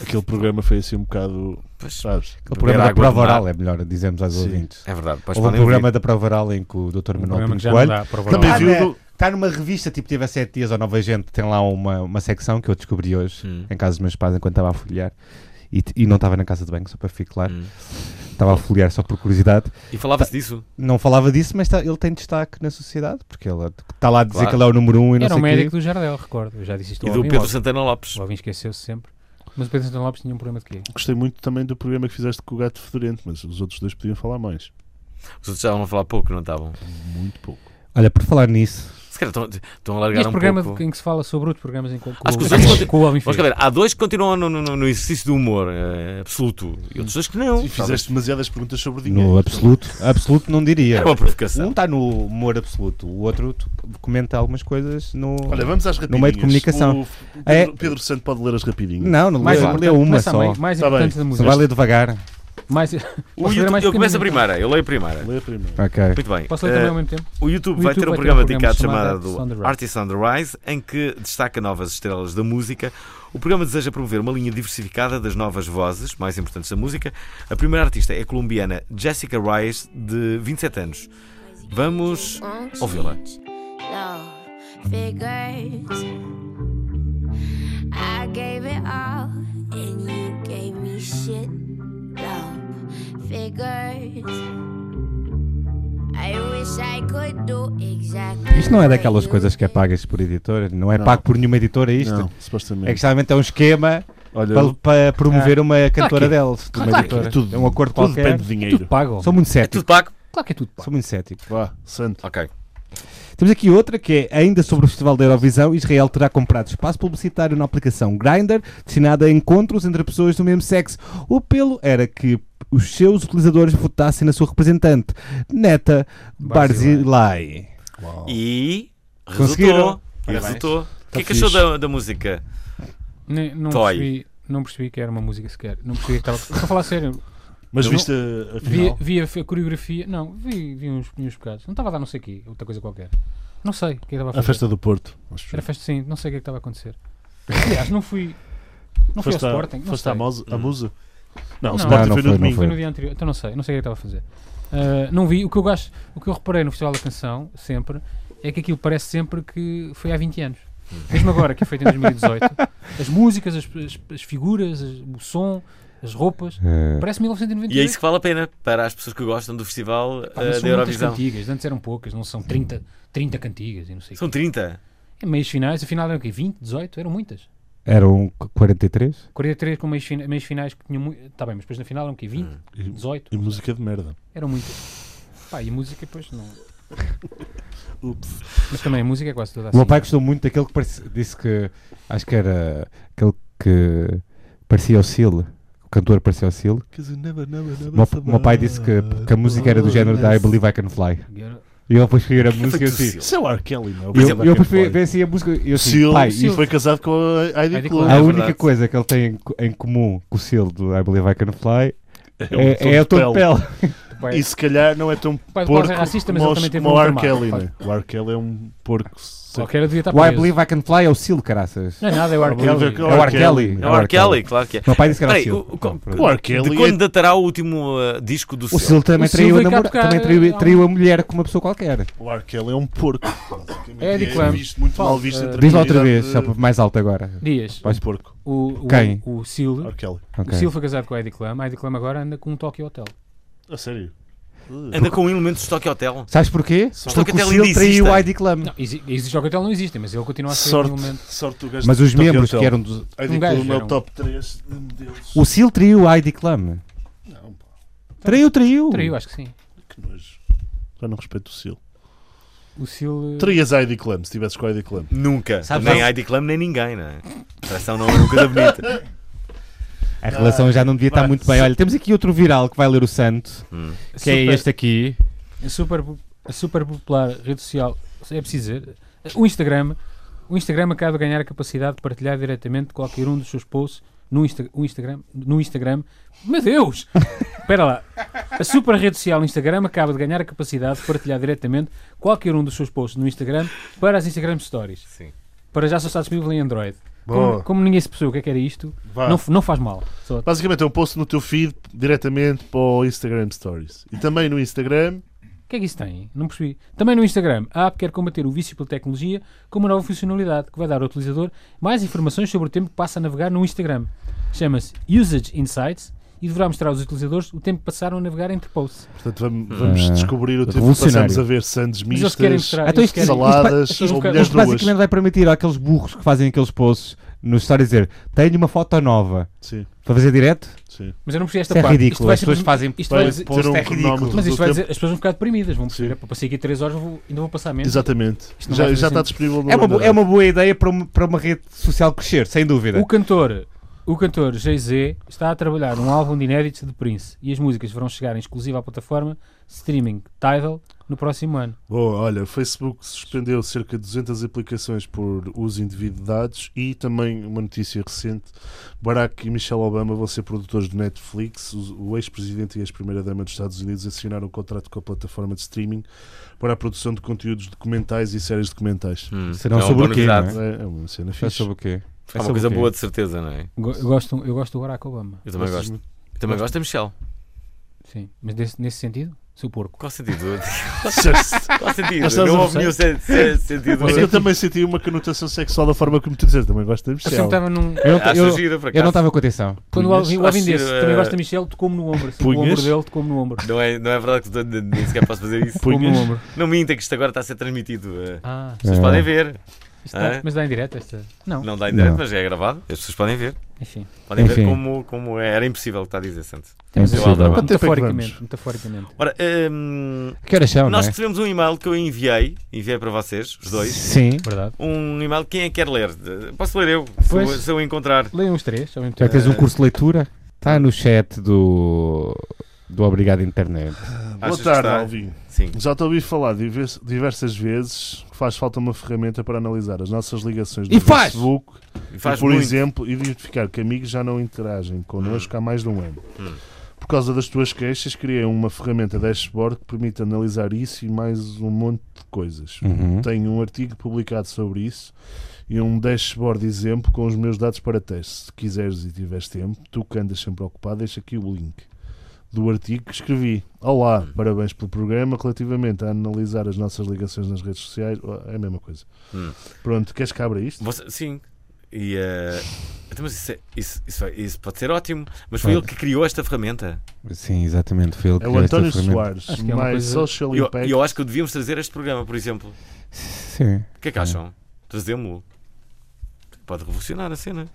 Speaker 5: Aquele programa foi assim um bocado.
Speaker 3: Pois,
Speaker 5: Sabes?
Speaker 4: O programa da
Speaker 3: água de
Speaker 4: prova
Speaker 3: mar.
Speaker 4: oral é melhor, dizemos aos
Speaker 5: Sim.
Speaker 4: ouvintes.
Speaker 3: é verdade. Pois
Speaker 4: Houve um
Speaker 3: podem ouvir.
Speaker 4: programa da prova oral em que o Dr.
Speaker 6: Um
Speaker 4: Manuel
Speaker 6: programa
Speaker 4: Pinto
Speaker 6: que já não
Speaker 4: Coelho
Speaker 6: dá para
Speaker 5: Também
Speaker 4: Ah,
Speaker 5: vi
Speaker 6: oral.
Speaker 4: né?
Speaker 5: o do-
Speaker 4: Está numa revista, tipo, teve há 7 dias ou Nova Gente, tem lá uma, uma secção que eu descobri hoje,
Speaker 3: Hum.
Speaker 4: em casa dos meus pais, enquanto estava a folhear. E, t- e não estava na casa de banho, só para ficar claro.
Speaker 3: Hum.
Speaker 4: Estava a folhear só por curiosidade.
Speaker 3: E falava-se disso.
Speaker 4: Não falava disso, mas tá- ele tem destaque na sociedade, porque ele está lá a dizer
Speaker 3: Claro.
Speaker 4: que ele é o número 1 um e não
Speaker 6: Era
Speaker 4: sei
Speaker 6: um
Speaker 4: o quê.
Speaker 6: médico do Jardel, recordo. Eu já disse isto
Speaker 3: E
Speaker 6: ao
Speaker 3: do
Speaker 6: Alvin
Speaker 3: Pedro
Speaker 6: Lopes.
Speaker 3: Santana Lopes.
Speaker 6: O Alvin esqueceu-se sempre. Mas o Pedro Santana Lopes tinha um problema de quê?
Speaker 5: Gostei muito também do programa que fizeste com o gato fedorento, mas os outros dois podiam falar mais.
Speaker 3: Os outros estavam a falar pouco, não estavam?
Speaker 5: Muito pouco.
Speaker 4: Olha, por falar nisso,
Speaker 3: Se calhar estão, estão a
Speaker 6: E
Speaker 3: largar
Speaker 6: este
Speaker 3: um
Speaker 6: programa
Speaker 3: pouco.
Speaker 6: de- em que se fala sobre outros programas em que
Speaker 3: Acho que os outros
Speaker 6: com,
Speaker 3: conti-
Speaker 6: com o Alvin
Speaker 3: Vamos
Speaker 6: Fez.
Speaker 3: cá ver, há dois que continuam no, no- no exercício do humor eh, absoluto e outros dois que não.
Speaker 5: E fizeste demasiadas perguntas sobre o dinheiro.
Speaker 4: no absoluto, absoluto não diria.
Speaker 3: É uma
Speaker 4: Um
Speaker 3: provocação.
Speaker 4: está no humor absoluto, o outro tu- comenta algumas coisas no.
Speaker 5: Olha, vamos às rapidinhas.
Speaker 4: No meio de comunicação.
Speaker 5: O Pedro,
Speaker 4: É-
Speaker 5: Pedro Santo pode ler as rapidinhas.
Speaker 4: Não, não
Speaker 6: Mais
Speaker 4: leu,
Speaker 6: importante,
Speaker 4: leu uma
Speaker 6: começa a
Speaker 4: só.
Speaker 6: meio, mais
Speaker 5: Tá bem.
Speaker 6: importante da
Speaker 4: Você vai
Speaker 6: música.
Speaker 4: ler devagar.
Speaker 6: Mais-
Speaker 3: O
Speaker 6: Posso ler
Speaker 3: YouTube-
Speaker 6: mais
Speaker 3: eu começo a
Speaker 6: pequenino, então?
Speaker 3: primeira, eu leio a primeira.
Speaker 5: Lê primeiro.
Speaker 4: Ok.
Speaker 3: Muito bem.
Speaker 6: Posso ler
Speaker 3: Eh,
Speaker 6: também ao mesmo tempo?
Speaker 3: O YouTube, vai ter um
Speaker 6: O YouTube vai ter
Speaker 3: programa
Speaker 6: um programa
Speaker 3: dedicado
Speaker 6: chamado
Speaker 3: chamado
Speaker 6: Artists on the Rise.
Speaker 3: Artists on the Rise, em que destaca novas estrelas da música. O programa deseja promover uma linha diversificada das novas vozes mais importantes da música. A primeira artista é a colombiana Jessica Rice, de 27 anos. Vamos ouvi-la.
Speaker 1: Figures. I gave it all, and you gave me shit. Love figures. I wish I could do exactly.
Speaker 4: Isto não é daquelas
Speaker 1: what
Speaker 4: coisas
Speaker 1: you
Speaker 4: que é
Speaker 1: did.
Speaker 4: pagas por editora, não é
Speaker 5: Não.
Speaker 4: pago por nenhuma editora isto.
Speaker 5: Não,
Speaker 4: É que
Speaker 5: supostamente.
Speaker 4: geralmente é um esquema
Speaker 5: Olha,
Speaker 4: para, para
Speaker 6: Ah.
Speaker 4: promover uma cantora
Speaker 6: aqui.
Speaker 4: deles. de uma
Speaker 6: Claro
Speaker 4: editora.
Speaker 5: é tudo-
Speaker 4: é um acordo
Speaker 5: tudo
Speaker 4: qualquer.
Speaker 5: depende de
Speaker 6: É tudo
Speaker 5: dinheiro.
Speaker 6: pago.
Speaker 4: Sou muito
Speaker 3: É tudo
Speaker 4: cético.
Speaker 3: pago?
Speaker 6: Claro que é tudo pago.
Speaker 4: Sou muito cético.
Speaker 5: Vá, Santo.
Speaker 3: Ok.
Speaker 4: Temos aqui outra que é ainda sobre o Festival da Eurovisão. Israel terá comprado espaço publicitário na aplicação Grindr destinada a encontros entre pessoas do mesmo sexo. O apelo era que os seus utilizadores votassem na sua representante, Neta Barzilai.
Speaker 3: E
Speaker 4: Conseguiram.
Speaker 3: resultou. E
Speaker 4: Parabéns.
Speaker 3: resultou. O que é que
Speaker 4: fixe.
Speaker 3: achou da, da música?
Speaker 6: Nem- Não
Speaker 3: Toy.
Speaker 6: percebi, não percebi que era uma música sequer. Não percebi que estava. Estou a falar sério.
Speaker 5: Mas
Speaker 6: Não.
Speaker 5: viste a, a
Speaker 6: Vi,
Speaker 5: final?
Speaker 6: vi a, a coreografia. Não, vi, vi uns, uns bocados. Não estava a dar não sei o quê, outra coisa qualquer. Não sei o que é que estava a fazer.
Speaker 5: A festa do Porto. Acho que
Speaker 6: Era festa sim, não sei o que é que estava a acontecer. Aliás, não fui. Não fui ao
Speaker 5: Foste à-
Speaker 6: Sporting. Não
Speaker 5: Foste à
Speaker 6: sei.
Speaker 5: Mosa- à Musa? Não, o
Speaker 6: Não,
Speaker 5: Sporting
Speaker 4: não
Speaker 5: foi
Speaker 4: foi,
Speaker 5: no
Speaker 4: não
Speaker 5: domingo.
Speaker 6: Foi no dia anterior. Então não sei, não sei o que é que estava a fazer. Ah, não vi. O que eu gasto, o que eu reparei no Festival da Canção, sempre, é que aquilo parece sempre que foi há 20 anos. Mesmo agora, que é feito em 2018, as músicas, as, as- as figuras, as- o som, as roupas, parece 1998.
Speaker 3: E é isso que vale a pena para as pessoas que gostam do festival eh,
Speaker 6: Pá, mas
Speaker 3: da
Speaker 6: são muitas
Speaker 3: Eurovisão.
Speaker 6: cantigas, antes eram poucas, não são 30, 30 cantigas e não sei o
Speaker 3: São 30.
Speaker 6: quê. Meios finais, afinal eram o quê? 20, 18? Eram muitas.
Speaker 4: Eram 43?
Speaker 6: 43 com meios, fina- meios finais que tinham muito. Está bem, mas depois na final eram o quê? 20,
Speaker 3: Ah.
Speaker 5: E-
Speaker 6: 18?
Speaker 5: E música de merda.
Speaker 6: Eram muitas. Pá, e a música depois não.
Speaker 5: Ups.
Speaker 6: Mas também a música é quase toda
Speaker 4: O
Speaker 6: assim.
Speaker 4: meu pai gostou muito daquele que parece- disse que acho que era aquele que parecia o Seal. O cantor parecia o Seal. O meu, o meu pai disse que, que a música era do género da I Believe I Can Fly. E ele foi escolher a música e eu assim.
Speaker 5: Isso é o R. Kelly, não é? O
Speaker 4: Eu,
Speaker 5: Believe
Speaker 4: eu
Speaker 5: I Can
Speaker 4: fui
Speaker 5: Fly.
Speaker 4: ver assim a música e eu assim,
Speaker 5: Seal,
Speaker 4: pai,
Speaker 5: e
Speaker 4: isto-
Speaker 5: foi casado com a Heidi
Speaker 6: Heidi
Speaker 5: Klum.
Speaker 4: a
Speaker 6: É
Speaker 4: única
Speaker 3: verdade.
Speaker 4: coisa que ele tem em, co- em comum com o Seal do I Believe I Can Fly
Speaker 5: um tom
Speaker 4: é, é
Speaker 5: de
Speaker 4: o tom de pele.
Speaker 6: Pai,
Speaker 5: E se calhar não é tão
Speaker 6: pai do
Speaker 5: porco
Speaker 6: Borges é racista, mas
Speaker 5: como
Speaker 6: ele também
Speaker 5: os-
Speaker 6: teve
Speaker 5: como o
Speaker 6: um
Speaker 5: R.
Speaker 6: tomate.
Speaker 5: Kelly,
Speaker 6: Pai,
Speaker 5: né? O R. Kelly é um porco. sei-
Speaker 6: Qualquer devia estar
Speaker 4: O I
Speaker 6: preso.
Speaker 4: Believe I Can Fly é o Seal, caraças.
Speaker 6: Não é nada, é o R.
Speaker 5: Believe
Speaker 6: Kelly.
Speaker 5: I can-
Speaker 4: É o R. Kelly.
Speaker 3: É o R. Kelly, claro que é.
Speaker 4: O meu pai disse que era o
Speaker 3: Peraí,
Speaker 4: Seal.
Speaker 3: o- o-
Speaker 4: Então, pronto.
Speaker 5: O R.
Speaker 3: De
Speaker 5: Kelly
Speaker 3: quando
Speaker 5: é...
Speaker 3: datará o último eh, disco do
Speaker 4: O
Speaker 3: Seal?
Speaker 4: Seal também
Speaker 6: O Seal
Speaker 4: traiu a
Speaker 6: veio cá
Speaker 4: namora-
Speaker 6: tocar,
Speaker 4: também traiu-
Speaker 6: eh,
Speaker 4: traiu a mulher com uma pessoa qualquer.
Speaker 5: O R. Kelly é um porco.
Speaker 6: É Heidi Klum.
Speaker 5: visto- Muito mal visto
Speaker 6: Eh,
Speaker 5: entre a
Speaker 4: Diz lá outra
Speaker 5: comunidade
Speaker 4: vez, só para- mais alto agora.
Speaker 6: Dias.
Speaker 5: de- Um porco.
Speaker 6: O, o,
Speaker 4: Quem?
Speaker 6: O, Sil.
Speaker 5: R. Kelly.
Speaker 4: Ok.
Speaker 6: O Sil foi casado com a Heidi Klum. A Heidi Klum agora anda com um Tokyo Hotel.
Speaker 5: A sério.
Speaker 3: Anda com um elemento de Stock Hotel.
Speaker 4: Sabes porquê?
Speaker 3: Porque
Speaker 4: Porque o
Speaker 3: até
Speaker 4: Seal
Speaker 3: lindicista.
Speaker 4: traiu o ID Club.
Speaker 6: Não, exi- existe Tokyo Hotel, não existem, mas ele continua a ser
Speaker 5: Sorte,
Speaker 6: um elemento.
Speaker 5: sorte Então, é o gajo
Speaker 4: Mas
Speaker 5: do
Speaker 4: os
Speaker 5: Tokyo
Speaker 4: membros
Speaker 5: Hotel.
Speaker 4: que eram dos.
Speaker 5: Heidi
Speaker 6: Um
Speaker 5: Klum
Speaker 6: gajo
Speaker 5: é
Speaker 6: era
Speaker 5: o
Speaker 6: um-
Speaker 5: top 3 de modelos.
Speaker 4: O Seal traiu o ID Club.
Speaker 5: Não, pá,
Speaker 4: Traiu, traiu.
Speaker 6: Traiu, é. acho que sim.
Speaker 5: que nojo. Já não respeito o Sil.
Speaker 6: O Sil. eh,
Speaker 5: Terias a Heidi Klum se tivesses com a Heidi Klum.
Speaker 3: Nunca.
Speaker 4: Sabes-
Speaker 3: nem Heidi Klum, nem ninguém, não é? Traição não é uma coisa bonita.
Speaker 4: A relação já não devia estar
Speaker 5: vai.
Speaker 4: muito bem. Olha, temos aqui outro viral que vai ler o santo, que é
Speaker 6: Super-
Speaker 4: este aqui.
Speaker 6: a super, a super popular rede social, é preciso dizer, o Instagram, o Instagram acaba de ganhar a capacidade de partilhar diretamente qualquer um dos seus posts no, Insta, o Instagram, no Instagram. Meu Deus! Espera lá. A super rede social Instagram acaba de ganhar a capacidade de partilhar diretamente qualquer um dos seus posts no Instagram para as Instagram Stories.
Speaker 3: Sim.
Speaker 6: Para já só está disponível em Android. Como,
Speaker 5: Boa.
Speaker 6: como ninguém se percebeu o que é que era isto,
Speaker 5: Vá.
Speaker 6: não, f- não faz mal. Só-
Speaker 5: Basicamente é um post no teu feed diretamente para o Instagram Stories. E também no Instagram.
Speaker 6: O que é que isso tem? Não percebi. Também no Instagram, a app quer combater o vício pela tecnologia com uma nova funcionalidade que vai dar ao utilizador mais informações sobre o tempo que passa a navegar no Instagram. Chama-se Usage Insights e deverá mostrar aos utilizadores o tempo que passaram a navegar entre posts.
Speaker 5: Portanto, vamos, vamos
Speaker 4: Ah,
Speaker 5: descobrir o tempo que
Speaker 4: revolucionário.
Speaker 5: passamos a ver sandes
Speaker 6: Mas eles querem
Speaker 5: mistas,
Speaker 6: mostrar.
Speaker 4: Então
Speaker 6: eles
Speaker 4: isto-
Speaker 6: querem-
Speaker 4: isto-
Speaker 5: saladas
Speaker 6: isto-
Speaker 5: ou
Speaker 6: isto-
Speaker 5: mulheres
Speaker 4: Isto
Speaker 5: nuas.
Speaker 4: basicamente vai permitir àqueles burros que fazem aqueles posts nos stories dizer tenho uma foto nova
Speaker 5: Sim,
Speaker 4: para fazer direto.
Speaker 5: sim.
Speaker 6: Mas eu não percebi esta
Speaker 4: Isto é
Speaker 6: parte.
Speaker 4: ridículo. As
Speaker 6: Isto vai
Speaker 4: pessoas
Speaker 6: ser...
Speaker 4: fazem
Speaker 6: isto vai
Speaker 5: Para
Speaker 6: dizer-
Speaker 5: ter um
Speaker 4: é ridículo.
Speaker 5: cronómetro
Speaker 6: Mas
Speaker 5: do
Speaker 6: isto vai
Speaker 5: tempo.
Speaker 6: dizer, as pessoas vão ficar deprimidas, vão perceber,
Speaker 5: Sim.
Speaker 6: "Epá, passei aqui 3 horas, vou- ainda vou passar menos.
Speaker 5: Exatamente.
Speaker 6: Isto não vai
Speaker 5: Já,
Speaker 6: fazer
Speaker 5: já está
Speaker 6: sentido.
Speaker 5: disponível no
Speaker 4: É uma, bo-
Speaker 5: Android.
Speaker 4: é uma boa ideia para uma, para uma rede social crescer, sem dúvida.
Speaker 6: O cantor, o cantor Jay-Z está a trabalhar num álbum de inéditos de Prince e as músicas vão chegar em exclusiva à plataforma streaming Tidal no próximo ano.
Speaker 5: Bom, olha, o Facebook suspendeu cerca de 200 aplicações por uso indevido de dados e também uma notícia recente: Barack e Michelle Obama vão ser produtores do Netflix. O o ex-presidente e ex-primeira-dama dos Estados Unidos assinaram um contrato com a plataforma de streaming para a produção de conteúdos documentais e séries documentais.
Speaker 3: Hum.
Speaker 4: Serão
Speaker 3: É uma
Speaker 4: sobre o
Speaker 3: boa
Speaker 4: quê,
Speaker 3: novidade.
Speaker 4: um não
Speaker 5: É, é uma cena
Speaker 4: É
Speaker 5: fixe.
Speaker 4: sobre o quê?
Speaker 3: É uma
Speaker 4: sobre
Speaker 3: coisa
Speaker 4: o quê?
Speaker 3: boa de certeza, não é?
Speaker 6: Go- Eu gosto, eu gosto do Barack Obama.
Speaker 3: Eu também
Speaker 5: Vocês-
Speaker 3: gosto. Eu também gosto da Michelle.
Speaker 6: Sim. Mas desse- nesse sentido, sou porco.
Speaker 3: Qual sentido?
Speaker 5: Just-
Speaker 3: Qual sentido?
Speaker 5: Mas estás a
Speaker 3: Não houve
Speaker 5: gozar?
Speaker 3: nenhum sen- sen- sentido.
Speaker 5: Mas eu também senti uma conotação sexual da forma como tu dizes, também gosto
Speaker 4: Assim,
Speaker 5: da
Speaker 6: Eu sempre
Speaker 5: Michelle.
Speaker 4: tá
Speaker 6: estava num.
Speaker 4: Eu não,
Speaker 3: Acho
Speaker 4: eu-
Speaker 3: gira, Ah, por
Speaker 4: eu não
Speaker 3: acaso.
Speaker 4: estava com atenção.
Speaker 6: Quando o
Speaker 5: Punhas?
Speaker 6: Alvin, o Alvin
Speaker 3: Acho
Speaker 6: desse,
Speaker 3: que, eh,
Speaker 6: também gosto da Michelle, tocou-me no ombro. Assim, o
Speaker 5: Punhas?
Speaker 6: ombro dele tocou-me no ombro.
Speaker 3: Não é, não é verdade que eu nem- nem sequer posso fazer
Speaker 4: um
Speaker 3: isso.
Speaker 6: Tocou-me
Speaker 5: Punhas?
Speaker 6: no ombro.
Speaker 3: Não minta que isto agora está a ser transmitido. eh.
Speaker 6: Ah,
Speaker 3: As pessoas
Speaker 4: É.
Speaker 3: podem ver.
Speaker 6: isto dá-
Speaker 3: É?
Speaker 6: mas dá em direto esta? Não.
Speaker 3: Não dá em direto,
Speaker 4: Não.
Speaker 3: mas é gravado. As pessoas podem ver.
Speaker 6: Enfim.
Speaker 3: Podem ver
Speaker 4: Enfim.
Speaker 3: como, como é- era impossível o que está a dizer, Santos.
Speaker 4: É impossível.
Speaker 5: Quanto tempo é que
Speaker 6: Metaforicamente,
Speaker 5: vamos?
Speaker 6: metaforicamente.
Speaker 3: Ora, hum,
Speaker 4: Que horas são, não
Speaker 3: nós
Speaker 4: é?
Speaker 3: recebemos um e-mail que eu enviei, enviei para vocês, os dois.
Speaker 4: Sim.
Speaker 6: Verdade.
Speaker 3: Um e-mail, quem é que quer ler? De- Posso ler eu, se
Speaker 6: Pois.
Speaker 3: eu, se eu encontrar.
Speaker 6: Leiam os três, ao mesmo
Speaker 4: Já
Speaker 6: tempo.
Speaker 4: tens um curso de leitura? Está no chat do, do Obrigado Internet.
Speaker 3: Achas
Speaker 5: Boa
Speaker 3: que
Speaker 5: tarde,
Speaker 3: está?
Speaker 5: Alvin.
Speaker 3: Sim.
Speaker 5: Já te ouvi falar divers- diversas vezes que faz falta uma ferramenta para analisar as nossas ligações no
Speaker 4: E faz!
Speaker 5: Facebook
Speaker 3: E Faz
Speaker 5: e, por
Speaker 3: muito.
Speaker 5: exemplo, identificar que amigos já não interagem connosco há mais de um ano.
Speaker 3: Hum.
Speaker 5: Por causa das tuas queixas, criei uma ferramenta dashboard que permite analisar isso e mais um monte de coisas.
Speaker 4: Uhum.
Speaker 5: Tenho um artigo publicado sobre isso e um dashboard exemplo com os meus dados para teste. Se quiseres e tiveres tempo, tu que andas sempre ocupado, deixa aqui o link do artigo que escrevi. Olá,
Speaker 3: Uhum.
Speaker 5: parabéns pelo programa. Relativamente a analisar as nossas ligações nas redes sociais, oh, é a mesma coisa.
Speaker 3: Hum.
Speaker 5: Pronto, queres que abra isto?
Speaker 3: Você- sim. E, eh, então, mas isso, é- isso, isso, é- isso pode ser ótimo. Mas foi
Speaker 4: Pode.
Speaker 3: ele que criou esta ferramenta.
Speaker 4: Sim, exatamente. Foi ele que
Speaker 5: É o
Speaker 4: criou esta
Speaker 5: António
Speaker 4: ferramenta.
Speaker 5: Soares,
Speaker 6: Acho que é uma
Speaker 5: mais
Speaker 6: coisa-
Speaker 5: social
Speaker 3: E eu,
Speaker 5: impact.
Speaker 3: e eu acho que devíamos trazer este programa, por exemplo.
Speaker 4: Sim.
Speaker 3: O que é que acham? Trazemos-lo. Pode revolucionar a cena.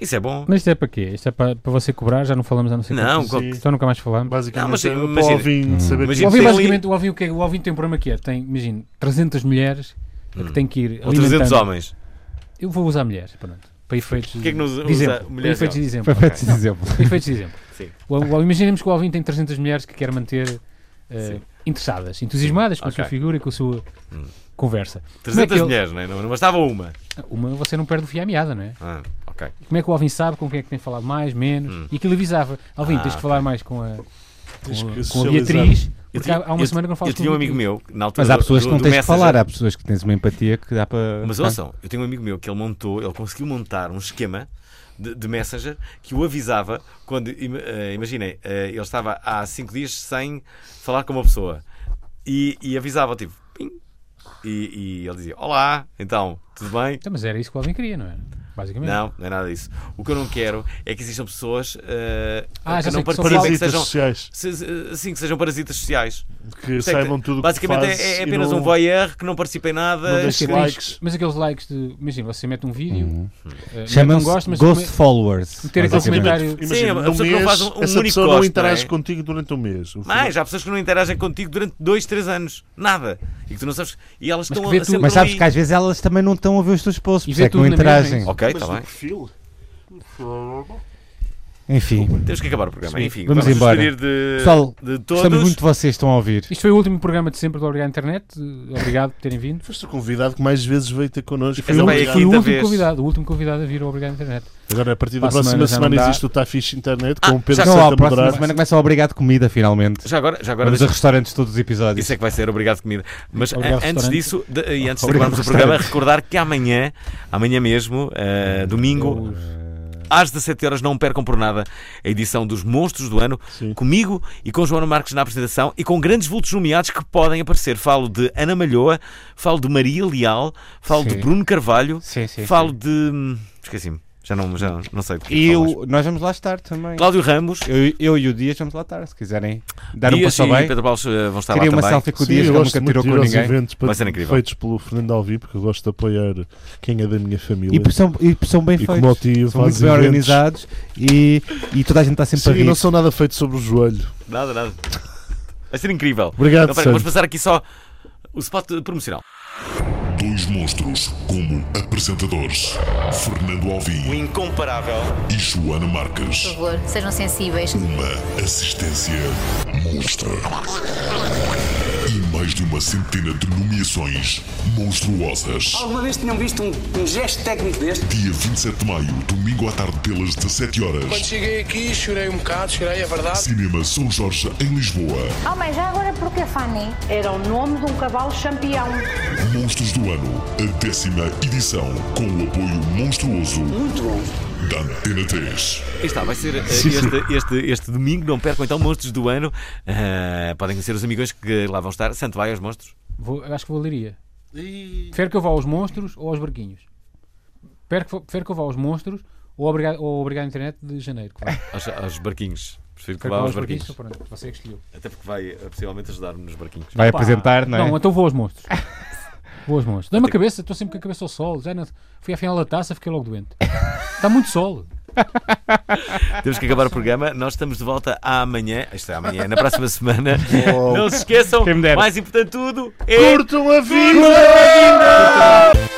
Speaker 3: Isso é bom.
Speaker 6: Mas isto é para quê? Isto é para, para você cobrar, já não falamos há não sei
Speaker 3: Não,
Speaker 6: quantos-
Speaker 3: co-
Speaker 5: Sim.
Speaker 6: Então nunca mais falamos.
Speaker 5: Basicamente,
Speaker 3: Não, Ah, mas
Speaker 5: é para o
Speaker 3: imagina-
Speaker 5: ouvinte saber
Speaker 3: Imagina-
Speaker 6: O
Speaker 5: quem
Speaker 6: Alvin,
Speaker 3: Sim.
Speaker 6: basicamente, o Alvin, o, que é- o Alvin tem um problema que é, tem, imagino, 300 mulheres a que tem que ir
Speaker 3: Hum. ou 300
Speaker 6: alimentando.
Speaker 3: homens.
Speaker 6: Eu vou usar mulheres, pronto, para efeitos
Speaker 3: Porquê é que nos
Speaker 6: de
Speaker 3: usa
Speaker 6: exemplo. Para
Speaker 3: mulheres
Speaker 6: efeitos de
Speaker 3: não?
Speaker 6: exemplo.
Speaker 4: Foi para te dizer.
Speaker 6: Para efeitos de exemplo.
Speaker 3: Sim.
Speaker 6: O, o- imaginemos que o Alvin tem 300 mulheres que quer manter eh,
Speaker 3: Sim.
Speaker 6: interessadas, entusiasmadas com a
Speaker 3: Ok.
Speaker 6: sua figura e com a sua conversa. Como é
Speaker 3: 300
Speaker 6: que ele-
Speaker 3: mulheres, não é? Não, não bastava uma.
Speaker 6: Uma você não perde o fio à meada, não é?
Speaker 3: Ah, ok.
Speaker 6: Como é que o Alvin sabe com quem é que tem falado mais, menos?
Speaker 3: Hum.
Speaker 6: E aquilo avisava. Alvin,
Speaker 3: Ah,
Speaker 6: tens que falar mais com a,
Speaker 5: Tens
Speaker 6: com a-
Speaker 5: que
Speaker 6: com a
Speaker 5: socializar.
Speaker 6: Beatriz,
Speaker 3: Eu
Speaker 6: porque há, há uma
Speaker 3: eu-
Speaker 6: semana que não falas
Speaker 3: Eu tinha um
Speaker 6: com a
Speaker 3: amigo
Speaker 6: Beatriz.
Speaker 3: meu, que na altura.
Speaker 4: Mas há
Speaker 3: do-
Speaker 4: pessoas que
Speaker 3: do-
Speaker 4: não
Speaker 3: do
Speaker 4: tens que
Speaker 3: Messenger-
Speaker 4: falar, há pessoas que tens uma empatia que dá para.
Speaker 3: Mas ouçam, eu tenho um amigo meu que ele montou, ele conseguiu montar um esquema de, de Messenger que o avisava quando, im- eh, imaginem, eh, ele estava há 5 dias sem falar com uma pessoa e, e avisava, tipo, pim, e, e ele dizia: Olá, então, tudo bem?
Speaker 6: Então, mas era isso que o Alvin queria, não era? Basicamente.
Speaker 3: Não, não é nada disso. O que eu não quero é que existam pessoas eh,
Speaker 6: Ah, já
Speaker 3: que não
Speaker 6: sei que são
Speaker 3: participem, que
Speaker 5: Parasitas
Speaker 3: sejam,
Speaker 5: sociais
Speaker 3: se- se- assim, que sejam parasitas sociais.
Speaker 5: que
Speaker 3: Sei que-
Speaker 5: saibam tudo o que
Speaker 3: Basicamente é-
Speaker 5: fazes
Speaker 3: é,
Speaker 5: e
Speaker 3: apenas
Speaker 5: não-
Speaker 3: um voyeur que não participa em nada.
Speaker 5: Não
Speaker 6: Mas,
Speaker 5: deixa
Speaker 3: que-
Speaker 5: Estes
Speaker 6: likes.
Speaker 5: likes.
Speaker 6: mas aqueles likes de. Imagina, você mete um vídeo, eh, mete um
Speaker 4: Chamam-se
Speaker 6: gosto, mas
Speaker 4: Ghost
Speaker 6: come-
Speaker 4: Followers.
Speaker 6: meter aquele
Speaker 4: basicamente.
Speaker 6: comentário.
Speaker 5: Imagina,
Speaker 3: Sim, a
Speaker 5: num
Speaker 3: pessoa que não
Speaker 5: mês,
Speaker 3: faz um- um
Speaker 5: essa
Speaker 3: único
Speaker 5: pessoa não
Speaker 3: gosto,
Speaker 5: interage
Speaker 3: não é?
Speaker 5: contigo durante um mês. O
Speaker 3: Mais, há pessoas que não interagem contigo durante 2, 3 anos. Nada. E que tu não sabes. E elas
Speaker 6: Mas
Speaker 3: estão
Speaker 6: que vê
Speaker 3: a
Speaker 6: tu-
Speaker 3: sempre
Speaker 4: Mas sabes
Speaker 3: ali.
Speaker 4: que às vezes elas também não estão a ver os teus posts,
Speaker 6: E
Speaker 4: por isso
Speaker 6: vê
Speaker 4: é que
Speaker 3: tá
Speaker 6: tudo
Speaker 4: não
Speaker 6: na mesma,
Speaker 4: interagem.
Speaker 6: é isso.
Speaker 3: Ok,
Speaker 5: Mas
Speaker 3: está
Speaker 5: do
Speaker 3: bem.
Speaker 5: perfil?
Speaker 4: Enfim,
Speaker 3: Temos que acabar o programa.
Speaker 4: Sim.
Speaker 3: Enfim,
Speaker 4: Vamos
Speaker 3: vamos,
Speaker 4: embora.
Speaker 3: despedir de,
Speaker 4: Pessoal,
Speaker 5: é
Speaker 3: de
Speaker 4: gostamos
Speaker 3: todos.
Speaker 4: muito de vocês que estão a ouvir.
Speaker 6: Isto foi o último programa de sempre do Obrigado Internet. Eh, Obrigado por terem vindo.
Speaker 5: Foste o convidado que mais vezes veio ter connosco. um
Speaker 3: Essa
Speaker 6: o
Speaker 3: vai
Speaker 6: último-
Speaker 3: a
Speaker 6: foi o
Speaker 3: quinta
Speaker 6: último
Speaker 3: vez.
Speaker 6: convidado, o último convidado a vir ao Obrigado Internet.
Speaker 5: Agora, a partir da
Speaker 6: Para a
Speaker 5: próxima
Speaker 6: semana já não
Speaker 5: semana,
Speaker 6: dá.
Speaker 5: existe o Tafiche Internet
Speaker 3: Ah,
Speaker 5: com o Pedro
Speaker 4: Não,
Speaker 5: Santa
Speaker 4: a Então, próxima
Speaker 5: Moderar.
Speaker 4: semana começa a obrigado comida, finalmente.
Speaker 3: Já agora, já agora
Speaker 4: Vamos a
Speaker 3: deixa-
Speaker 4: restaurantes todos os episódios.
Speaker 3: Isso é que vai ser, obrigado comida. Mas
Speaker 6: Obrigado,
Speaker 3: a- antes
Speaker 6: restaurante.
Speaker 3: disso, de- e antes de
Speaker 4: Obrigado,
Speaker 3: acabarmos o programa, recordar que amanhã, amanhã mesmo, eh, domingo,
Speaker 4: Uh,
Speaker 3: às 17 horas, não percam por nada a edição dos Monstros do Ano,
Speaker 5: Sim.
Speaker 3: comigo e com Joana Marques na apresentação e com grandes vultos nomeados que podem aparecer. Falo de Ana Malhoa, falo de Maria Leal, falo de
Speaker 4: Sim.
Speaker 3: Bruno Carvalho,
Speaker 4: Sim, sim,
Speaker 3: falo de. hum, Esqueci-me, já não, já não sei do que é que
Speaker 4: E
Speaker 3: falo mais.
Speaker 4: eu- nós vamos lá estar também.
Speaker 3: Cláudio Ramos.
Speaker 4: Eu, eu e o Dias vamos lá estar, se quiserem dar um
Speaker 3: Dias
Speaker 4: passo ao
Speaker 3: e
Speaker 4: bem.
Speaker 3: Pedro Paulo eh, vão estar
Speaker 4: Queria
Speaker 3: lá
Speaker 4: uma
Speaker 3: também.
Speaker 4: selfie com o
Speaker 5: Sim,
Speaker 4: Dias,
Speaker 5: eu
Speaker 4: que ele
Speaker 5: gosto
Speaker 4: nunca
Speaker 5: muito
Speaker 4: tirou
Speaker 5: de
Speaker 4: com
Speaker 5: ir aos
Speaker 4: ninguém.
Speaker 5: eventos
Speaker 3: Vai ser incrível.
Speaker 5: feitos pelo Fernando Alvi, porque eu gosto de apoiar quem é da minha família.
Speaker 4: E são, e são bem
Speaker 5: E
Speaker 4: feitos.
Speaker 5: como o tio
Speaker 4: são muito
Speaker 5: faz
Speaker 4: bem
Speaker 5: eventos.
Speaker 4: organizados e, e toda a gente está sempre
Speaker 5: Sim,
Speaker 4: a rir.
Speaker 5: não são nada feito sobre o joelho.
Speaker 3: Nada, nada. Vai ser incrível.
Speaker 5: Obrigado,
Speaker 3: Não, pera, vamos
Speaker 5: Santos.
Speaker 3: passar aqui só o spot promocional.
Speaker 7: Dois monstros como apresentadores. Fernando Alvim
Speaker 3: incomparável.
Speaker 7: e Joana Marques.
Speaker 1: Por favor, sejam sensíveis.
Speaker 7: Uma assistência monstra. E mais de uma centena de nomeações monstruosas.
Speaker 9: Alguma vez tinham visto um, um gesto técnico deste?
Speaker 7: Dia 27 de maio, domingo à tarde, pelas 17 horas.
Speaker 9: Cheguei aqui, chorei um bocado, chorei, é verdade.
Speaker 7: Cinema São Jorge, em Lisboa.
Speaker 1: Oh, mas já agora porque Fanny?
Speaker 10: Era o nome de um cavalo campeão.
Speaker 7: Monstros do Ano, a décima edição, com o apoio monstruoso da Antena 3.
Speaker 3: Aí está, vai ser eh, este, este, este domingo. Não percam então Monstros do Ano. Ah, podem conhecer os amigos que lá vão estar. Santo vai aos monstros.
Speaker 6: Vou- acho que vou Leiria. Prefiro que eu vá aos monstros ou aos barquinhos? Prefiro que, prefiro que eu vá aos monstros ou ao obrigado, ou ao obrigado internet de janeiro. que vai. Prefiro
Speaker 3: Aos, aos barquinhos. Prefiro
Speaker 6: que
Speaker 3: que
Speaker 6: vá
Speaker 3: vá aos barquinhos.
Speaker 6: pronto, você é que escolheu.
Speaker 3: Até porque vai eh, possivelmente ajudar-me nos barquinhos.
Speaker 4: Vai
Speaker 6: Pá,
Speaker 4: apresentar, não é?
Speaker 6: Não, então vou aos monstros. vou aos monstros. Dá-me a cabeça, estou sempre com a cabeça ao sol. Já não, fui à final da taça, fiquei logo doente. Está muito sol.
Speaker 3: Temos que acabar o programa. Nós estamos de volta amanhã. Isto é amanhã, na próxima semana. Não se esqueçam.
Speaker 4: Quem me dera.
Speaker 3: Mais importante de tudo é.
Speaker 5: Curtam a vida!